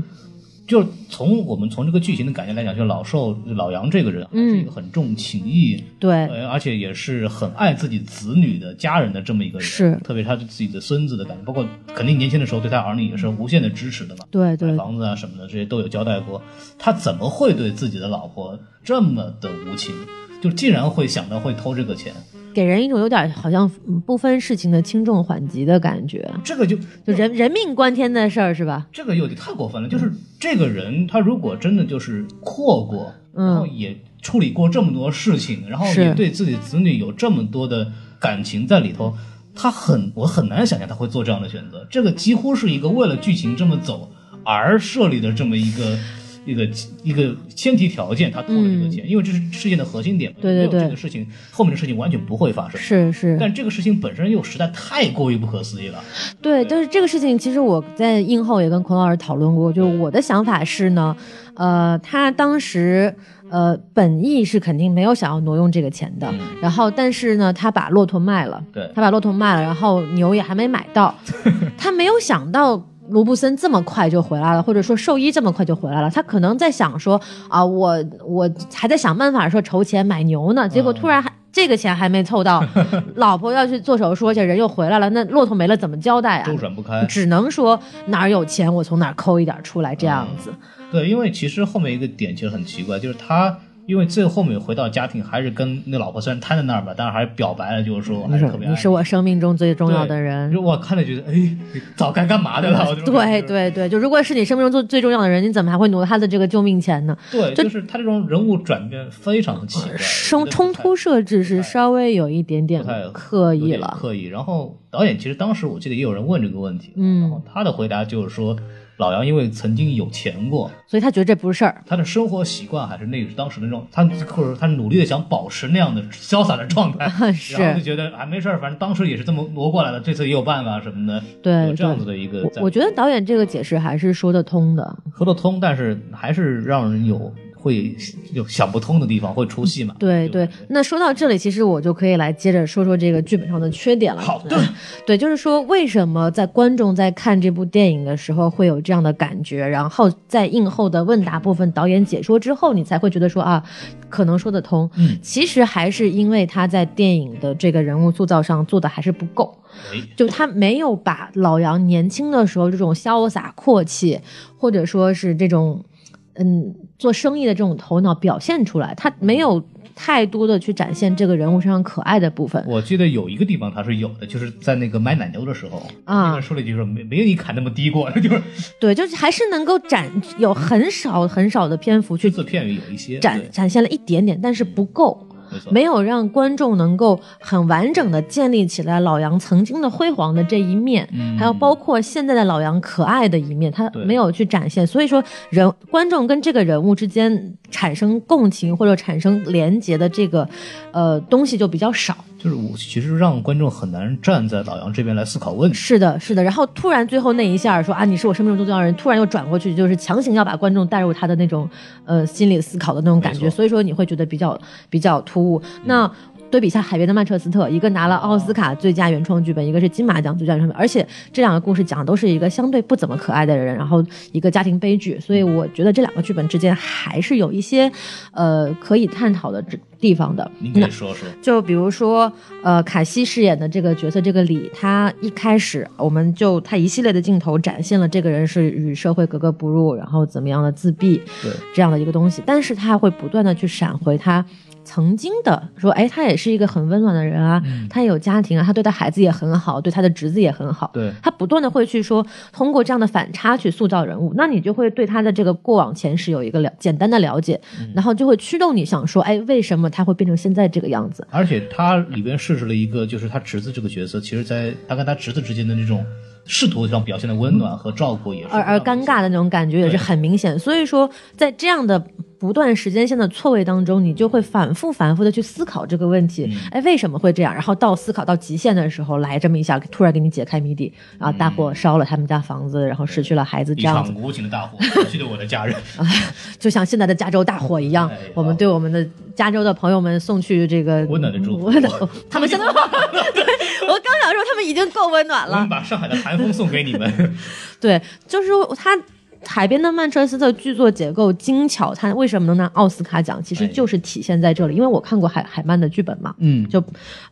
Speaker 1: 就是从我们从这个剧情的感觉来讲，就老寿老杨这个人还
Speaker 4: 嗯
Speaker 1: 是一个很重情义，
Speaker 4: 对，
Speaker 1: 呃，而且也是很爱自己子女的家人的这么一个人，
Speaker 4: 是
Speaker 1: 特别是他对自己的孙子的感觉，包括肯定年轻的时候对他儿女也是无限的支持的嘛，
Speaker 4: 对对
Speaker 1: 买房子啊什么的，这些都有交代过。他怎么会对自己的老婆这么的无情？就竟然会想到会偷这个钱，
Speaker 4: 给人一种有点好像嗯不分事情的轻重缓急的感觉，
Speaker 1: 这个就
Speaker 4: 就人人命关天的事儿是吧？
Speaker 1: 这个有点太过分了。就是这个人，他如果真的就是阔过，
Speaker 4: 嗯
Speaker 1: 然后也处理过这么多事情，然后也
Speaker 4: 是
Speaker 1: 对自己子女有这么多的感情在里头，他很我很难想象他会做这样的选择。这个几乎是一个为了剧情这么走而设立的这么一个。一个一个先提条件，他偷了这个钱，因为这是事件的核心点嘛。
Speaker 4: 嗯对对
Speaker 1: 没有这
Speaker 4: 对
Speaker 1: 个事情，后面的事情完全不会发生。
Speaker 4: 是是，
Speaker 1: 但这个事情本身又实在太过于不可思议了。
Speaker 4: 对，但是这个事情，其实我在映后也跟孔老师讨论过，就是我的想法是呢，呃，他当时呃本意是肯定没有想要挪用这个钱的，然后但是呢，他把骆驼卖了，
Speaker 1: 对
Speaker 4: 他把骆驼卖了，然后牛也还没买 到，他没有想到。罗布森这么快就回来了，或者说兽医这么快就回来了，他可能在想说啊，我我还在想办法说筹钱买牛呢，
Speaker 1: 嗯
Speaker 4: 结果突然还、这个钱还没凑 到，老婆要去做手术，而且人又回来了，那骆驼没了怎么交代啊？
Speaker 1: 周转不开，
Speaker 4: 只能说哪儿有钱我从哪儿抠一点儿出来这
Speaker 1: 嗯
Speaker 4: 样子。
Speaker 1: 对，因为其实后面一个点其实很奇怪，就是他因为最后面回到家庭，还是跟那老婆虽然瘫在那儿吧，但是还是表白了，就是说我还
Speaker 4: 你
Speaker 1: 是
Speaker 4: 是
Speaker 1: 特别爱
Speaker 4: 你是我生命中最重要的
Speaker 1: 对
Speaker 4: 人。
Speaker 1: 我看了觉得，哎，你早该干嘛的了？我这种感
Speaker 4: 对
Speaker 1: 觉
Speaker 4: 对对，就如果是你生命中最最重要的人，你怎么还会挪他的这个救命钱呢？
Speaker 1: 对，
Speaker 4: 这
Speaker 1: 就是他这种人物转变非常的奇怪，
Speaker 4: 冲
Speaker 1: 我觉得不太
Speaker 4: 冲突设置是稍微有一点点
Speaker 1: 不太
Speaker 4: 刻
Speaker 1: 有
Speaker 4: 意
Speaker 1: 点
Speaker 4: 了。
Speaker 1: 刻意。然后导演其实当时我记得也有人问这个问题，然后
Speaker 4: 嗯，
Speaker 1: 他的回答就是说，老杨因为曾经有钱过，
Speaker 4: 所以他觉得这不是事儿。
Speaker 1: 他的生活习惯还是那个当时那种，他或者说他努力的想保持那样的潇洒的状态，
Speaker 4: 是
Speaker 1: 然后就觉得啊没事儿，反正当时也是这么挪过来的，这次也有办法什么的，
Speaker 4: 对
Speaker 1: 有这样子
Speaker 4: 对，
Speaker 1: 的一个在，
Speaker 4: 我我觉得导演这个解释还是说得通的。
Speaker 1: 说得通，但是还是让人有会有想不通的地方，会出戏嘛？
Speaker 4: 对
Speaker 1: 对
Speaker 4: 对，那说到这里，其实我就可以来接着说说这个剧本上的缺点了。
Speaker 1: 好的，
Speaker 4: 对，就是说为什么在观众在看这部电影的时候会有这样的感觉，然后在映后的问答部分导演解说之后，你才会觉得说啊，可能说得通。
Speaker 1: 嗯
Speaker 4: 其实还是因为他在电影的这个人物塑造上做的还是不够。
Speaker 1: 哎
Speaker 4: 就他没有把老杨年轻的时候这种潇洒阔气，或者说是这种，嗯，做生意的这种头脑表现出来，他没有太多的去展现这个人物身上可爱的部分。
Speaker 1: 我记得有一个地方它是有的，就是在那个买奶牛的时候，
Speaker 4: 啊
Speaker 1: 那个人说了一句说没没有你砍那么低过， 就是
Speaker 4: 对，就是还是能够展有很少很少的篇幅
Speaker 1: 只
Speaker 4: 去
Speaker 1: 字片语有一些
Speaker 4: 展展现了一点点，但是不够，
Speaker 1: 对没错
Speaker 4: 没有让观众能够很完整的建立起来老杨曾经的辉煌的这一面，
Speaker 1: 嗯
Speaker 4: 还有包括现在的老杨可爱的一面，他
Speaker 1: 对
Speaker 4: 没有去展现。所以说人观众跟这个人物之间产生共情或者产生连结的这个呃东西就比较少。
Speaker 1: 就是我其实让观众很难站在老杨这边来思考问题。
Speaker 4: 是的，是的。然后突然最后那一下说啊，你是我生命中最重要的人，突然又转过去，就是强行要把观众带入他的那种呃心理思考的那种感
Speaker 1: 没
Speaker 4: 觉，
Speaker 1: 错
Speaker 4: 所以说你会觉得比较比较突兀。那对比一下《海边的曼彻斯特》，一个拿了奥斯卡最佳原创剧本，一个是金马奖最佳原创剧本，而且这两个故事讲的都是一个相对不怎么可爱的人，然后一个家庭悲剧，所以我觉得这两个剧本之间还是有一些呃可以探讨的地方的。
Speaker 1: 你给说说，
Speaker 4: 就比如说，呃，凯西饰演的这个角色，这个李，他一开始我们就他一系列的镜头展现了这个人是与社会格格不入，然后怎么样的自闭，
Speaker 1: 对
Speaker 4: 这样的一个东西，但是他会不断的去闪回他。曾经的说，哎，他也是一个很温暖的人啊，
Speaker 1: 嗯
Speaker 4: 他也有家庭啊，他对他孩子也很好，对他的侄子也很好，
Speaker 1: 对
Speaker 4: 他不断的会去说，通过这样的反差去塑造人物，那你就会对他的这个过往前世有一个了简单的了解，
Speaker 1: 嗯
Speaker 4: 然后就会驱动你想说，哎，为什么他会变成现在这个样子？
Speaker 1: 而且他里边设置了一个，就是他侄子这个角色，其实在他跟他侄子之间的那种试图上表现的温暖和照顾，也是
Speaker 4: 而而尴尬的那种感觉也是很明显。所以说，在这样的不断时间线的错位当中，你就会反复反复的去思考这个问题，
Speaker 1: 嗯
Speaker 4: 哎，为什么会这样？然后到思考到极限的时候，来这么一下，突然给你解开谜底，然
Speaker 1: 嗯
Speaker 4: 后大火烧了他们家房子，然后失去了孩子，
Speaker 1: 一
Speaker 4: 这样
Speaker 1: 场
Speaker 4: 子，
Speaker 1: 无情的大火，失去了我的家人。
Speaker 4: 就像现在的加州大火一样
Speaker 1: 哎，
Speaker 4: 我们对我们的加州的朋友们送去这个
Speaker 1: 温暖的 祝福
Speaker 4: 温暖他们现在，对 我刚想说他们已经够温暖
Speaker 1: 我
Speaker 4: 了
Speaker 1: 们。把上海的寒风送给你们。
Speaker 4: 对，就是它海边的曼彻斯特剧作结构精巧，它为什么能拿奥斯卡奖，其实
Speaker 1: 哎
Speaker 4: 就是体现在这里。因为我看过海海曼的剧本嘛，
Speaker 1: 嗯
Speaker 4: 就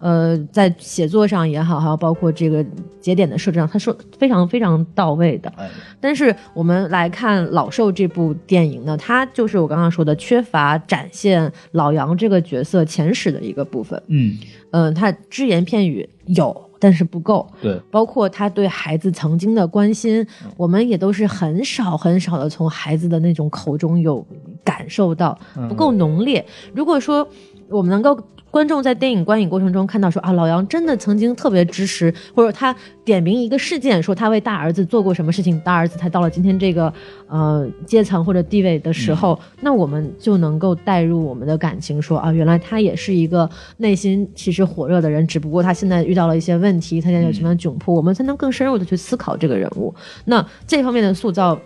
Speaker 4: 呃在写作上也好，还有包括这个节点的设置上，它是非常非常到位的。
Speaker 1: 哎，
Speaker 4: 但是我们来看《老兽》这部电影呢，它就是我刚刚说的缺乏展现老杨这个角色前史的一个部分。
Speaker 1: 嗯，
Speaker 4: 嗯、它只言片语有，但是不够。
Speaker 1: 对，
Speaker 4: 包括他对孩子曾经的关心，我们也都是很少很少的从孩子的那种口中有感受到，
Speaker 1: 嗯
Speaker 4: 不够浓烈。如果说我们能够观众在电影观影过程中看到说啊，老杨真的曾经特别支持，或者他点名一个事件，说他为大儿子做过什么事情，大儿子才到了今天这个呃阶层或者地位的时候，那我们就能够带入我们的感情说，啊，原来他也是一个内心其实火热的人，只不过他现在遇到了一些问题，他现在
Speaker 1: 嗯
Speaker 4: 有什么样的窘迫，我们才能更深入的去思考这个人物。那这方面的塑造。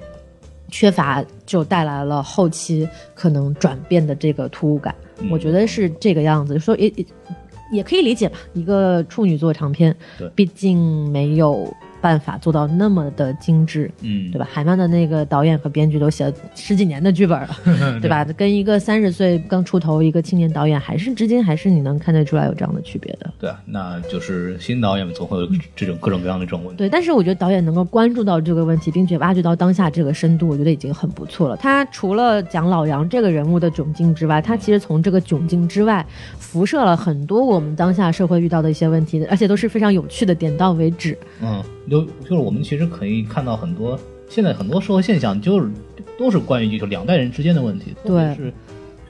Speaker 4: 缺乏就带来了后期可能转变的这个突兀感，
Speaker 1: 嗯
Speaker 4: 我觉得是这个样子。说也也也可以理解吧，一个处女座长篇
Speaker 1: 对，
Speaker 4: 毕竟没有办法做到那么的精致，
Speaker 1: 嗯，
Speaker 4: 对吧？海曼的那个导演和编剧都写了十几年的剧本了，
Speaker 1: 嗯
Speaker 4: 对吧？跟一个三十岁刚出头一个青年导演，还是之间还是你能看得出来有这样的区别的。
Speaker 1: 对啊，那就是新导演们总会有这种各种各样的这种问题。
Speaker 4: 对，但是我觉得导演能够关注到这个问题，并且挖掘到当下这个深度，我觉得已经很不错了。他除了讲老杨这个人物的窘境之外，他其实从这个窘境之外辐射了很多我们当下社会遇到的一些问题，而且都是非常有趣的，点到为止。
Speaker 1: 嗯，就就是我们其实可以看到很多现在很多社会现象，就是都是关于就是两代人之间的问题。
Speaker 4: 对
Speaker 1: 特别是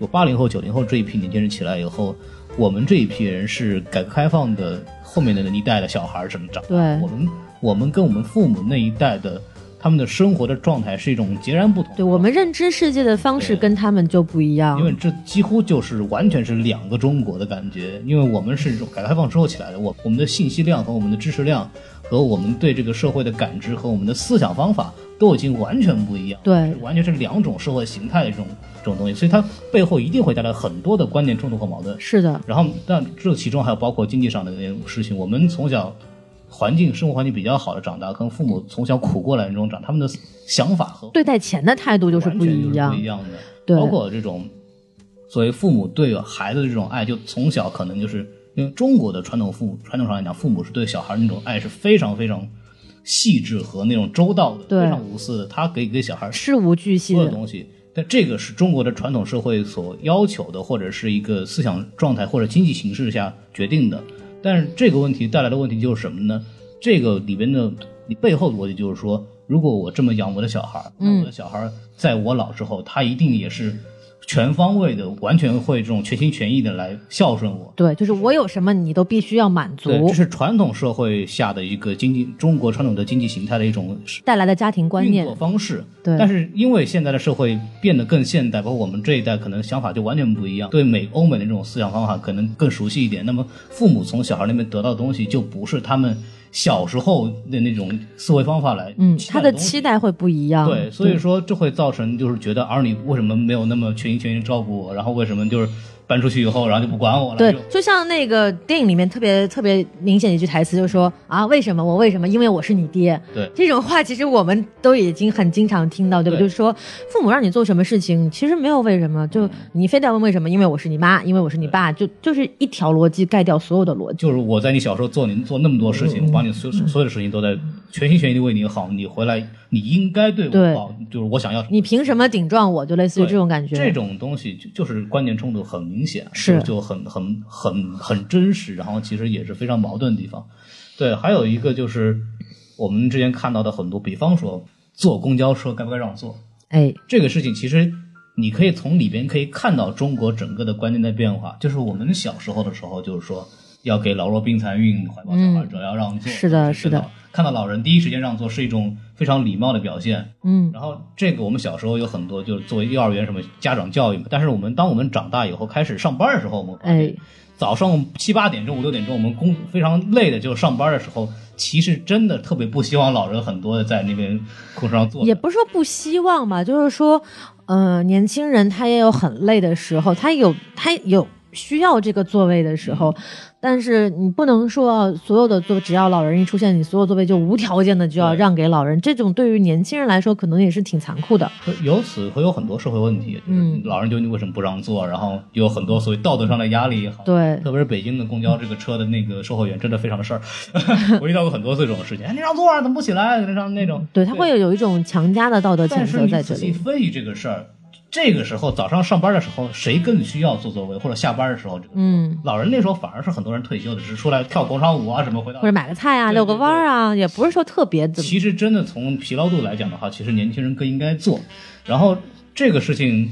Speaker 1: 有八零后、九零后这一批年轻人起来以后，我们这一批人是改革开放的后面的那一代的小孩儿怎么长大？
Speaker 4: 对
Speaker 1: 我们我们跟我们父母那一代的他们的生活的状态是一种截然不同的。
Speaker 4: 对我们认知世界的方式
Speaker 1: 对
Speaker 4: 跟他们就不一样
Speaker 1: 因。为这几乎就是完全是两个中国的感觉，因为我们是改革开放之后起来的，我我们的信息量和我们的知识量，和我们对这个社会的感知和我们的思想方法都已经完全不一样，
Speaker 4: 对
Speaker 1: 是完全是两种社会形态的这种这种东西，所以它背后一定会带来很多的观念冲突和矛盾。
Speaker 4: 是的，
Speaker 1: 然后，但这其中还有包括经济上的那种事情。我们从小环境生活环境比较好的长大，跟父母从小苦过来的那种长大，他们的想法和
Speaker 4: 对待钱的态度就是
Speaker 1: 完
Speaker 4: 不
Speaker 1: 全就是
Speaker 4: 一样
Speaker 1: 不一。样的。
Speaker 4: 对
Speaker 1: 包括这种所谓父母对孩子的这种爱，就从小可能就是因为中国的传统父母传统上来讲，父母是对小孩那种爱是非常非常细致和那种周到的，
Speaker 4: 对
Speaker 1: 非常无私的，他可以给小孩
Speaker 4: 事无巨细
Speaker 1: 所有
Speaker 4: 的，
Speaker 1: 东西。但这个是中国的传统社会所要求的，或者是一个思想状态或者经济形势下决定的。但是这个问题带来的问题就是什么呢？这个里边的你背后逻辑就是说，如果我这么养我的小孩儿，那我的小孩儿在我老之后，他一定也是全方位的、完全会这种全心全意的来孝顺我。
Speaker 4: 对，就是我有什么你都必须要满
Speaker 1: 对，
Speaker 4: 足
Speaker 1: 这，是传统社会下的一个经济，中国传统的经济形态的一种
Speaker 4: 带来的家庭观
Speaker 1: 运
Speaker 4: 念
Speaker 1: 作，方式。
Speaker 4: 对
Speaker 1: 但是因为现在的社会变得更现代，包括我们这一代可能想法就完全不一样，对美欧美的这种思想方法可能更熟悉一点。那么父母从小孩那边得到的东西，就不是他们小时候的那种思维方法来
Speaker 4: 嗯，
Speaker 1: 期待
Speaker 4: 他的
Speaker 1: 东西
Speaker 4: 期待会不一样。
Speaker 1: 对，所以说这会造成就是觉得儿女为什么没有那么全心全意照顾我，然后为什么就是搬出去以后，然后就不管我了，
Speaker 4: 对
Speaker 1: 就，
Speaker 4: 就像那个电影里面特别特别明显的一句台词，就说啊，为什么我为什么？因为我是你 爹。
Speaker 1: 对
Speaker 4: 这种话，其实我们都已经很经常听到，对不对？
Speaker 1: 对
Speaker 4: 就是说，父母让你做什么事情，其实没有为什么，
Speaker 1: 嗯
Speaker 4: 就你非得要问为什么？因为我是你妈，因为我是你爸，就就是一条逻辑盖掉所有的逻辑。
Speaker 1: 就是我在你小时候做你做那么多事
Speaker 4: 嗯
Speaker 1: 情，我把你所所有的事情都在全心全意的为你好，你回来你应该对
Speaker 4: 对
Speaker 1: 我好，就是我想要什么。
Speaker 4: 你凭什么顶撞我？就类似于
Speaker 1: 对
Speaker 4: 这种感觉。
Speaker 1: 这种东西就就是观念冲突很明显，
Speaker 4: 是
Speaker 1: 就就很很很很真实，然后其实也是非常矛盾的地方。对，还有一个就是我们之前看到的很多，比方说坐公交车该不该让座，
Speaker 4: 哎，
Speaker 1: 这个事情其实你可以从里边可以看到中国整个的观念的变化，就是我们小时候的时候，就是说要给老弱病残孕、怀抱小孩者要让座，
Speaker 4: 嗯是的
Speaker 1: 就是
Speaker 4: 的
Speaker 1: 看到，看到老人第一时间让座是一种非常礼貌的表现。
Speaker 4: 嗯，
Speaker 1: 然后这个我们小时候有很多就是作为幼儿园什么家长教育嘛，但是我们当我们长大以后开始上班的时候，我们发现
Speaker 4: 哎
Speaker 1: 早上七八点钟、五六点钟，我们工非常累的，就是上班的时候，其实真的特别不希望老人很多的在那边空上坐着，
Speaker 4: 也不是说不希望吧，就是说，呃，年轻人他也有很累的时候，他有他有需要这个座位的时候，但是你不能说啊所有的座，只要老人一出现，你所有座位就无条件的就要
Speaker 1: 对
Speaker 4: 让给老人，这种对于年轻人来说可能也是挺残酷的。
Speaker 1: 由此会有很多社会问题，
Speaker 4: 嗯
Speaker 1: 老人究竟为什么不让座？然后有很多所谓道德上的压力也好，，
Speaker 4: 对，
Speaker 1: 特别是北京的公交这个车的那个售后员真的非常 的事儿，我遇到过很多次这种事情，哎，你让座啊，怎么不起来？那种那种，
Speaker 4: 对他会有一种强加的道德谴
Speaker 1: 但是
Speaker 4: 责
Speaker 1: 你
Speaker 4: 在这
Speaker 1: 仔细
Speaker 4: 里。
Speaker 1: 分析这个事儿，这个时候早上上班的时候，谁更需要坐座位，或者下班的时候，这个
Speaker 4: 嗯，
Speaker 1: 老人那时候反而是很多人退休的，只是出来跳广场舞啊什么，回到
Speaker 4: 或者买个菜啊，
Speaker 1: 对
Speaker 4: 遛个弯儿啊，也不是说特别怎么。
Speaker 1: 其实真的从疲劳度来讲的话，其实年轻人更应该做。然后这个事情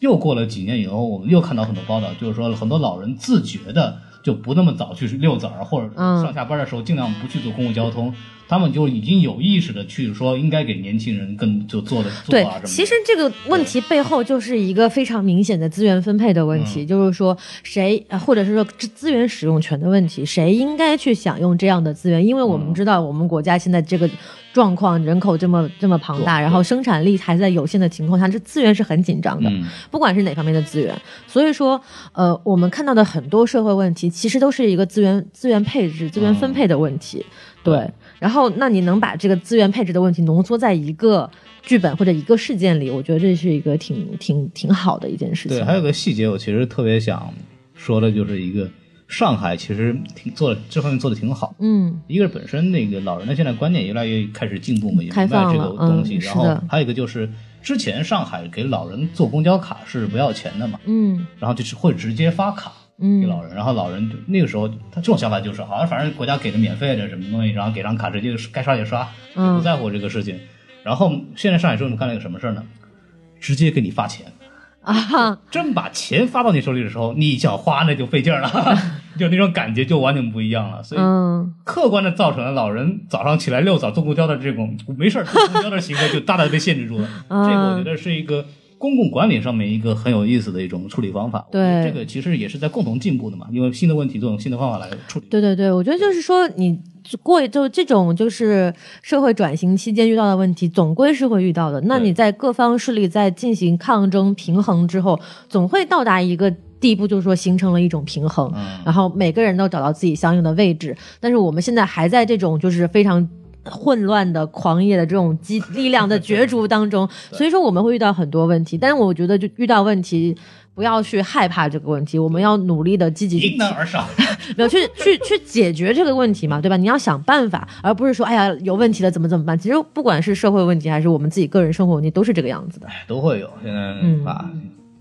Speaker 1: 又过了几年以后，我们又看到很多报道，就是说很多老人自觉的就不那么早去遛子儿，或者
Speaker 4: 嗯
Speaker 1: 说上下班的时候尽量不去坐公共交通。他们就已经有意识的去说，应该给年轻人更就做的做
Speaker 4: 对
Speaker 1: 啊什么，的。
Speaker 4: 其实这个问题背后就是一个非常明显的资源分配的问题，
Speaker 1: 嗯
Speaker 4: 就是说谁，呃或者是说资资源使用权的问题，谁应该去享用这样的资源？因为我
Speaker 1: 嗯
Speaker 4: 们知道我们国家现在这个状况，人口这么这么庞大，
Speaker 1: 对
Speaker 4: 然后生产力还在有限的情况下，这资源是很紧张的。
Speaker 1: 嗯，
Speaker 4: 不管是哪方面的资源，所以说，呃，我们看到的很多社会问题，其实都是一个资源资源配
Speaker 1: 嗯
Speaker 4: 置、资源分配的问题。对，然后那你能把这个资源配置的问题浓缩在一个剧本或者一个事件里，我觉得这是一个挺挺挺好的一件事情。
Speaker 1: 对，还有个细节，我其实特别想说的就是一个上海其实挺做的这方面做的挺好，
Speaker 4: 嗯，
Speaker 1: 一个是本身那个老人的现在观念越来越开始进步嘛，也
Speaker 4: 开
Speaker 1: 明白
Speaker 4: 放
Speaker 1: 这
Speaker 4: 了
Speaker 1: 个东西，然
Speaker 4: 嗯是的
Speaker 1: 后还有一个就是之前上海给老人做公交卡是不要钱的嘛，
Speaker 4: 嗯
Speaker 1: 然后就是会直接发卡
Speaker 4: 嗯，
Speaker 1: 给老人，然后老人就那个时候他这种想法就是好像反正国家给的免费的什么东西，然后给张卡直接该刷也刷，也
Speaker 4: 嗯
Speaker 1: 不在乎这个事情。然后现在上海政府干了一个什么事儿呢？直接给你发钱。
Speaker 4: 啊哈，
Speaker 1: 真把钱发到你手里的时候，你想花那就费劲儿了， 就那种感觉就完全不一样了。所以
Speaker 4: 嗯，
Speaker 1: 客观的造成了老人早上起来遛早坐公交的这种 没事儿坐公交的行为就大大的被限制 住了。
Speaker 4: 啊
Speaker 1: 这个我觉得是一个公共管理上面一个很有意思的一种处理方法。
Speaker 4: 对
Speaker 1: 我觉得这个其实也是在共同进步的嘛，因为新的问题都用新的方法来处理。
Speaker 4: 对对对，我觉得就是说你。过就这种就是社会转型期间遇到的问题，总归是会遇到的。那
Speaker 1: 对
Speaker 4: 你在各方势力在进行抗争平衡之后，总会到达一个地步，就是说形成了一种平衡，
Speaker 1: 嗯
Speaker 4: 然后每个人都找到自己相应的位置。但是我们现在还在这种就是非常混乱的、狂野的这种激力量的角逐 当中，所以说我们会遇到很多问题。但是我觉得，就遇到问题，不要去害怕这个问题，我们要努力的、积极去
Speaker 1: 迎难而上。
Speaker 4: 没有去去去解决这个问题嘛，对吧？你要想办法，而不是说哎呀有问题了怎么怎么办。其实不管是社会问题还是我们自己个人生活问题，都是这个样子的。
Speaker 1: 哎都会有。现在
Speaker 4: 嗯
Speaker 1: 啊，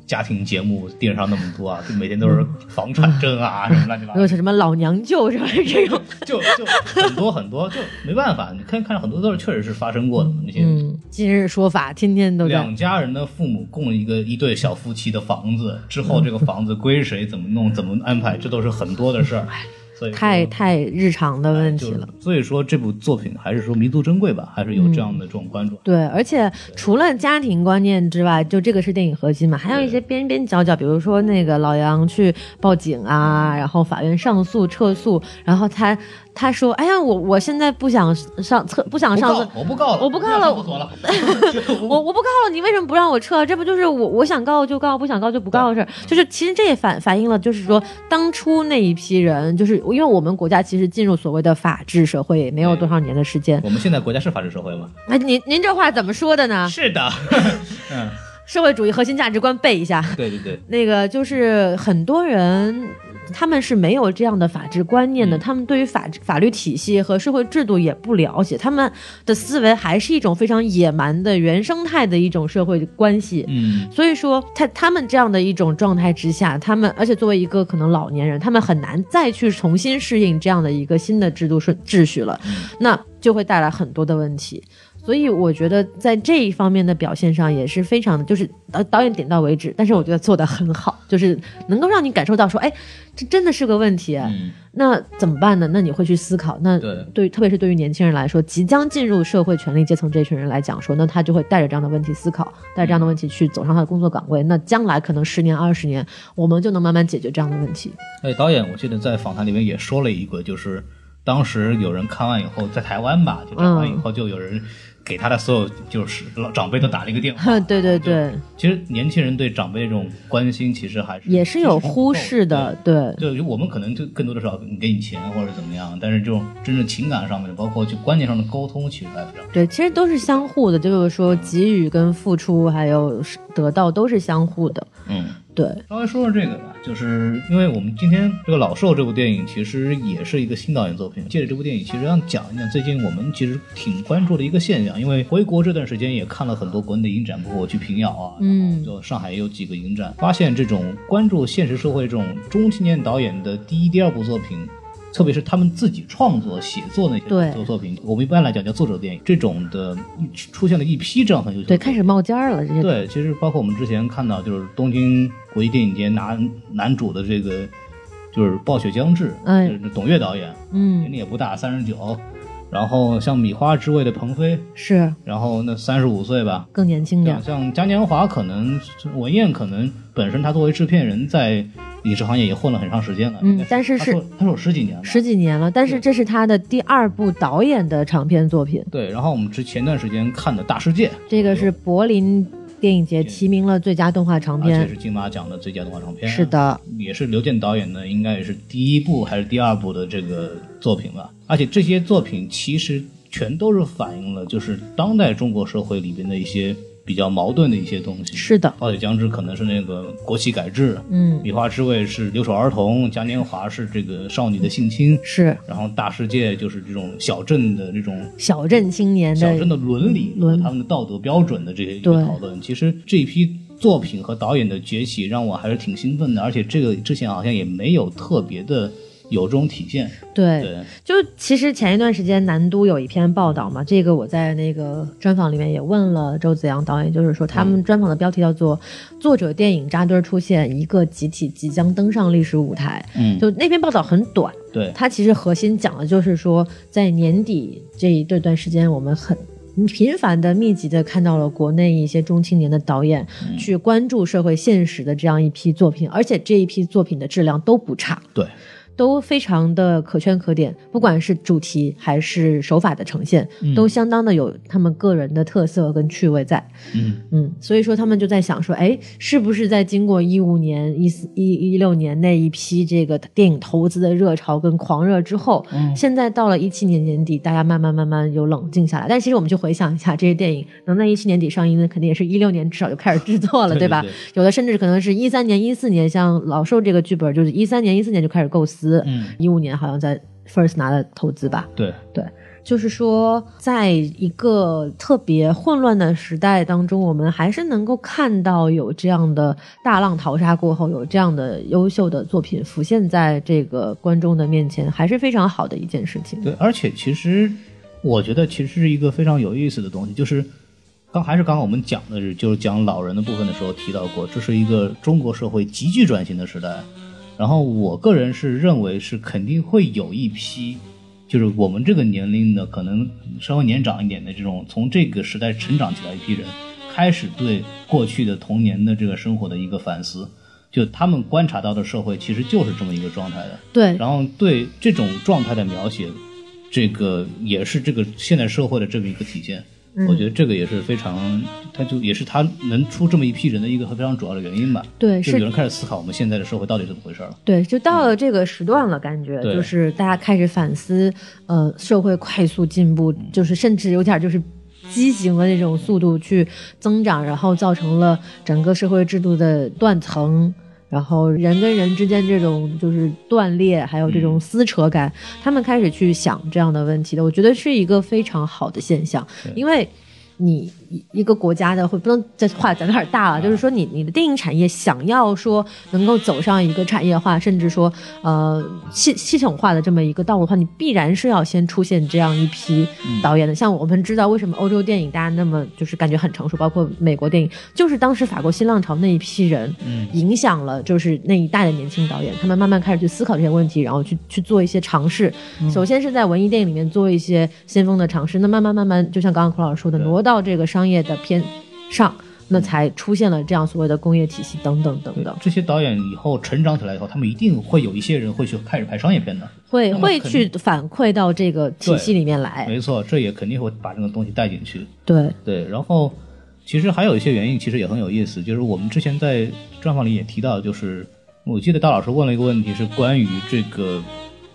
Speaker 1: 家庭节目电视上那么多啊，就每天都是房产证啊什么乱七八
Speaker 4: 有
Speaker 1: 糟，
Speaker 4: 什么老娘舅什么这种，
Speaker 1: 就就很多很多，就没办法。你看看很多都是确实是发生过的嘛那些。
Speaker 4: 嗯， 今日说法天天都在。
Speaker 1: 两家人的父母供一个一对小夫妻的房子，之后这个房子归谁，怎么弄，怎么安排，这都是很多的事 儿。所以说
Speaker 4: 哎太太日常的问题
Speaker 1: 嗯就
Speaker 4: 了
Speaker 1: 是，，所以说这部作品还是说弥足珍贵吧，还是有这样的这种关注。
Speaker 4: 对，而且除了家庭观念之外，就这个是电影核心嘛，还有一些边边角角，比如说那个老杨去报警啊，然后法院上诉撤诉，然后他他说，哎呀，我我现在不想上撤，不想
Speaker 1: 不
Speaker 4: 上
Speaker 1: 告
Speaker 4: 诉
Speaker 1: 了，，我不告了，
Speaker 4: 我不告了
Speaker 1: 不告了，
Speaker 4: 我我不告了，你为什么不让我撤？这不就是我我想告就告，不想告就不告的事儿。就是其实这也反反映了，就是说当初那一批人，就是因为我们国家其实进入所谓的法治社会也没有多少年的时间。
Speaker 1: 我们现在国家是法治社会吗？
Speaker 4: 哎，您您这话怎么说的呢？
Speaker 1: 是 的，嗯，
Speaker 4: 社会主义核心价值观背一下。
Speaker 1: 对对对，
Speaker 4: 那个就是很多人。他们是没有这样的法治观念的，
Speaker 1: 嗯
Speaker 4: 他们对于法治法律体系和社会制度也不了解，他们的思维还是一种非常野蛮的原生态的一种社会关系。
Speaker 1: 嗯，
Speaker 4: 所以说，在他们这样的一种状态之下，他们而且作为一个可能老年人，他们很难再去重新适应这样的一个新的制度顺秩序了，那就会带来很多的问题。所以我觉得在这一方面的表现上也是非常的，就是导导演点到为止，但是我觉得做得很好，就是能够让你感受到说，哎，这真的是个问题，
Speaker 1: 嗯
Speaker 4: 那怎么办呢？那你会去思考，那
Speaker 1: 对
Speaker 4: 对于，特别是对于年轻人来说，即将进入社会权力阶层这群人来讲说，那他就会带着这样的问题思考，带着这样的问题去走上他的工作岗位。那将来可能十年、二十年，我们就能慢慢解决这样的问题。
Speaker 1: 哎，导演，我记得在访谈里面也说了一个，就是当时有人看完以后，在台湾吧，就看
Speaker 4: 嗯
Speaker 1: 完以后就有人给他的所有就是老长辈都打了一个电话
Speaker 4: 哼，。 对对对，
Speaker 1: 其实年轻人对长辈这种关心，其实还是
Speaker 4: 也是有忽视的，对。
Speaker 1: 对，就我们可能就更多的是要给你钱或者怎么样，但是这种真正情感上面的，包括就观念上的沟通，其实还是非常
Speaker 4: 对，其实都是相互的，就是说给予跟付出，还有得到都是相互的。
Speaker 1: 嗯。
Speaker 4: 对，
Speaker 1: 稍微说说这个吧，就是因为我们今天这个《老兽》这部电影其实也是一个新导演作品，借着这部电影其实想讲一讲最近我们其实挺关注的一个现象，因为回国这段时间也看了很多国内的影展，包括我去平遥啊，
Speaker 4: 嗯
Speaker 1: 然后就上海也有几个影展，发现这种关注现实社会这种中青年导演的第一、第二部作品。特别是他们自己创作、写作那些
Speaker 4: 对
Speaker 1: 作作品，我们一般来讲叫作者电影，这种的出现了一批这样很优秀的
Speaker 4: 对，
Speaker 1: 作品
Speaker 4: 开始冒尖儿了，这些
Speaker 1: 对，其实包括我们之前看到，就是东京国际电影节拿男主的这个就是《暴雪将至》，
Speaker 4: 哎
Speaker 1: 就是董越导演，年
Speaker 4: 嗯，
Speaker 1: 龄也不大，三十九。然后像《米花之味》的鹏飞，
Speaker 4: 是
Speaker 1: 然后那三十五岁吧。
Speaker 4: 更年轻点
Speaker 1: 像
Speaker 4: 儿。
Speaker 1: 像嘉年华，可能文彦可能本身他作为制片人，在影视行业也混了很长时间了。
Speaker 4: 嗯
Speaker 1: 应该
Speaker 4: 但是
Speaker 1: 他
Speaker 4: 是
Speaker 1: 说他说有十几年吧，
Speaker 4: 十几年了，但是这是他的第二部导演的长篇作品，
Speaker 1: 对。然后我们之前段时间看的《大世界》，
Speaker 4: 这个是柏林电影节提名了最佳动画长
Speaker 1: 而且是
Speaker 4: 片。
Speaker 1: 金马奖的最佳动画长片。
Speaker 4: 是的，
Speaker 1: 也是刘健导演的，应该也是第一部还是第二部的这个作品吧。而且这些作品其实全都是反映了就是当代中国社会里边的一些比较矛盾的一些东西。
Speaker 4: 是的，
Speaker 1: 暴雪将至可能是那个国企改制，
Speaker 4: 嗯，
Speaker 1: 米花之味是留守儿童，嘉年华是这个少女的性侵，
Speaker 4: 是
Speaker 1: 然后大世界就是这种小镇的这种
Speaker 4: 小镇青年
Speaker 1: 小镇
Speaker 4: 的，
Speaker 1: 的伦理和
Speaker 4: 嗯伦
Speaker 1: 他们的道德标准的这些一
Speaker 4: 对
Speaker 1: 个讨论。其实这一批作品和导演的崛起让我还是挺兴奋的，而且这个之前好像也没有特别的有这种体现。
Speaker 4: 对，
Speaker 1: 对，
Speaker 4: 就其实前一段时间南都有一篇报道嘛，这个我在那个专访里面也问了周子阳导演，就是说他们专访的标题叫做《作者电影扎堆儿出现，一个集体即将登上历史舞台》，
Speaker 1: 嗯，
Speaker 4: 就那篇报道很短，
Speaker 1: 对，
Speaker 4: 它其实核心讲的就是说，在年底这一这段时间，我们很嗯频繁的、密集的看到了国内一些中青年的导演去关注社会现实的这样一批作品，而且这一批作品的质量都不差。
Speaker 1: 对，
Speaker 4: 都非常的可圈可点，不管是主题还是手法的呈现，
Speaker 1: 嗯
Speaker 4: 都相当的有他们个人的特色跟趣味在。
Speaker 1: 嗯
Speaker 4: 嗯，所以说他们就在想说，哎，是不是在经过一五年、一四、一一六年那一批这个电影投资的热潮跟狂热之后，
Speaker 1: 嗯
Speaker 4: 现在到了一七年年底，大家慢慢慢慢有冷静下来。但其实我们去回想一下，这些电影能在一七年底上映的，肯定也是一六年至少就开始制作了，
Speaker 1: 对对
Speaker 4: 吧？
Speaker 1: 对
Speaker 4: 有的甚至可能是一三年、一四年，像老寿这个剧本，就是一三年、一四年就开始构思，
Speaker 1: 嗯，
Speaker 4: 一五、年好像在 First 拿的投资吧。
Speaker 1: 对，
Speaker 4: 就是说，在一个特别混乱的时代当中，我们还是能够看到有这样的大浪淘沙过后，有这样的优秀的作品浮现在这个观众的面前，还是非常好的一件事情。
Speaker 1: 对，而且其实我觉得其实是一个非常有意思的东西，就是刚还是刚刚我们讲的是，就是讲老人的部分的时候提到过，这是一个中国社会急剧转型的时代。然后我个人是认为是肯定会有一批，就是我们这个年龄的，可能稍微年长一点的这种，从这个时代成长起来一批人，开始对过去的童年的这个生活的一个反思。就他们观察到的社会其实就是这么一个状态的，
Speaker 4: 对，
Speaker 1: 然后对这种状态的描写，这个也是这个现代社会的这么一个体现。我觉得这个也是非常，他就也是他能出这么一批人的一个非常主要的原因吧。
Speaker 4: 对
Speaker 1: 就是有人开始思考我们现在的社会到底是怎么回事了。
Speaker 4: 对，就到了这个时段了，感觉
Speaker 1: 对
Speaker 4: 就是大家开始反思，呃，社会快速进步，就是甚至有点就是畸形的那种速度去增长，然后造成了整个社会制度的断层。然后人跟人之间这种就是断裂，还有这种撕扯感，他们开始去想这样的问题的，我觉得是一个非常好的现象，因为你一一个国家的，会不能这话讲得有点大了，就是说你你的电影产业想要说能够走上一个产业化，甚至说呃系系统化的这么一个道路的话，你必然是要先出现这样一批导演的。像我们知道为什么欧洲电影大家那么就是感觉很成熟，包括美国电影，就是当时法国新浪潮那一批人，影响了就是那一代的年轻导演，他们慢慢开始去思考这些问题，然后去去做一些尝试。
Speaker 1: 嗯
Speaker 4: 首先是在文艺电影里面做一些先锋的尝试，那慢慢慢慢，就像刚刚孔老师说的，
Speaker 1: 对嗯
Speaker 4: 挪到这个商业的片上，那才出现了这样所谓的工业体系等等等
Speaker 1: 对
Speaker 4: 等，
Speaker 1: 嗯这些导演以后成长起来以后，他们一定会有一些人会去开始拍商业片的。
Speaker 4: 会
Speaker 1: 那么
Speaker 4: 会
Speaker 1: 肯
Speaker 4: 去反馈到这个体系
Speaker 1: 对
Speaker 4: 里面来。
Speaker 1: 没错，这也肯定会把这个东西带进去。
Speaker 4: 对，
Speaker 1: 对，然后其实还有一些原因，其实也很有意思，就是我们之前在专访里也提到，就是我记得大老师问了一个问题，是关于这个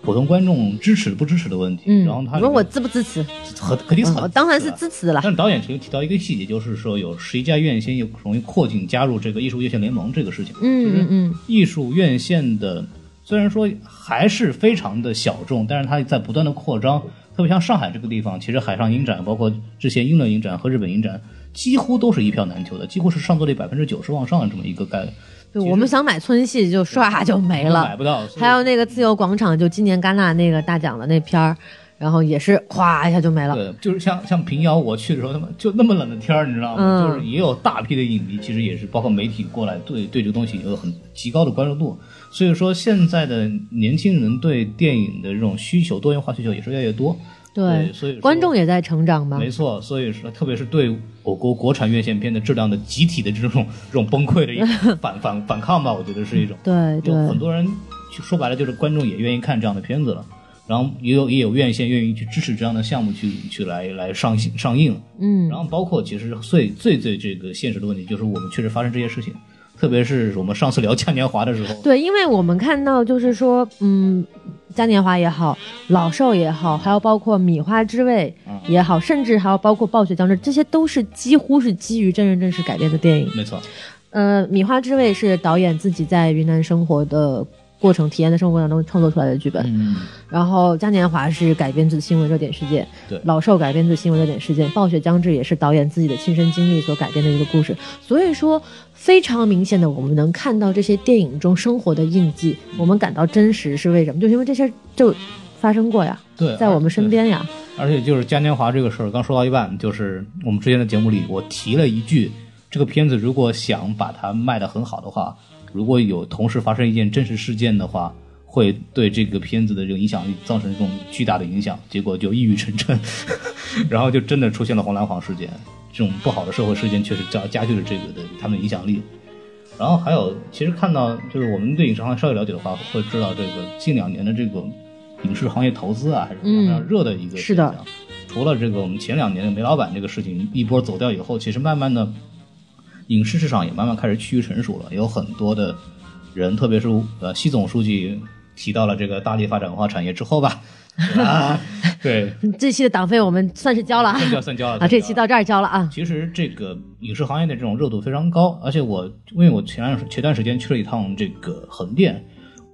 Speaker 1: 普通观众支持不支持的问题。
Speaker 4: 嗯，
Speaker 1: 然后他
Speaker 4: 你问我支不支持？
Speaker 1: 肯肯定是
Speaker 4: 嗯
Speaker 1: 很
Speaker 4: 我当然是
Speaker 1: 吧
Speaker 4: 支持了。
Speaker 1: 但导演其实提到一个细节，就是说有十一家院线又容易扩进加入这个艺术院线联盟这个事情。
Speaker 4: 嗯嗯嗯，
Speaker 1: 艺术院线的虽然说还是非常的小众，但是它在不断的扩张。特别像上海这个地方，其实海上影展，包括之前英伦影展和日本影展，几乎都是一票难求的，几乎是上座率百分之九十往上的这么一个概率，
Speaker 4: 对
Speaker 1: 其
Speaker 4: 我们
Speaker 1: 实
Speaker 4: 想买村戏就唰就没了，
Speaker 1: 买不到。所以
Speaker 4: 还有那个自由广场，就今年戛纳那个大奖的那片儿，然后也是咵一下就没了。
Speaker 1: 对，呃就是像像平遥，我去的时候，他们就那么冷的天儿，你知道吗？
Speaker 4: 嗯
Speaker 1: 就是也有大批的影迷，其实也是包括媒体过来对对这个东西有很极高的关注度。所以说，现在的年轻人对电影的这种需求、多元化需求也是越来越多。
Speaker 4: 对，
Speaker 1: 所以说
Speaker 4: 观众也在成长嘛。
Speaker 1: 没错，所以说，特别是对我国国产院线片的质量的集体的这种 这种崩溃的一 种反反反抗吧，我觉得是一种。
Speaker 4: 对对
Speaker 1: 有很多人就说白了就是观众也愿意看这样的片子了，然后也有也有院线愿意去支持这样的项目去去来来上映上映，
Speaker 4: 嗯
Speaker 1: 然后包括其实最最最这个现实的问题就是我们确实发生这些事情，特别是我们上次聊嘉年华的时候，
Speaker 4: 对，因为我们看到就是说，嗯，嘉年华也好，老寿也好，还有包括米花之味
Speaker 1: 啊
Speaker 4: 也好，甚至还有包括暴雪将至，这些都是几乎是基于真人真事改编的电影。
Speaker 1: 没错，
Speaker 4: 呃，米花之味是导演自己在云南生活的过程、体验的生活过程中创作出来的剧本。
Speaker 1: 嗯，
Speaker 4: 然后嘉年华是改编自新闻热点事件，
Speaker 1: 对
Speaker 4: 老寿改编自新闻热点事件，暴雪将至也是导演自己的亲身经历所改编的一个故事。所以说，非常明显的，我们能看到这些电影中生活的印记，
Speaker 1: 嗯
Speaker 4: 我们感到真实是为什么？就是因为这些就发生过呀，
Speaker 1: 对，啊
Speaker 4: 在我们身
Speaker 1: 对
Speaker 4: 边呀。
Speaker 1: 而且就是嘉年华这个事儿，刚说到一半，就是我们之前的节目里，我提了一句，这个片子如果想把它卖得很好的话，如果有同时发生一件真实事件的话，会对这个片子的这个影响力造成这种巨大的影响，结果就一语成谶， 然后就真的出现了红蓝黄事件，这种不好的社会事件确实加加剧了这个的他们的影响力。然后还有，其实看到就是我们对影视行业稍微了解的话，会知道这个近两年的这个影视行业投资啊，还是非常
Speaker 4: 嗯
Speaker 1: 热的一个
Speaker 4: 是
Speaker 1: 现
Speaker 4: 的
Speaker 1: 象。除了这个我们前两年的煤老板这个事情一波走掉以后，其实慢慢的影视市场也慢慢开始趋于成熟了，有很多的人，特别是呃习总书记提到了这个大力发展文化产业之后吧， 啊，对，
Speaker 4: 这期的党费我们算是交了啊
Speaker 1: 算交算交了
Speaker 4: 啊，这期到这儿交了啊。
Speaker 1: 其实这个影视行业的这种热度非常高，而且我因为我前段前段时间去了一趟这个横店，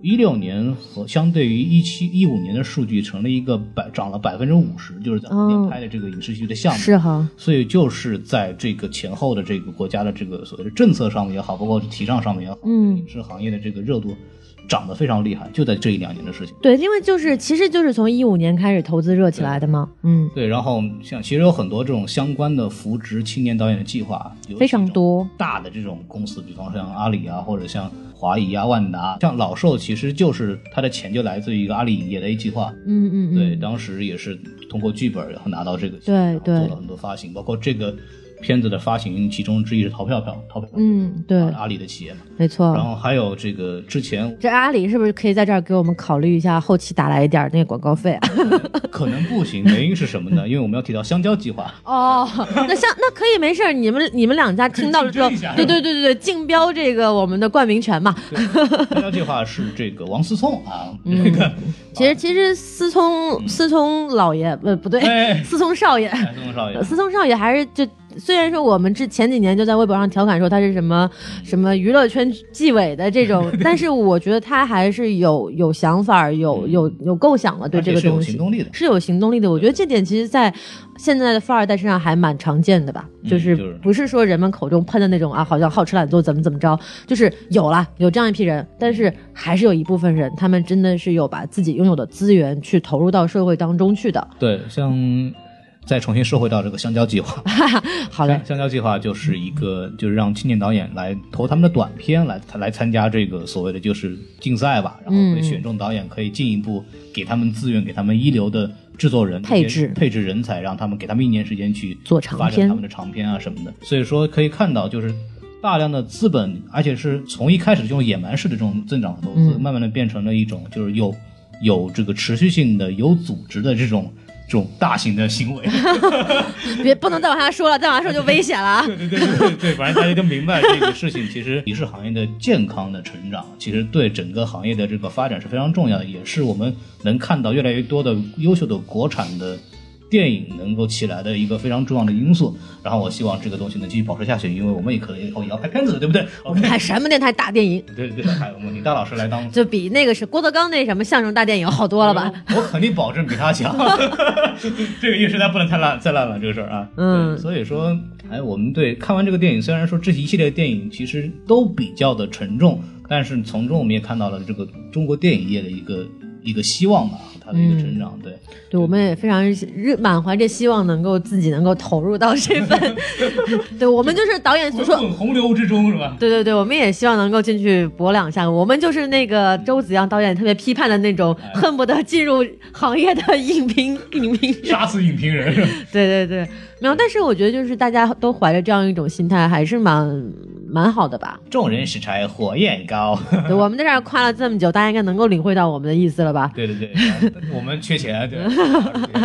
Speaker 1: 一六年和相对于一七一五年的数据成了一个百涨了百分之五十，就是在横
Speaker 4: 哦
Speaker 1: 店拍的这个影视剧的项目。
Speaker 4: 是哈，
Speaker 1: 所以就是在这个前后的这个国家的这个所谓的政策上面也好，包括提倡上面也好，
Speaker 4: 嗯
Speaker 1: 影视行业的这个热度涨得非常厉害，就在这一两年的事情。
Speaker 4: 对，因为就是其实就是从一五年开始投资热起来的嘛，嗯，
Speaker 1: 对，然后像其实有很多这种相关的扶植青年导演的计划，有
Speaker 4: 非常多。
Speaker 1: 大的这种公司，比方说像阿里啊，或者像华谊啊、万达，像老寿，其实就是它的钱就来自于一个阿里影业的 A 计划。
Speaker 4: 嗯嗯嗯，
Speaker 1: 对，当时也是通过剧本，然后拿到这个
Speaker 4: 对
Speaker 1: 钱，然后
Speaker 4: 对
Speaker 1: 做了很多发行，包括这个片子的发行，其中之一是淘票票，淘票票，
Speaker 4: 嗯对嗯
Speaker 1: 阿里的企业嘛。啊
Speaker 4: 没
Speaker 1: 然
Speaker 4: 错。
Speaker 1: 后还有这个之前
Speaker 4: 这阿里是不是可以在这儿给我们考虑一下，后期打来一点儿那个广告费啊？
Speaker 1: 可能不行， 原因是什么呢？因为我们要提到香蕉计划。
Speaker 4: 哦，那像那可以没事儿，你们你们两家听到了之后，
Speaker 1: 竞争一下
Speaker 4: 对对对对对，竞标这个我们的冠名权嘛。
Speaker 1: 香蕉计划是这个王思聪啊，
Speaker 4: 嗯
Speaker 1: 这个
Speaker 4: 其实其实思聪思聪老爷呃不对，
Speaker 1: 嗯哎
Speaker 4: 思聪 少爷，
Speaker 1: 白松少爷
Speaker 4: 呃，思聪少爷还是就虽然说我们这前几年就在微博上调侃说他是什么什么娱乐圈纪委的 这种，但是我觉得他还是有有想法儿，有有有构想 了对
Speaker 1: 而且
Speaker 4: 这个
Speaker 1: 是有
Speaker 4: 东
Speaker 1: 行
Speaker 4: 西。
Speaker 1: 动力的。
Speaker 4: 是有行动力的，我觉得这点其实，在现在的富二代身上还蛮常见的吧，
Speaker 1: 嗯
Speaker 4: 就是
Speaker 1: 就是
Speaker 4: 不是说人们口中喷的那种啊，好像好吃懒做怎么怎么着，就是有啦，有这样一批人，但是还是有一部分人，他们真的是有把自己拥有的资源去投入到社会当中去的。
Speaker 1: 对，像再重新说回到这个香蕉计划，
Speaker 4: 好嘞
Speaker 1: 香，香蕉计划就是一个就是让青年导演来投他们的短片来来参加这个所谓的就是竞赛吧，然后
Speaker 4: 嗯
Speaker 1: 被选中导演可以进一步给他们资源，给他们一流的制作人
Speaker 4: 配
Speaker 1: 这些
Speaker 4: 置
Speaker 1: 配置人才，让他们给他们一年时间去
Speaker 4: 做长
Speaker 1: 发展
Speaker 4: 片
Speaker 1: 他们的长片啊什么的。所以说可以看到就是。大量的资本，而且是从一开始这种野蛮式的这种增长和投资，
Speaker 4: 嗯
Speaker 1: 慢慢的变成了一种就是有有这个持续性的、有组织的这种这种大型的行为。
Speaker 4: 别不能再往下说了，再往下说就危险了啊！
Speaker 1: 对对对对对，反正大家就明白这个事情，其实影视行业的健康的成长，其实对整个行业的这个发展是非常重要的，也是我们能看到越来越多的优秀的国产的电影能够起来的一个非常重要的因素。然后我希望这个东西能继续保持下去，因为我们也可能以后也要拍片子，对不对？OK，
Speaker 4: 拍什么电台大电影，
Speaker 1: 对对对，还有我们李大老师来当。
Speaker 4: 就比那个是郭德纲那什么相声大电影好多了吧？
Speaker 1: 哎我肯定保证比他 强，这个硬实在不能太烂，再烂了这个事儿啊。
Speaker 4: 嗯
Speaker 1: 对所以说，哎，我们对看完这个电影，虽然说这一系列电影其实都比较的沉重，但是从中我们也看到了这个中国电影业的一个一个希望吧，它的一个成长。对，
Speaker 4: 对，我们也非常热，满怀着希望能够自己能够投入到这 份，对我们就是导演所说。
Speaker 1: 洪流之中是吧？
Speaker 4: 对对对，我们也希望能够进去搏两下。我们就是那个周子阳导演特别批判的那种，
Speaker 1: 哎
Speaker 4: 恨不得进入行业的影评影评人。
Speaker 1: 杀死影评人。
Speaker 4: 对对对，没有。
Speaker 1: 嗯
Speaker 4: 但是我觉得就是大家都怀着这样一种心态，还是蛮蛮好的 吧。
Speaker 1: 众人拾柴火焰高。
Speaker 4: 对，我们在这儿夸了这么久，大家应该能够领会到我们的意思了吧？
Speaker 1: 对对 对，呃我们缺钱，对，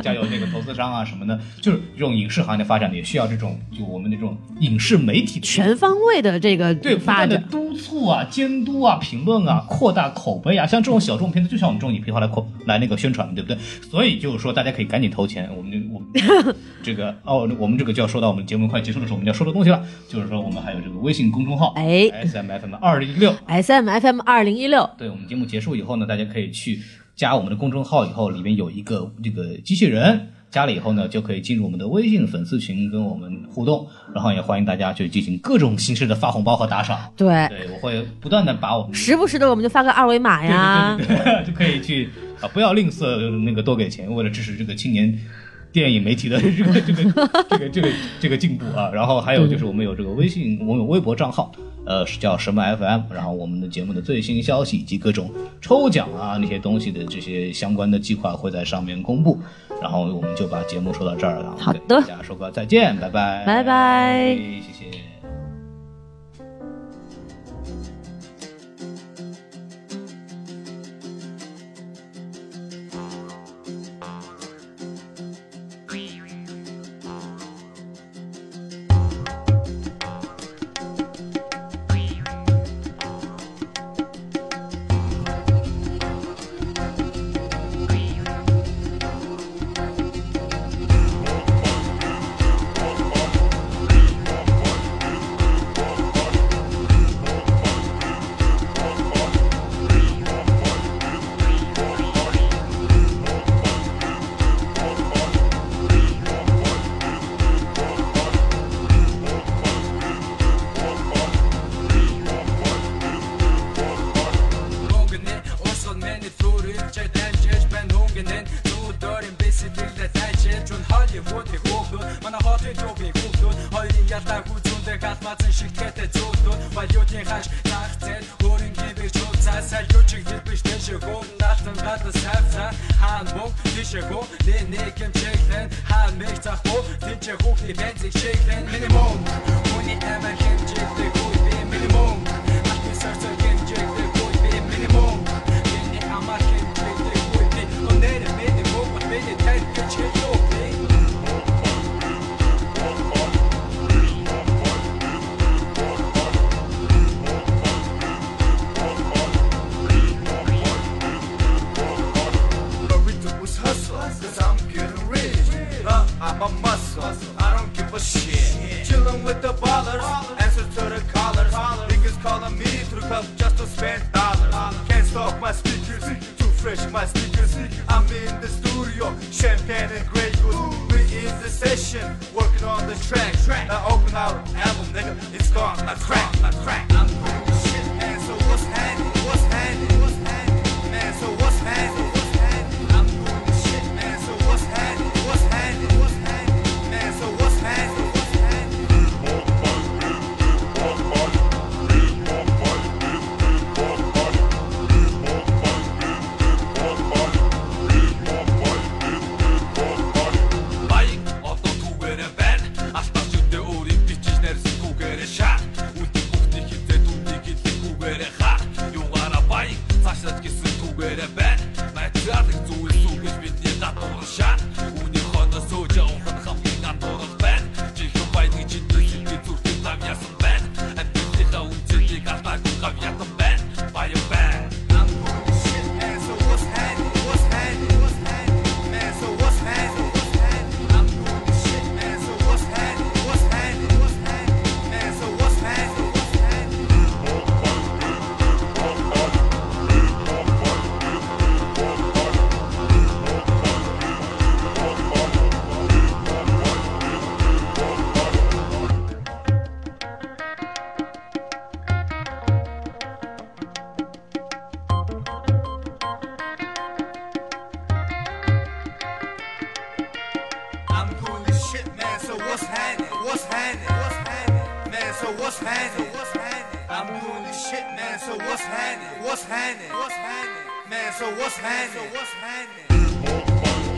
Speaker 1: 加油那个投资商啊什么的，就是这种影视行业的发展也需要这种，就我们的这种影视媒体的
Speaker 4: 全方位的这个
Speaker 1: 对不
Speaker 4: 发
Speaker 1: 断的
Speaker 4: 展，
Speaker 1: 督促啊、监督啊、评论啊、扩大口碑啊，像这种小众片子，就像我们这种影评号来扩来那个宣传，对不对？所以就是说，大家可以赶紧投钱。我们就我 们这个哦，我们这个就要说到我们节目快结束的时候，我们要说的东西了，就是说我们还有这个微信公众号
Speaker 4: 哎
Speaker 1: S M F M 二零一六。
Speaker 4: S M F M 二零一六，
Speaker 1: 对我们节目结束以后呢，大家可以去加我们的公众号，以后里面有一个这个机器人，加了以后呢，就可以进入我们的微信粉丝群跟我们互动，然后也欢迎大家去进行各种形式的发红包和打赏。
Speaker 4: 对，
Speaker 1: 对，我会不断的把我们
Speaker 4: 时不时的我们就发个二维码呀。
Speaker 1: 对对对对 就可以去啊，不要吝啬那个多给钱，为了支持这个青年。电影媒体的 这个这个这个这个这个进步啊，然后还有就是我们有这个微信，我们有微博账号，呃，是叫什么 FM，然后我们的节目的最新消息以及各种抽奖啊那些东西的这些相关的计划会在上面公布，然后我们就把节目说到这儿了，
Speaker 4: 好的
Speaker 1: 跟大家说个再见，拜拜，
Speaker 4: 拜拜
Speaker 1: 谢谢。
Speaker 7: ki vurduk oldun Bana hatır tobi kuldun Halin yatar vücudda katmasın şirkette çoğdun Valyutin haş taktel Gorun gibi çok sen Sel göçük dirpiş deşe gol Nattın katı sevsen Han bok dişe gol Ne nekim çeklen Han mektah bol Dinçe hukli benzik çeklen Minimum Huni hemen hemcekte koy bir minimum Aklı sarsa hemcekte koy bir minimum Yeni ama hemcekte koy bir Onere minimum Beni terk geçe yok bir
Speaker 8: The rhythm was hustle, cause I'm getting rich. Huh, I'm a muscle, I don't give a shit. Chillin' with the ballers, answer to the callers. Niggas calling me through cup just to spend dollars. Can't stop my speakers, too fresh my sneakers. I'm in the studio, champagne and Grey Goose. We in the session, working on the track. Now open our album, nigga, it's gone, like crack, like crack. I'm cool as shit, man, so what's handy, what's handy, what's handy? man, so what's handy? What's handy? I'm doing this shit, man, so what's handy? What's handy? What's handy? Man, so what's handy? What's handy? Bike одоо түүгээрэ байна. Алтар шүтээ өөрийн бичиж нарсан түүгээрэ шаа. Үнтэг бүхний хитээ түүнийг хэлэх түүгээрэ хаа. Юугаараа байг цаашаад гисэн түүгээрэ байна. Мачаад их зүйл сүүгэж бидний татвар шаа. Үүний хоноос өөж явах хамгийн андуур байна. Чихэн байдгийг чиндэл хэлдэг зүрхтэй зам ясан байна. Амьдлынхаа үнцнийг алдаагүй гав ятан байна. Баян байна. I'm doing this shit, man, so what's happening? What's happening? What's happening? Man, so what's happening? What's happening? I'm doing this shit, man, so what's happening? What's happening? What's happening? Man, so what's happening? What's happening? I'm doing this shit, man. So what's happening? What's happening? What's happening? Man, so what's happening? What's happening? I'm doing this shit, man. So what's happening? What's happening? What's happening? Man, so what's happening? So what's happening?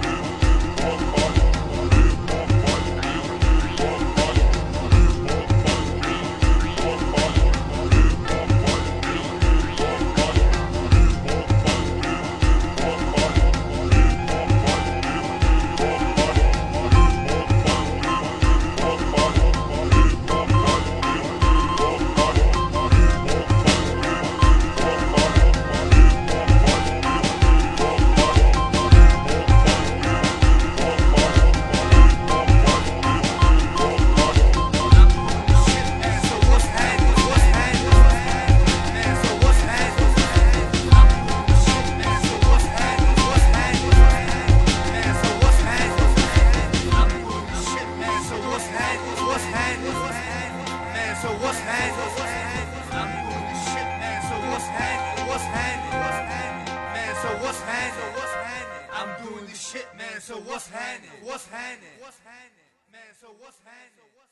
Speaker 8: So what's happening? What's happening? What's happening? Man, so what's happening?